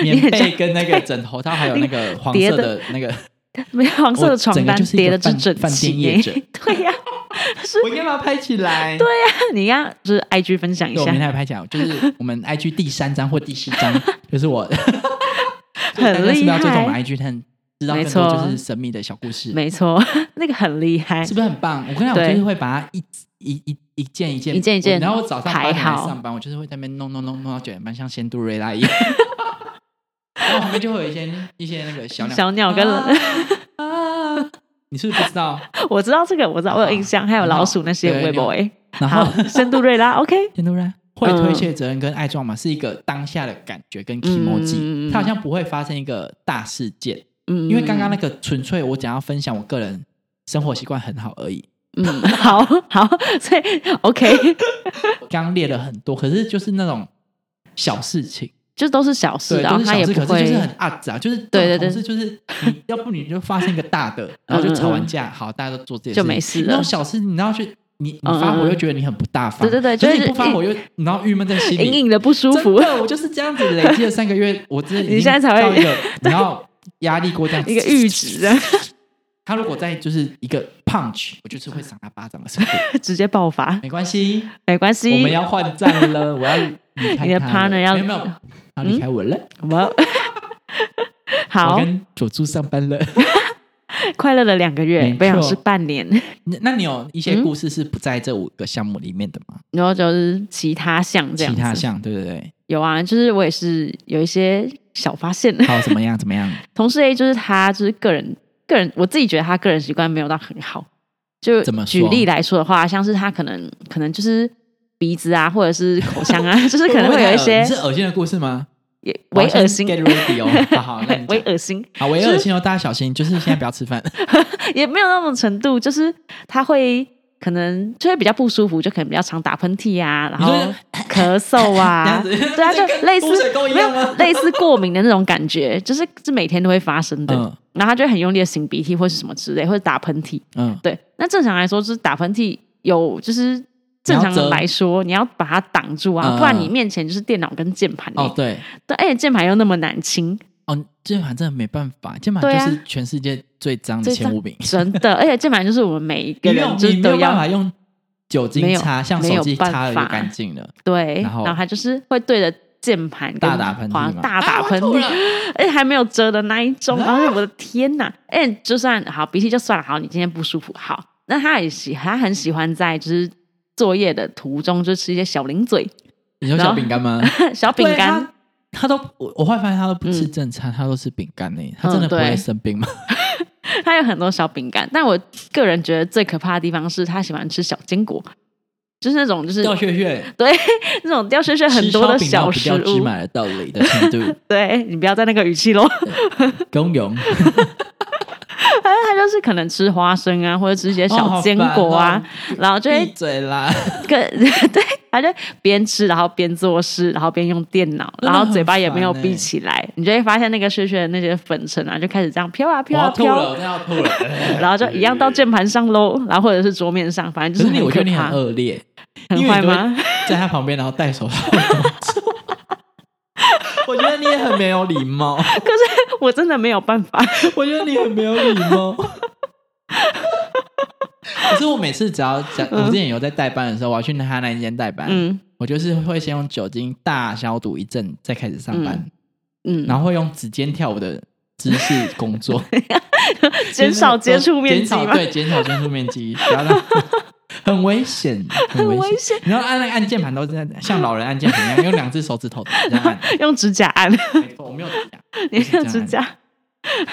Speaker 2: 棉被跟那个枕头，它
Speaker 1: [LAUGHS]
Speaker 2: 还有那个黄色的那个，
Speaker 1: 没有黄色的床
Speaker 2: 我整个
Speaker 1: 单
Speaker 2: 就是一
Speaker 1: 叠
Speaker 2: 个
Speaker 1: 的之
Speaker 2: 饭
Speaker 1: 整
Speaker 2: 饭店
Speaker 1: 齐
Speaker 2: 业
Speaker 1: 耶， [LAUGHS]
Speaker 2: 者
Speaker 1: 对呀，
Speaker 2: 我应该把它拍起
Speaker 1: 啊
Speaker 2: 来。对，
Speaker 1: 你要就是 IG 分享一
Speaker 2: 我
Speaker 1: 下
Speaker 2: 明，天拍起来，就是我们 IG 第三章或第四章，就是我就是大家是不是要追踪我们 IG，看知道更
Speaker 1: 没错
Speaker 2: 多就是神秘的小故事，
Speaker 1: 没错， [LAUGHS] 那个很厉害
Speaker 2: 是，不是很棒？我跟你讲，我
Speaker 1: 对
Speaker 2: 就是会把它一一一一件一件
Speaker 1: 一件一件
Speaker 2: 我然后我早上八点
Speaker 1: 排
Speaker 2: 来
Speaker 1: 好
Speaker 2: 上班，我就是会在那边弄弄弄弄到九点半，像仙杜瑞拉一样。然后旁边就会有一些一些那个小鸟
Speaker 1: 小鸟跟
Speaker 2: 啊啊，你是不是不知道？
Speaker 1: [LAUGHS] 我知道这个，我知道我有印象，还有
Speaker 2: 啊很好
Speaker 1: 老鼠那些
Speaker 2: 对
Speaker 1: 微
Speaker 2: 你有
Speaker 1: 博哎，
Speaker 2: 然后
Speaker 1: 好，深度瑞拉 OK，
Speaker 2: [LAUGHS] 天突然会
Speaker 1: 嗯
Speaker 2: 推卸责任跟爱撞嘛，是一个当下的感觉跟 e m o
Speaker 1: 嗯
Speaker 2: j
Speaker 1: 嗯嗯嗯
Speaker 2: i 它好像不会发生一个大事件，
Speaker 1: 嗯，
Speaker 2: 因为刚刚那个纯粹我想要分享我个人生活习惯很好而已。
Speaker 1: 嗯，好好，所以 OK，
Speaker 2: 刚刚列了很多，可是就是那种小事情，
Speaker 1: 就都是小事，
Speaker 2: 对，
Speaker 1: 然后
Speaker 2: 都是
Speaker 1: 他
Speaker 2: 小
Speaker 1: 也
Speaker 2: 事，
Speaker 1: 不
Speaker 2: 可
Speaker 1: 会
Speaker 2: 是就是很阿杂，就是
Speaker 1: 对对对
Speaker 2: 这种同事就是你要不你就发生一个大
Speaker 1: [LAUGHS]
Speaker 2: 的，然后就吵完架，好，大家都做自己
Speaker 1: 嗯
Speaker 2: 的
Speaker 1: 就
Speaker 2: 事情
Speaker 1: 没事了
Speaker 2: 那种小事，你然后去你你发
Speaker 1: 嗯嗯
Speaker 2: 火
Speaker 1: 嗯
Speaker 2: 又觉得你很不大方，
Speaker 1: 对对对
Speaker 2: 可
Speaker 1: 就是
Speaker 2: 你不发
Speaker 1: 一
Speaker 2: 火又你然后郁闷在心里，
Speaker 1: 隐隐的不舒服
Speaker 2: 真，的，我就是这样子累积了三个
Speaker 1: [LAUGHS]
Speaker 2: 月，我真的已经
Speaker 1: 你现在才会
Speaker 2: 到一个，然后压力锅这样
Speaker 1: [LAUGHS] 一个阈值啊，
Speaker 2: 他如果再就是一个 punch，我就是会赏他巴掌的程度。
Speaker 1: 直接爆发，
Speaker 2: 没
Speaker 1: [LAUGHS]
Speaker 2: 关系，
Speaker 1: 没关
Speaker 2: 我
Speaker 1: 系
Speaker 2: 们，要换战了，我要离开
Speaker 1: 你的
Speaker 2: 他
Speaker 1: partner
Speaker 2: 了
Speaker 1: 要嗯
Speaker 2: 没有没有，他离开我了，
Speaker 1: 我
Speaker 2: [LAUGHS]
Speaker 1: 们
Speaker 2: 我
Speaker 1: 好
Speaker 2: 跟佐助上
Speaker 1: [LAUGHS]
Speaker 2: 班了。
Speaker 1: 快乐了两个月，
Speaker 2: 没
Speaker 1: 不想
Speaker 2: 错
Speaker 1: 是半年，
Speaker 2: 那那你有一些故事是不在这五个项目里面的吗？
Speaker 1: 然后就是其他项嗯这
Speaker 2: 其
Speaker 1: 样
Speaker 2: 他
Speaker 1: 子，
Speaker 2: 项，对对对，
Speaker 1: 有啊，就是我也是有一些小发现， [LAUGHS]
Speaker 2: 好，怎么样怎么样？
Speaker 1: 同事 A 就是他就是个人个人，我自己觉得他个人习惯没有到很好，就
Speaker 2: 怎么
Speaker 1: 举
Speaker 2: 说
Speaker 1: 例来说的话，像是他可能可能就是鼻子啊，或者是口腔
Speaker 2: [LAUGHS]
Speaker 1: 啊，就是可能会有一些
Speaker 2: 你是恶心的故事吗？
Speaker 1: 也为恶心，
Speaker 2: Get ready 哦，好好，
Speaker 1: [LAUGHS]
Speaker 2: 那你
Speaker 1: 为
Speaker 2: 讲
Speaker 1: 恶心，
Speaker 2: 好，为恶心哦，大家小心，就是现在不要吃饭。
Speaker 1: 也没有那种程度，就是他会可能就会比较不舒服，就可能比较常打喷嚏啊，然
Speaker 2: 你
Speaker 1: 后
Speaker 2: 说
Speaker 1: 咳嗽 [LAUGHS] 啊，
Speaker 2: [LAUGHS] 这样子
Speaker 1: 对啊，就
Speaker 2: 这跟
Speaker 1: 类似
Speaker 2: 污水沟一
Speaker 1: 没
Speaker 2: 样吗
Speaker 1: 有类似过敏的那种感觉， [LAUGHS] 就是是每天都会发生的。
Speaker 2: 嗯
Speaker 1: 然后他就会很用力的擤鼻涕或是什么之类，或者打喷嚏。
Speaker 2: 嗯，
Speaker 1: 对，那正常来说就是打喷嚏有就是。正常
Speaker 2: 你要遮
Speaker 1: 来说，你要把它挡住啊，
Speaker 2: 嗯
Speaker 1: 不然你面前就是电脑跟键盘、欸
Speaker 2: 哦对，
Speaker 1: 对，而且键盘又那么难清，
Speaker 2: 哦键盘真的没办法，键盘
Speaker 1: 对啊
Speaker 2: 就是全世界最脏的
Speaker 1: 最
Speaker 2: 前
Speaker 1: 脏
Speaker 2: 五名，
Speaker 1: 真的，而且键盘就是我们 [LAUGHS] 每一个
Speaker 2: 你没
Speaker 1: 人
Speaker 2: 有
Speaker 1: 就
Speaker 2: 你
Speaker 1: 是
Speaker 2: 没
Speaker 1: 都
Speaker 2: 有办
Speaker 1: 要
Speaker 2: 法用酒
Speaker 1: 没
Speaker 2: 精
Speaker 1: 有
Speaker 2: 擦，像
Speaker 1: 没
Speaker 2: 手
Speaker 1: 有
Speaker 2: 机
Speaker 1: 办
Speaker 2: 擦了就
Speaker 1: 法
Speaker 2: 干净了，
Speaker 1: 对，
Speaker 2: 然后
Speaker 1: 他就是会对着键盘跟
Speaker 2: 大打喷嚏
Speaker 1: 滑
Speaker 2: 吗
Speaker 1: 大打喷
Speaker 2: 啊我吐
Speaker 1: 嚏
Speaker 2: 了，
Speaker 1: 而且还没有遮的那一种，然后我的天哪！哎，就算好鼻涕就算了，好，你今天不舒服，好，那他也喜他很喜欢在就是作业的途中就吃一些小零嘴、 [LAUGHS]
Speaker 2: 你说
Speaker 1: 然后
Speaker 2: 小饼干吗？
Speaker 1: 小 [LAUGHS] 饼
Speaker 2: 对啊
Speaker 1: 干，。
Speaker 2: 他他都我我后来发现他都不吃
Speaker 1: 嗯
Speaker 2: 正餐，他都吃饼干呢。他真
Speaker 1: 嗯
Speaker 2: 的不
Speaker 1: 对
Speaker 2: 会生病吗？
Speaker 1: 他有很多小饼干，但我个人觉得最可怕的地方是他喜欢吃小坚果，就是那种就是
Speaker 2: 掉屑屑，
Speaker 1: 对那种掉屑屑很多的
Speaker 2: 吃烧
Speaker 1: 小食
Speaker 2: 饼到不掉芝
Speaker 1: 物。
Speaker 2: 麻的道理的程度，
Speaker 1: [LAUGHS] 对你不要在那个语气喽，
Speaker 2: 公勇
Speaker 1: 反 [LAUGHS] 正他就是可能吃花生啊，或者
Speaker 2: 哦
Speaker 1: 吃一些 [LAUGHS]
Speaker 2: [LAUGHS]
Speaker 1: 小坚果啊，， [LAUGHS] 然后就
Speaker 2: 对，
Speaker 1: 会
Speaker 2: 哦闭嘴啦！
Speaker 1: 跟 [LAUGHS] 对，他就边吃然后边做事，然后边用电脑，
Speaker 2: 真的
Speaker 1: 然后嘴巴也没有
Speaker 2: 很烦欸
Speaker 1: 闭起来，你就会发现那个屑屑的那些粉尘啊，就开始这样飘啊
Speaker 2: 我
Speaker 1: 飘啊
Speaker 2: 要吐了，
Speaker 1: 飘
Speaker 2: 我，真的要吐了。
Speaker 1: [LAUGHS] 然后就一样到键盘上喽，然后或者是桌面上，反正
Speaker 2: 可
Speaker 1: 就是是
Speaker 2: 你，
Speaker 1: 很
Speaker 2: 我觉
Speaker 1: 可
Speaker 2: 得你很
Speaker 1: 怕，
Speaker 2: 恶劣，
Speaker 1: 很
Speaker 2: 因为
Speaker 1: 坏
Speaker 2: 你都会
Speaker 1: 吗？
Speaker 2: [LAUGHS] 在他旁边，然后戴手
Speaker 1: [LAUGHS]
Speaker 2: 套。我觉得你也很没有礼貌，
Speaker 1: 我真的没有办法，
Speaker 2: [LAUGHS] 我觉得你很没有礼貌。可是我每次只要讲，我之前有在代班的时候，我要去他那一间代班，
Speaker 1: 嗯
Speaker 2: 我就是会先用酒精大消毒一阵，再开始上班，
Speaker 1: 嗯，
Speaker 2: 然后会用指尖跳舞的姿势工作，
Speaker 1: [LAUGHS] 减少接触面
Speaker 2: 减
Speaker 1: 积
Speaker 2: 少
Speaker 1: 嘛，
Speaker 2: 对，减少接触面积，不要让 [LAUGHS] 很危险，很
Speaker 1: [LAUGHS] 很
Speaker 2: 危
Speaker 1: 危
Speaker 2: 险。
Speaker 1: 险，
Speaker 2: [LAUGHS] 你要按那个按键盘都是在像老人按键盘一样，用两只手指头这样按。
Speaker 1: 用指甲
Speaker 2: [LAUGHS]
Speaker 1: 按，
Speaker 2: 没错，我没有指甲。
Speaker 1: [LAUGHS] 你用
Speaker 2: 就是
Speaker 1: 指
Speaker 2: 这样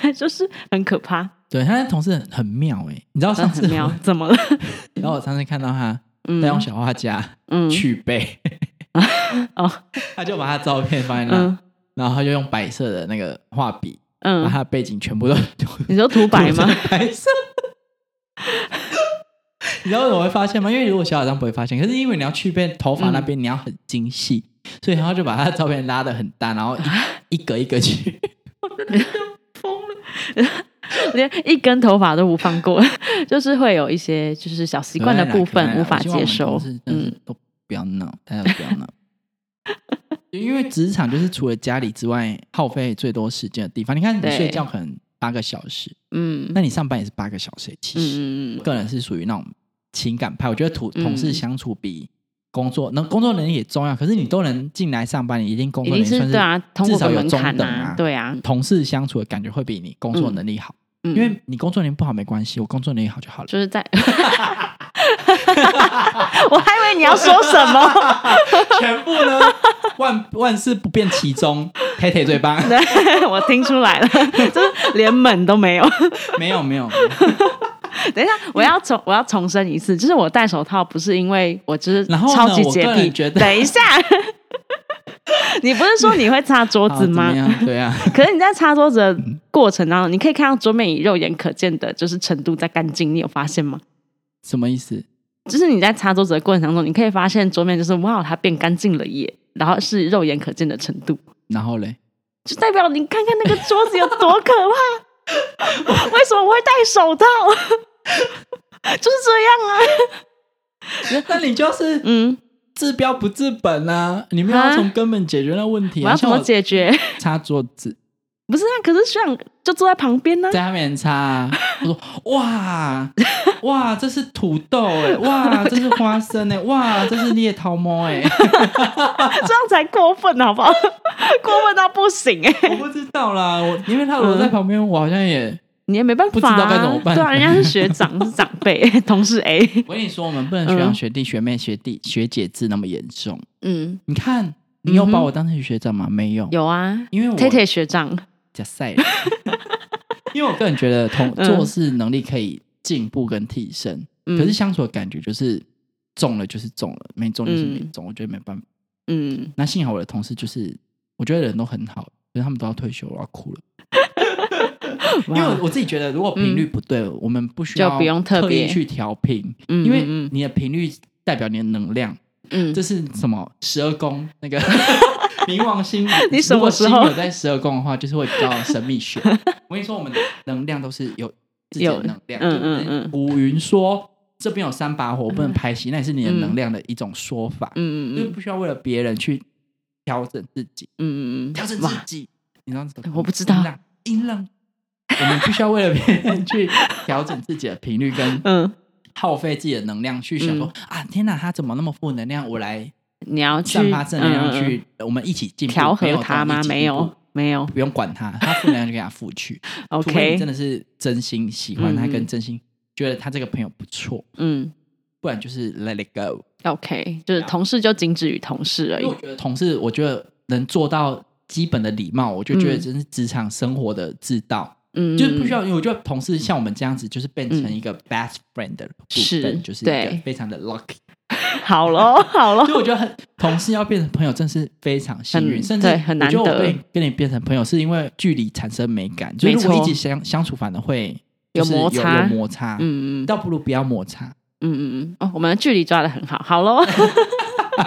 Speaker 1: 甲，就是很可怕，
Speaker 2: 对，他的同事很很妙哎、你知道上次
Speaker 1: 很
Speaker 2: 我，
Speaker 1: 妙，怎么了？
Speaker 2: 然后我上次看到他
Speaker 1: 嗯
Speaker 2: 在用小画家
Speaker 1: 嗯
Speaker 2: 去背， [LAUGHS]
Speaker 1: 哦
Speaker 2: 他就把他照片放在那，
Speaker 1: 嗯
Speaker 2: 然后他就用白色的那个画笔，把
Speaker 1: 嗯，
Speaker 2: 他的背景全部都涂
Speaker 1: 你说涂白吗？？
Speaker 2: 白色。你知道为什么会发现吗？因为如果小小张不会发现，可是因为你要去变头发那
Speaker 1: 嗯
Speaker 2: 边，你要很精细，所以他就把他的照片拉的很大，然后
Speaker 1: [LAUGHS]
Speaker 2: 一一格一格去。
Speaker 1: 连一根头发都不放过，就是会有一些就是小习惯的部
Speaker 2: 可爱
Speaker 1: 分
Speaker 2: 啦
Speaker 1: 无法接，
Speaker 2: 可爱啦我
Speaker 1: 受
Speaker 2: 希望我们同事。真的是
Speaker 1: 嗯，
Speaker 2: 都不要闹，大家都不要
Speaker 1: [LAUGHS]
Speaker 2: 闹。因为职场就是除了家里之外，耗费最多时间的地方。你看，你
Speaker 1: 对
Speaker 2: 睡觉可能八个小时，
Speaker 1: 嗯
Speaker 2: 那你上班也是八个小时。其实，
Speaker 1: 嗯嗯
Speaker 2: 我个人是属于那种情感派，我觉得同
Speaker 1: 嗯
Speaker 2: 同事相处比工作能工作能力也重要，可是你都能进来上班，你一定工
Speaker 1: 嗯，一
Speaker 2: 作能力
Speaker 1: 定是
Speaker 2: 算
Speaker 1: 对啊，通
Speaker 2: 至
Speaker 1: 过
Speaker 2: 少
Speaker 1: 个
Speaker 2: 有
Speaker 1: 门
Speaker 2: 中
Speaker 1: 槛
Speaker 2: 等
Speaker 1: 啊，对啊，
Speaker 2: 同事相处的感觉会比你工作能力好，
Speaker 1: 因
Speaker 2: 因为你工作能力不好没关系，我工作能力好就好了。
Speaker 1: 就是在， [LAUGHS] 我还以为你要说什么，
Speaker 2: [LAUGHS] 全部呢，万万事不变其中，铁铁最棒。
Speaker 1: 对我听出来了，就是连门都没有。
Speaker 2: [LAUGHS] 没有没有，
Speaker 1: 等一下，我要重我要重申一次，就是我戴手套不是因为我就是
Speaker 2: 然后呢
Speaker 1: 超级洁
Speaker 2: 我个
Speaker 1: 癖。
Speaker 2: 人觉得
Speaker 1: 等一下， [LAUGHS] 你不是说你会擦桌
Speaker 2: [LAUGHS] 好
Speaker 1: 子
Speaker 2: 怎么
Speaker 1: 吗？
Speaker 2: 样？对啊，
Speaker 1: 可是你在擦桌子的过程当中，你可以看到桌面以肉眼可见的，就是程度在干净。你有发现吗？
Speaker 2: 什么意思？
Speaker 1: 就是你在擦桌子的过程当中，你可以发现桌面就是哇，它变干净了耶，然后是肉眼可见的程度，
Speaker 2: 然后嘞，
Speaker 1: 就代表你看看那个桌子有多可怕。为什么我会戴手套？就是
Speaker 2: [LAUGHS]
Speaker 1: 这样啊，
Speaker 2: 那你就是
Speaker 1: 嗯，
Speaker 2: 治标不治本啊！你没有要从根本解决那问题、
Speaker 1: 我
Speaker 2: 啊。
Speaker 1: 要怎么解决？
Speaker 2: 像我擦桌子，
Speaker 1: [LAUGHS] 不是啊，可是学长就坐在旁边呢、
Speaker 2: 在他面前擦、啊。我说哇哇，这是土豆哎、
Speaker 1: [LAUGHS]
Speaker 2: 哇这是花生哎、哇这是猎桃猫
Speaker 1: [LAUGHS]
Speaker 2: 哎，
Speaker 1: 这样才过分好不 [LAUGHS] 好？过分到不行哎、
Speaker 2: 我不知道啦，我因为他如
Speaker 1: 嗯
Speaker 2: 果在旁边，我好像也。
Speaker 1: 你也没办法、啊，
Speaker 2: 不知道该怎么办
Speaker 1: 对啊，人家是学长，是长辈， [LAUGHS] 同事 A。
Speaker 2: 我跟你说，我们不能学长、学弟、学妹、学弟、学姐制那么严重。
Speaker 1: 嗯，
Speaker 2: 你看，你有把
Speaker 1: 嗯哼
Speaker 2: 我当成学长吗？没有，
Speaker 1: 有啊，
Speaker 2: 因为我
Speaker 1: 铁铁学长，
Speaker 2: 假赛了， [LAUGHS] 因为我个人觉得同
Speaker 1: 嗯
Speaker 2: 做事能力可以进步跟提升，
Speaker 1: 嗯
Speaker 2: 可是相处的感觉就是中了就是中了，没中就是没
Speaker 1: 嗯
Speaker 2: 中，我觉得没办法。
Speaker 1: 嗯，
Speaker 2: 那幸好我的同事就是，我觉得人都很好，可是他们都要退休了，我要哭了。因为
Speaker 1: 哇嗯
Speaker 2: 我我自己觉得，如果频率不对，我们不需要
Speaker 1: 就不用特
Speaker 2: 特
Speaker 1: 别
Speaker 2: 意去调频，
Speaker 1: 嗯
Speaker 2: 因为
Speaker 1: 嗯嗯
Speaker 2: 你的频率代表你的能量。
Speaker 1: 嗯
Speaker 2: 这是什么？十二宫那
Speaker 1: [LAUGHS]
Speaker 2: 个冥王星，
Speaker 1: 你什
Speaker 2: 如
Speaker 1: 么
Speaker 2: 果
Speaker 1: 时
Speaker 2: 星
Speaker 1: 候
Speaker 2: 有在十二宫的话，就是会比较神秘学。我跟你说，我们的能量都是有自己
Speaker 1: 有
Speaker 2: 的能量。
Speaker 1: 嗯
Speaker 2: 就不是
Speaker 1: 嗯嗯
Speaker 2: 古云说这边有三把火，我不能拍戏，那也是你的能量的一种说法，
Speaker 1: 嗯
Speaker 2: 就是
Speaker 1: 嗯
Speaker 2: 不需要为了别人去调整自己，
Speaker 1: 嗯嗯
Speaker 2: 调整
Speaker 1: 嗯，
Speaker 2: 自
Speaker 1: 哇，
Speaker 2: 己。你知道怎么？
Speaker 1: 我不知道
Speaker 2: 音浪，音浪。我们不需要为了别人去调整自己的频率跟
Speaker 1: 嗯，
Speaker 2: 耗费自己的能量去想说、啊，天哪，他怎么那么负能量？我来
Speaker 1: 你要去
Speaker 2: 散发正能量
Speaker 1: 嗯嗯嗯嗯
Speaker 2: 去，我们一起进步
Speaker 1: 调和它
Speaker 2: 没
Speaker 1: 吗？
Speaker 2: 有到一起进步
Speaker 1: 没有，没有
Speaker 2: 不用管他，他负能量就给他负
Speaker 1: [LAUGHS]
Speaker 2: 去。除非你
Speaker 1: ，OK，
Speaker 2: 真的是真心喜欢他，
Speaker 1: 嗯嗯
Speaker 2: 跟真心觉得他这个朋友不错，
Speaker 1: 嗯
Speaker 2: 不然就是 let it go。
Speaker 1: ，OK，就是
Speaker 2: 啊
Speaker 1: 同事就仅止于同事而
Speaker 2: 因
Speaker 1: 已
Speaker 2: 为我，觉得同事，我觉得能做到基本的礼貌，我就觉得
Speaker 1: 嗯
Speaker 2: 真是职场生活的之道，
Speaker 1: 嗯，
Speaker 2: 就是不需要。因为我觉得同事像我们这样子，就是变成一个 best friend 的部
Speaker 1: 是
Speaker 2: 分，就是一个
Speaker 1: 对
Speaker 2: 非常的 lucky。
Speaker 1: 好咯， [LAUGHS] 好咯
Speaker 2: 所，以我觉得很 [LAUGHS] 同事要变成朋友，真是非常幸运，
Speaker 1: 很
Speaker 2: 甚至
Speaker 1: 对很难
Speaker 2: 我觉得我
Speaker 1: 得
Speaker 2: 被跟你变成朋友，是因为距离产生美感，就是
Speaker 1: 没
Speaker 2: 如
Speaker 1: 错
Speaker 2: 果一起相相处，反而会就是
Speaker 1: 有摩擦
Speaker 2: 有摩擦，
Speaker 1: 嗯嗯
Speaker 2: 倒不如不要摩擦。
Speaker 1: 嗯嗯嗯，哦，我们的距离抓的很好，好咯，
Speaker 2: [LAUGHS]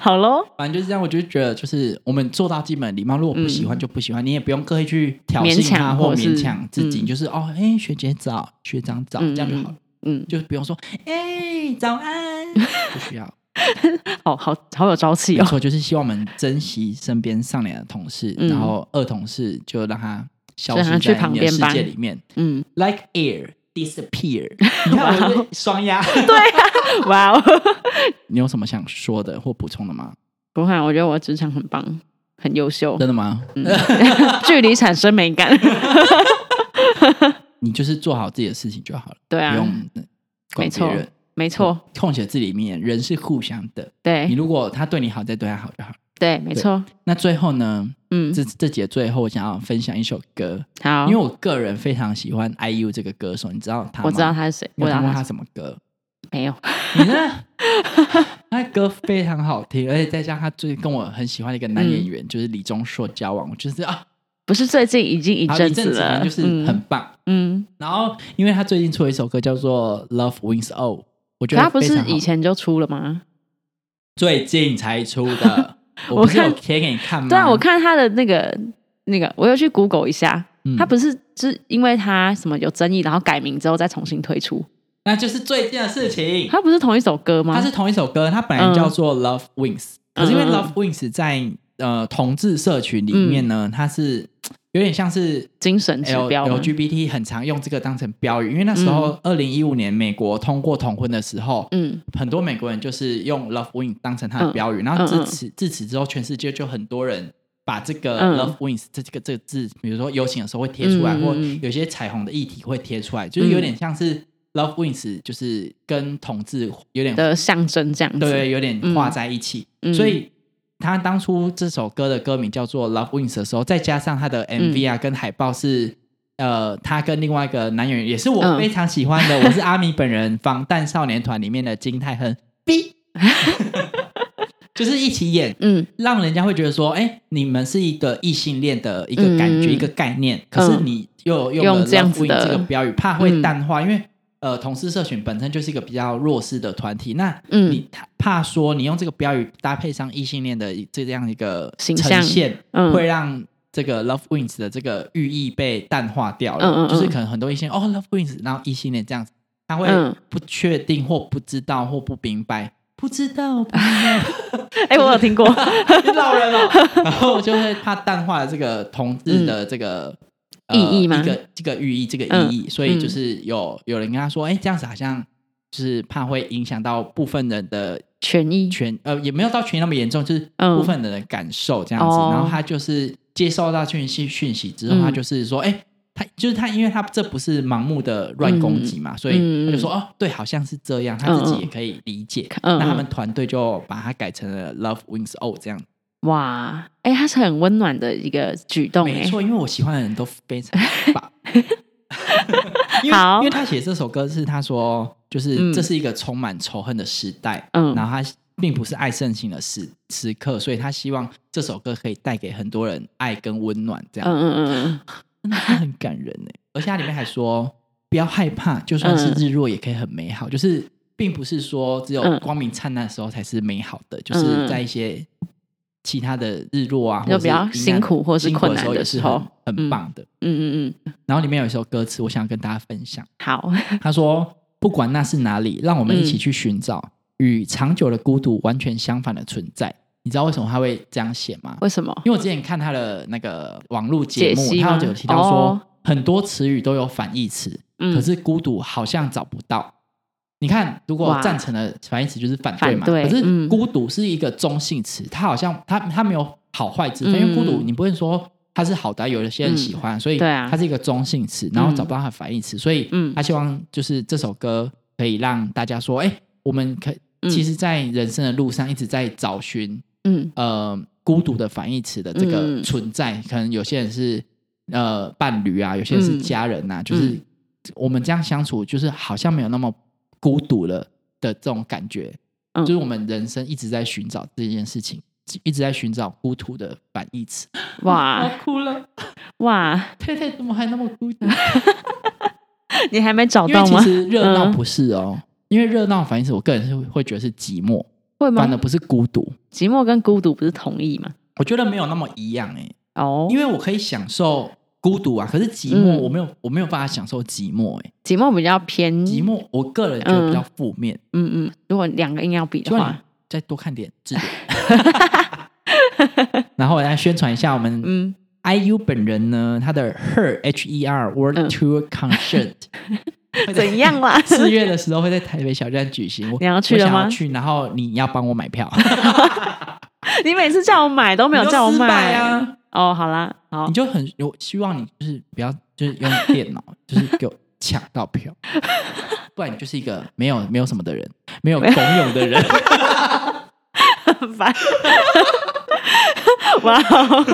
Speaker 1: 好咯，
Speaker 2: 反正就是这样，我就觉得就是我们做到基本礼貌，如果不喜
Speaker 1: 嗯
Speaker 2: 欢就不喜欢，你也不用刻意去挑
Speaker 1: 勉
Speaker 2: 衅他
Speaker 1: 强
Speaker 2: 或
Speaker 1: 或是
Speaker 2: 勉强自己，
Speaker 1: 嗯
Speaker 2: 就是哦，哎，学姐早，学长早，
Speaker 1: 嗯
Speaker 2: 这样就好了，
Speaker 1: 嗯，
Speaker 2: 就是不用说哎早
Speaker 1: [LAUGHS]
Speaker 2: 安，不需要。
Speaker 1: 哦好好好有朝气
Speaker 2: 没
Speaker 1: 哦，
Speaker 2: 错，就是希望我们珍惜身边上脸的同事，
Speaker 1: 嗯
Speaker 2: 然后二同事就让他消
Speaker 1: 让他
Speaker 2: 失
Speaker 1: 去
Speaker 2: 在
Speaker 1: 旁
Speaker 2: 你的
Speaker 1: 边
Speaker 2: 世
Speaker 1: 吧
Speaker 2: 界里面 [LAUGHS]
Speaker 1: 嗯，
Speaker 2: ，like air
Speaker 1: [LAUGHS]
Speaker 2: disappear。你看
Speaker 1: 哦
Speaker 2: 我是双压，
Speaker 1: 哇哦，
Speaker 2: [LAUGHS] 你有什么想说的或补充的吗？
Speaker 1: 不会，啊我觉得我的职场很棒，很优秀，
Speaker 2: 真的吗？
Speaker 1: [LAUGHS] 嗯距离产生美感，
Speaker 2: 你就是做好自己的事情就好了，
Speaker 1: 对
Speaker 2: 不
Speaker 1: 啊，
Speaker 2: 用
Speaker 1: 没
Speaker 2: 管别
Speaker 1: 错
Speaker 2: 人。
Speaker 1: 没错，哎
Speaker 2: 空写字里面，人是互相的。你
Speaker 1: 对
Speaker 2: 如果他对你好，再对他好就好了。
Speaker 1: 对，没错，
Speaker 2: 那最后呢？
Speaker 1: 嗯，
Speaker 2: 这这节最后，我想要分享一首歌，
Speaker 1: 好，
Speaker 2: 因为我个人非常喜欢 IU 这个歌手，你知道他吗？
Speaker 1: 我知道，他是谁，
Speaker 2: 你
Speaker 1: 我知
Speaker 2: 有
Speaker 1: 道
Speaker 2: 听过
Speaker 1: 他
Speaker 2: 他
Speaker 1: 是
Speaker 2: 什么歌？
Speaker 1: 没有，
Speaker 2: 你呢？ [LAUGHS] 他的歌非常好听，而且再加上他最近跟我很喜欢的一个男演员，就是李钟硕交往，我就是啊，
Speaker 1: 不是最近已经一
Speaker 2: 好一
Speaker 1: 阵
Speaker 2: 阵子反
Speaker 1: 了，
Speaker 2: 正就是很棒。
Speaker 1: 嗯，嗯
Speaker 2: 然后，因为他最近出了一首歌叫做《Love Wins All》，我觉
Speaker 1: 可
Speaker 2: 得
Speaker 1: 他啊不
Speaker 2: 非
Speaker 1: 是
Speaker 2: 常好
Speaker 1: 以前就出了吗？
Speaker 2: 最近才出
Speaker 1: [LAUGHS]
Speaker 2: 的，我不是有贴给你看吗？
Speaker 1: 对啊，我看他的那个那个，我又去 Google 一下，
Speaker 2: 嗯
Speaker 1: 他不是是因为他什么有争议，然后改名之后再重新推出，
Speaker 2: 那就是最近的事情。
Speaker 1: 他不是同一首歌吗？
Speaker 2: 它是同一首歌，它本来叫做《Love Wings》，可是因为《
Speaker 1: 嗯嗯
Speaker 2: Love Wings》在呃同志社群里面
Speaker 1: 嗯
Speaker 2: 呢，它是有点像是
Speaker 1: 精神指
Speaker 2: L
Speaker 1: 标吗
Speaker 2: LGBT 很常用这个当成标语，因为那时候二零一五年美国通过同婚的时候，
Speaker 1: 嗯
Speaker 2: 很多美国人就是用 Love Win 当成他的标语，然
Speaker 1: 嗯
Speaker 2: 后自此自此之后，全世界就很多人把这个
Speaker 1: 嗯
Speaker 2: Love Wins 这这个这个字，比如说游行的时候会贴出来，
Speaker 1: 嗯嗯
Speaker 2: 或
Speaker 1: 嗯
Speaker 2: 有些彩虹的议题会贴出来，就是有点像是 Love Wins，就是跟统治有点
Speaker 1: 的象征这样子，
Speaker 2: 对，有点画在一起，
Speaker 1: 嗯
Speaker 2: 所以。他当初这首歌的歌名叫做《Love Wins》的时候，再加上他的
Speaker 1: 嗯
Speaker 2: MV 啊跟海报是，呃，他跟另外一个男演员，也是我
Speaker 1: 嗯
Speaker 2: 非常喜欢
Speaker 1: [LAUGHS]
Speaker 2: 的，我是阿米本人防弹少年团里面的金泰亨 B，就是一起演，
Speaker 1: 嗯
Speaker 2: 让人家会觉得说，哎、你们是一个异性恋的一个感
Speaker 1: 嗯嗯
Speaker 2: 觉、
Speaker 1: 嗯
Speaker 2: 一个概念，可是你又用
Speaker 1: 用
Speaker 2: 了
Speaker 1: 这样
Speaker 2: “love
Speaker 1: 子
Speaker 2: win”
Speaker 1: 的嗯
Speaker 2: 这个标语，怕会淡化，因为呃，同事社群本身就是一个比较弱势的团体，那
Speaker 1: 嗯
Speaker 2: 你怕说你用这个标语搭配上异性恋的这样一个
Speaker 1: 形象
Speaker 2: 呈现，
Speaker 1: 嗯
Speaker 2: 会让。这个 love wins 的这个寓意被淡化掉了，
Speaker 1: 嗯嗯嗯
Speaker 2: 就是可能很多异性恋哦 love wins，然后异性恋这样子，他会
Speaker 1: 嗯
Speaker 2: 不确定或不知道或不明白，不知道不明白，
Speaker 1: 哎、我有
Speaker 2: [LAUGHS]
Speaker 1: 听 [LAUGHS] 过，
Speaker 2: 你老人
Speaker 1: 哦
Speaker 2: 了，然后就会怕淡化了这个同志的这个、
Speaker 1: 嗯
Speaker 2: 呃
Speaker 1: 意义吗
Speaker 2: 一个这个寓意，这个
Speaker 1: 嗯
Speaker 2: 意义，所以就是有有人跟他说，哎、这样子好像就是怕会影响到部分人的
Speaker 1: 权益，
Speaker 2: 权，呃，也没有到权益那么严重，就是
Speaker 1: 嗯
Speaker 2: 部分人的感受这样子。
Speaker 1: 哦
Speaker 2: 然后他就是接收到讯息讯息之后，
Speaker 1: 嗯
Speaker 2: 他就是说，哎、他就是他，因为他这不是盲目的乱攻击
Speaker 1: 嗯
Speaker 2: 嘛，所以他就说哦，对，好像是这样，他自己也可以理解。
Speaker 1: 嗯嗯
Speaker 2: 那他们团队就把它改成了 Love Wins All 这样
Speaker 1: 哇，哎、他是很温暖的一个举动、
Speaker 2: 没
Speaker 1: 哎，
Speaker 2: 错，因为我喜欢的人
Speaker 1: [LAUGHS]
Speaker 2: 都非常棒。因为
Speaker 1: 好
Speaker 2: 因为他写这首歌是他说，就是
Speaker 1: 嗯
Speaker 2: 这是一个充满仇恨的时代，
Speaker 1: 嗯
Speaker 2: 然后他并不是爱盛行的时时刻，所以他希望这首歌可以带给很多人爱跟温暖，这样、
Speaker 1: 嗯嗯嗯
Speaker 2: 真的是很感人呢。而且它里面还说，不要害怕，就算
Speaker 1: 嗯
Speaker 2: 是日落也可以很美好，就是并不是说只有
Speaker 1: 嗯
Speaker 2: 光明灿烂的时候才是美好的，就
Speaker 1: 嗯
Speaker 2: 是
Speaker 1: 嗯
Speaker 2: 在一些其他的日落啊，
Speaker 1: 就
Speaker 2: 或者是
Speaker 1: 比较
Speaker 2: 阴暗的
Speaker 1: 辛苦或是
Speaker 2: 辛苦
Speaker 1: 困难
Speaker 2: 的时候
Speaker 1: 的
Speaker 2: 也是
Speaker 1: 时候
Speaker 2: 很很
Speaker 1: 嗯
Speaker 2: 棒的。
Speaker 1: 嗯嗯嗯，
Speaker 2: 然后里面有一首歌词，我想跟大家分享。
Speaker 1: 好，
Speaker 2: 他说：“不管那是哪里，让我们一
Speaker 1: 嗯
Speaker 2: 起去寻找、与长久的孤独完全相反的存在。”你知道为什么他会这样写吗？
Speaker 1: 为什么？
Speaker 2: 因为我之前看他的那个网络节
Speaker 1: 解
Speaker 2: 目，
Speaker 1: 析吗
Speaker 2: 他有提到说，
Speaker 1: 哦
Speaker 2: 很多词语都有反义词，
Speaker 1: 嗯，
Speaker 2: 可是孤独好像找不到。你看，如果
Speaker 1: 哇
Speaker 2: 赞成的反义词就是反对嘛，
Speaker 1: 反对
Speaker 2: 可是
Speaker 1: 嗯
Speaker 2: 孤独是一个中性词，它好像它它没有好坏之分，因
Speaker 1: 嗯
Speaker 2: 为孤独你不会说它是好的啊，有一些人喜欢，所以
Speaker 1: 对啊
Speaker 2: 它是一个中性词，然后找不到它的反义词，所以
Speaker 1: 嗯
Speaker 2: 他希望就是这首歌可以让大家说，哎、我们可
Speaker 1: 嗯
Speaker 2: 其实，在人生的路上一直在找寻
Speaker 1: 嗯
Speaker 2: 呃孤独的反义词的这个
Speaker 1: 嗯
Speaker 2: 存在，可能有些人是呃伴侣啊，有些人是
Speaker 1: 嗯
Speaker 2: 家人呐、就是我们这样相处，就是好像没有那么孤独了的这种感觉，
Speaker 1: 嗯
Speaker 2: 就是我们人生一直在寻找这件事情，一直在寻找孤独的反义词。 [LAUGHS] 我
Speaker 1: 哇
Speaker 2: 哭了，
Speaker 1: 哇，
Speaker 2: 太太怎么还那么孤独？
Speaker 1: 你还没找
Speaker 2: 因为
Speaker 1: 到
Speaker 2: 其
Speaker 1: 吗？
Speaker 2: 实热闹
Speaker 1: 嗯
Speaker 2: 不是哦，因为热闹反义词，我个人是会觉得是寂寞，
Speaker 1: 会吗
Speaker 2: 反而？不是孤独。
Speaker 1: 寂寞跟孤独不是同义吗？
Speaker 2: 我觉得没有那么一样哎、
Speaker 1: 哦，
Speaker 2: 因为我可以享受孤独啊，可是寂
Speaker 1: 嗯
Speaker 2: 寞我没有，我没有办法享受寂寞、欸。
Speaker 1: 寂寞比较偏，
Speaker 2: 寂寞我个人觉得比较负面，
Speaker 1: 嗯嗯，如果两个硬要比
Speaker 2: 希
Speaker 1: 的
Speaker 2: 望你
Speaker 1: 话，
Speaker 2: 再多看点
Speaker 1: [LAUGHS]
Speaker 2: 字典。然后我来宣传一下我们
Speaker 1: 嗯
Speaker 2: IU 本人呢，他的 Her H E R World
Speaker 1: 嗯
Speaker 2: Tour
Speaker 1: [LAUGHS]
Speaker 2: Concert 会在？
Speaker 1: 怎样啦
Speaker 2: 四月的时候会在台北小站举行，我
Speaker 1: 你要去
Speaker 2: 我
Speaker 1: 了
Speaker 2: 想
Speaker 1: 吗
Speaker 2: 要去，然后你要帮我买票，
Speaker 1: 你每次叫我买都没有
Speaker 2: 你就
Speaker 1: 叫我
Speaker 2: 失败
Speaker 1: 买
Speaker 2: 啊！
Speaker 1: 哦，好啦，好
Speaker 2: 你，就很有希望你就是不要就是用电脑，就是给我抢到票，不然你就是一个没有没有什么的人，没有公用 [LAUGHS] 的人。
Speaker 1: 很烦。哇哦，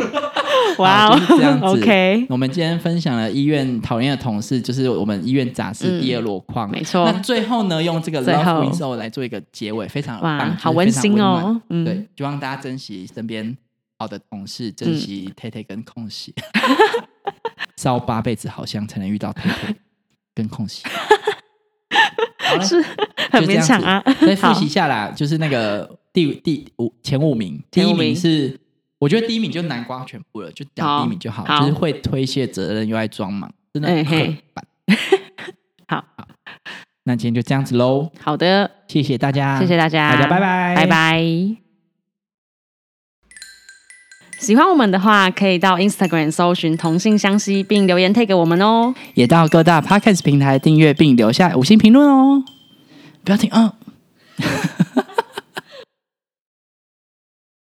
Speaker 1: 哇
Speaker 2: 好
Speaker 1: 哦
Speaker 2: 就是这样子。
Speaker 1: ，OK，
Speaker 2: 我们今天分享了医院讨厌的同事，就是我们医院杂志
Speaker 1: 嗯
Speaker 2: 第二箩筐。
Speaker 1: 没错
Speaker 2: 那最后呢，用这个
Speaker 1: 最
Speaker 2: Love
Speaker 1: 后
Speaker 2: Wins All 来做一个结尾，非常
Speaker 1: 哇
Speaker 2: 棒，就是
Speaker 1: 好温馨
Speaker 2: 非常
Speaker 1: 哦
Speaker 2: 温暖
Speaker 1: 嗯
Speaker 2: 对，希望大家珍惜身边好的同事，珍惜
Speaker 1: 嗯
Speaker 2: t a t 跟空隙。 [LAUGHS] 烧八辈子好香才能遇到 t a t 跟空
Speaker 1: [LAUGHS]
Speaker 2: 隙。好了
Speaker 1: 是很勉强啊
Speaker 2: [LAUGHS] 就这样子。再复
Speaker 1: 好
Speaker 2: 习一下啦，就是那个第第五前五名，第
Speaker 1: 前
Speaker 2: 一
Speaker 1: 五名
Speaker 2: 名是我觉得第一名就南瓜全部了，就讲第一名就好，
Speaker 1: 好
Speaker 2: 就是会推卸责任又爱装忙，真的
Speaker 1: 哎
Speaker 2: 很
Speaker 1: 嘿
Speaker 2: 烦。
Speaker 1: [LAUGHS] 好，
Speaker 2: 那今天就这样子喽，
Speaker 1: 好的，
Speaker 2: 谢谢大家，
Speaker 1: 谢谢大家，
Speaker 2: 大家，拜拜，
Speaker 1: 拜。拜。喜欢我们的话，可以到 Instagram 搜寻“同性相吸”，并留言 take 我们哦。
Speaker 2: 也到各大 podcast 平台订阅并留下五星评论哦，不要停啊！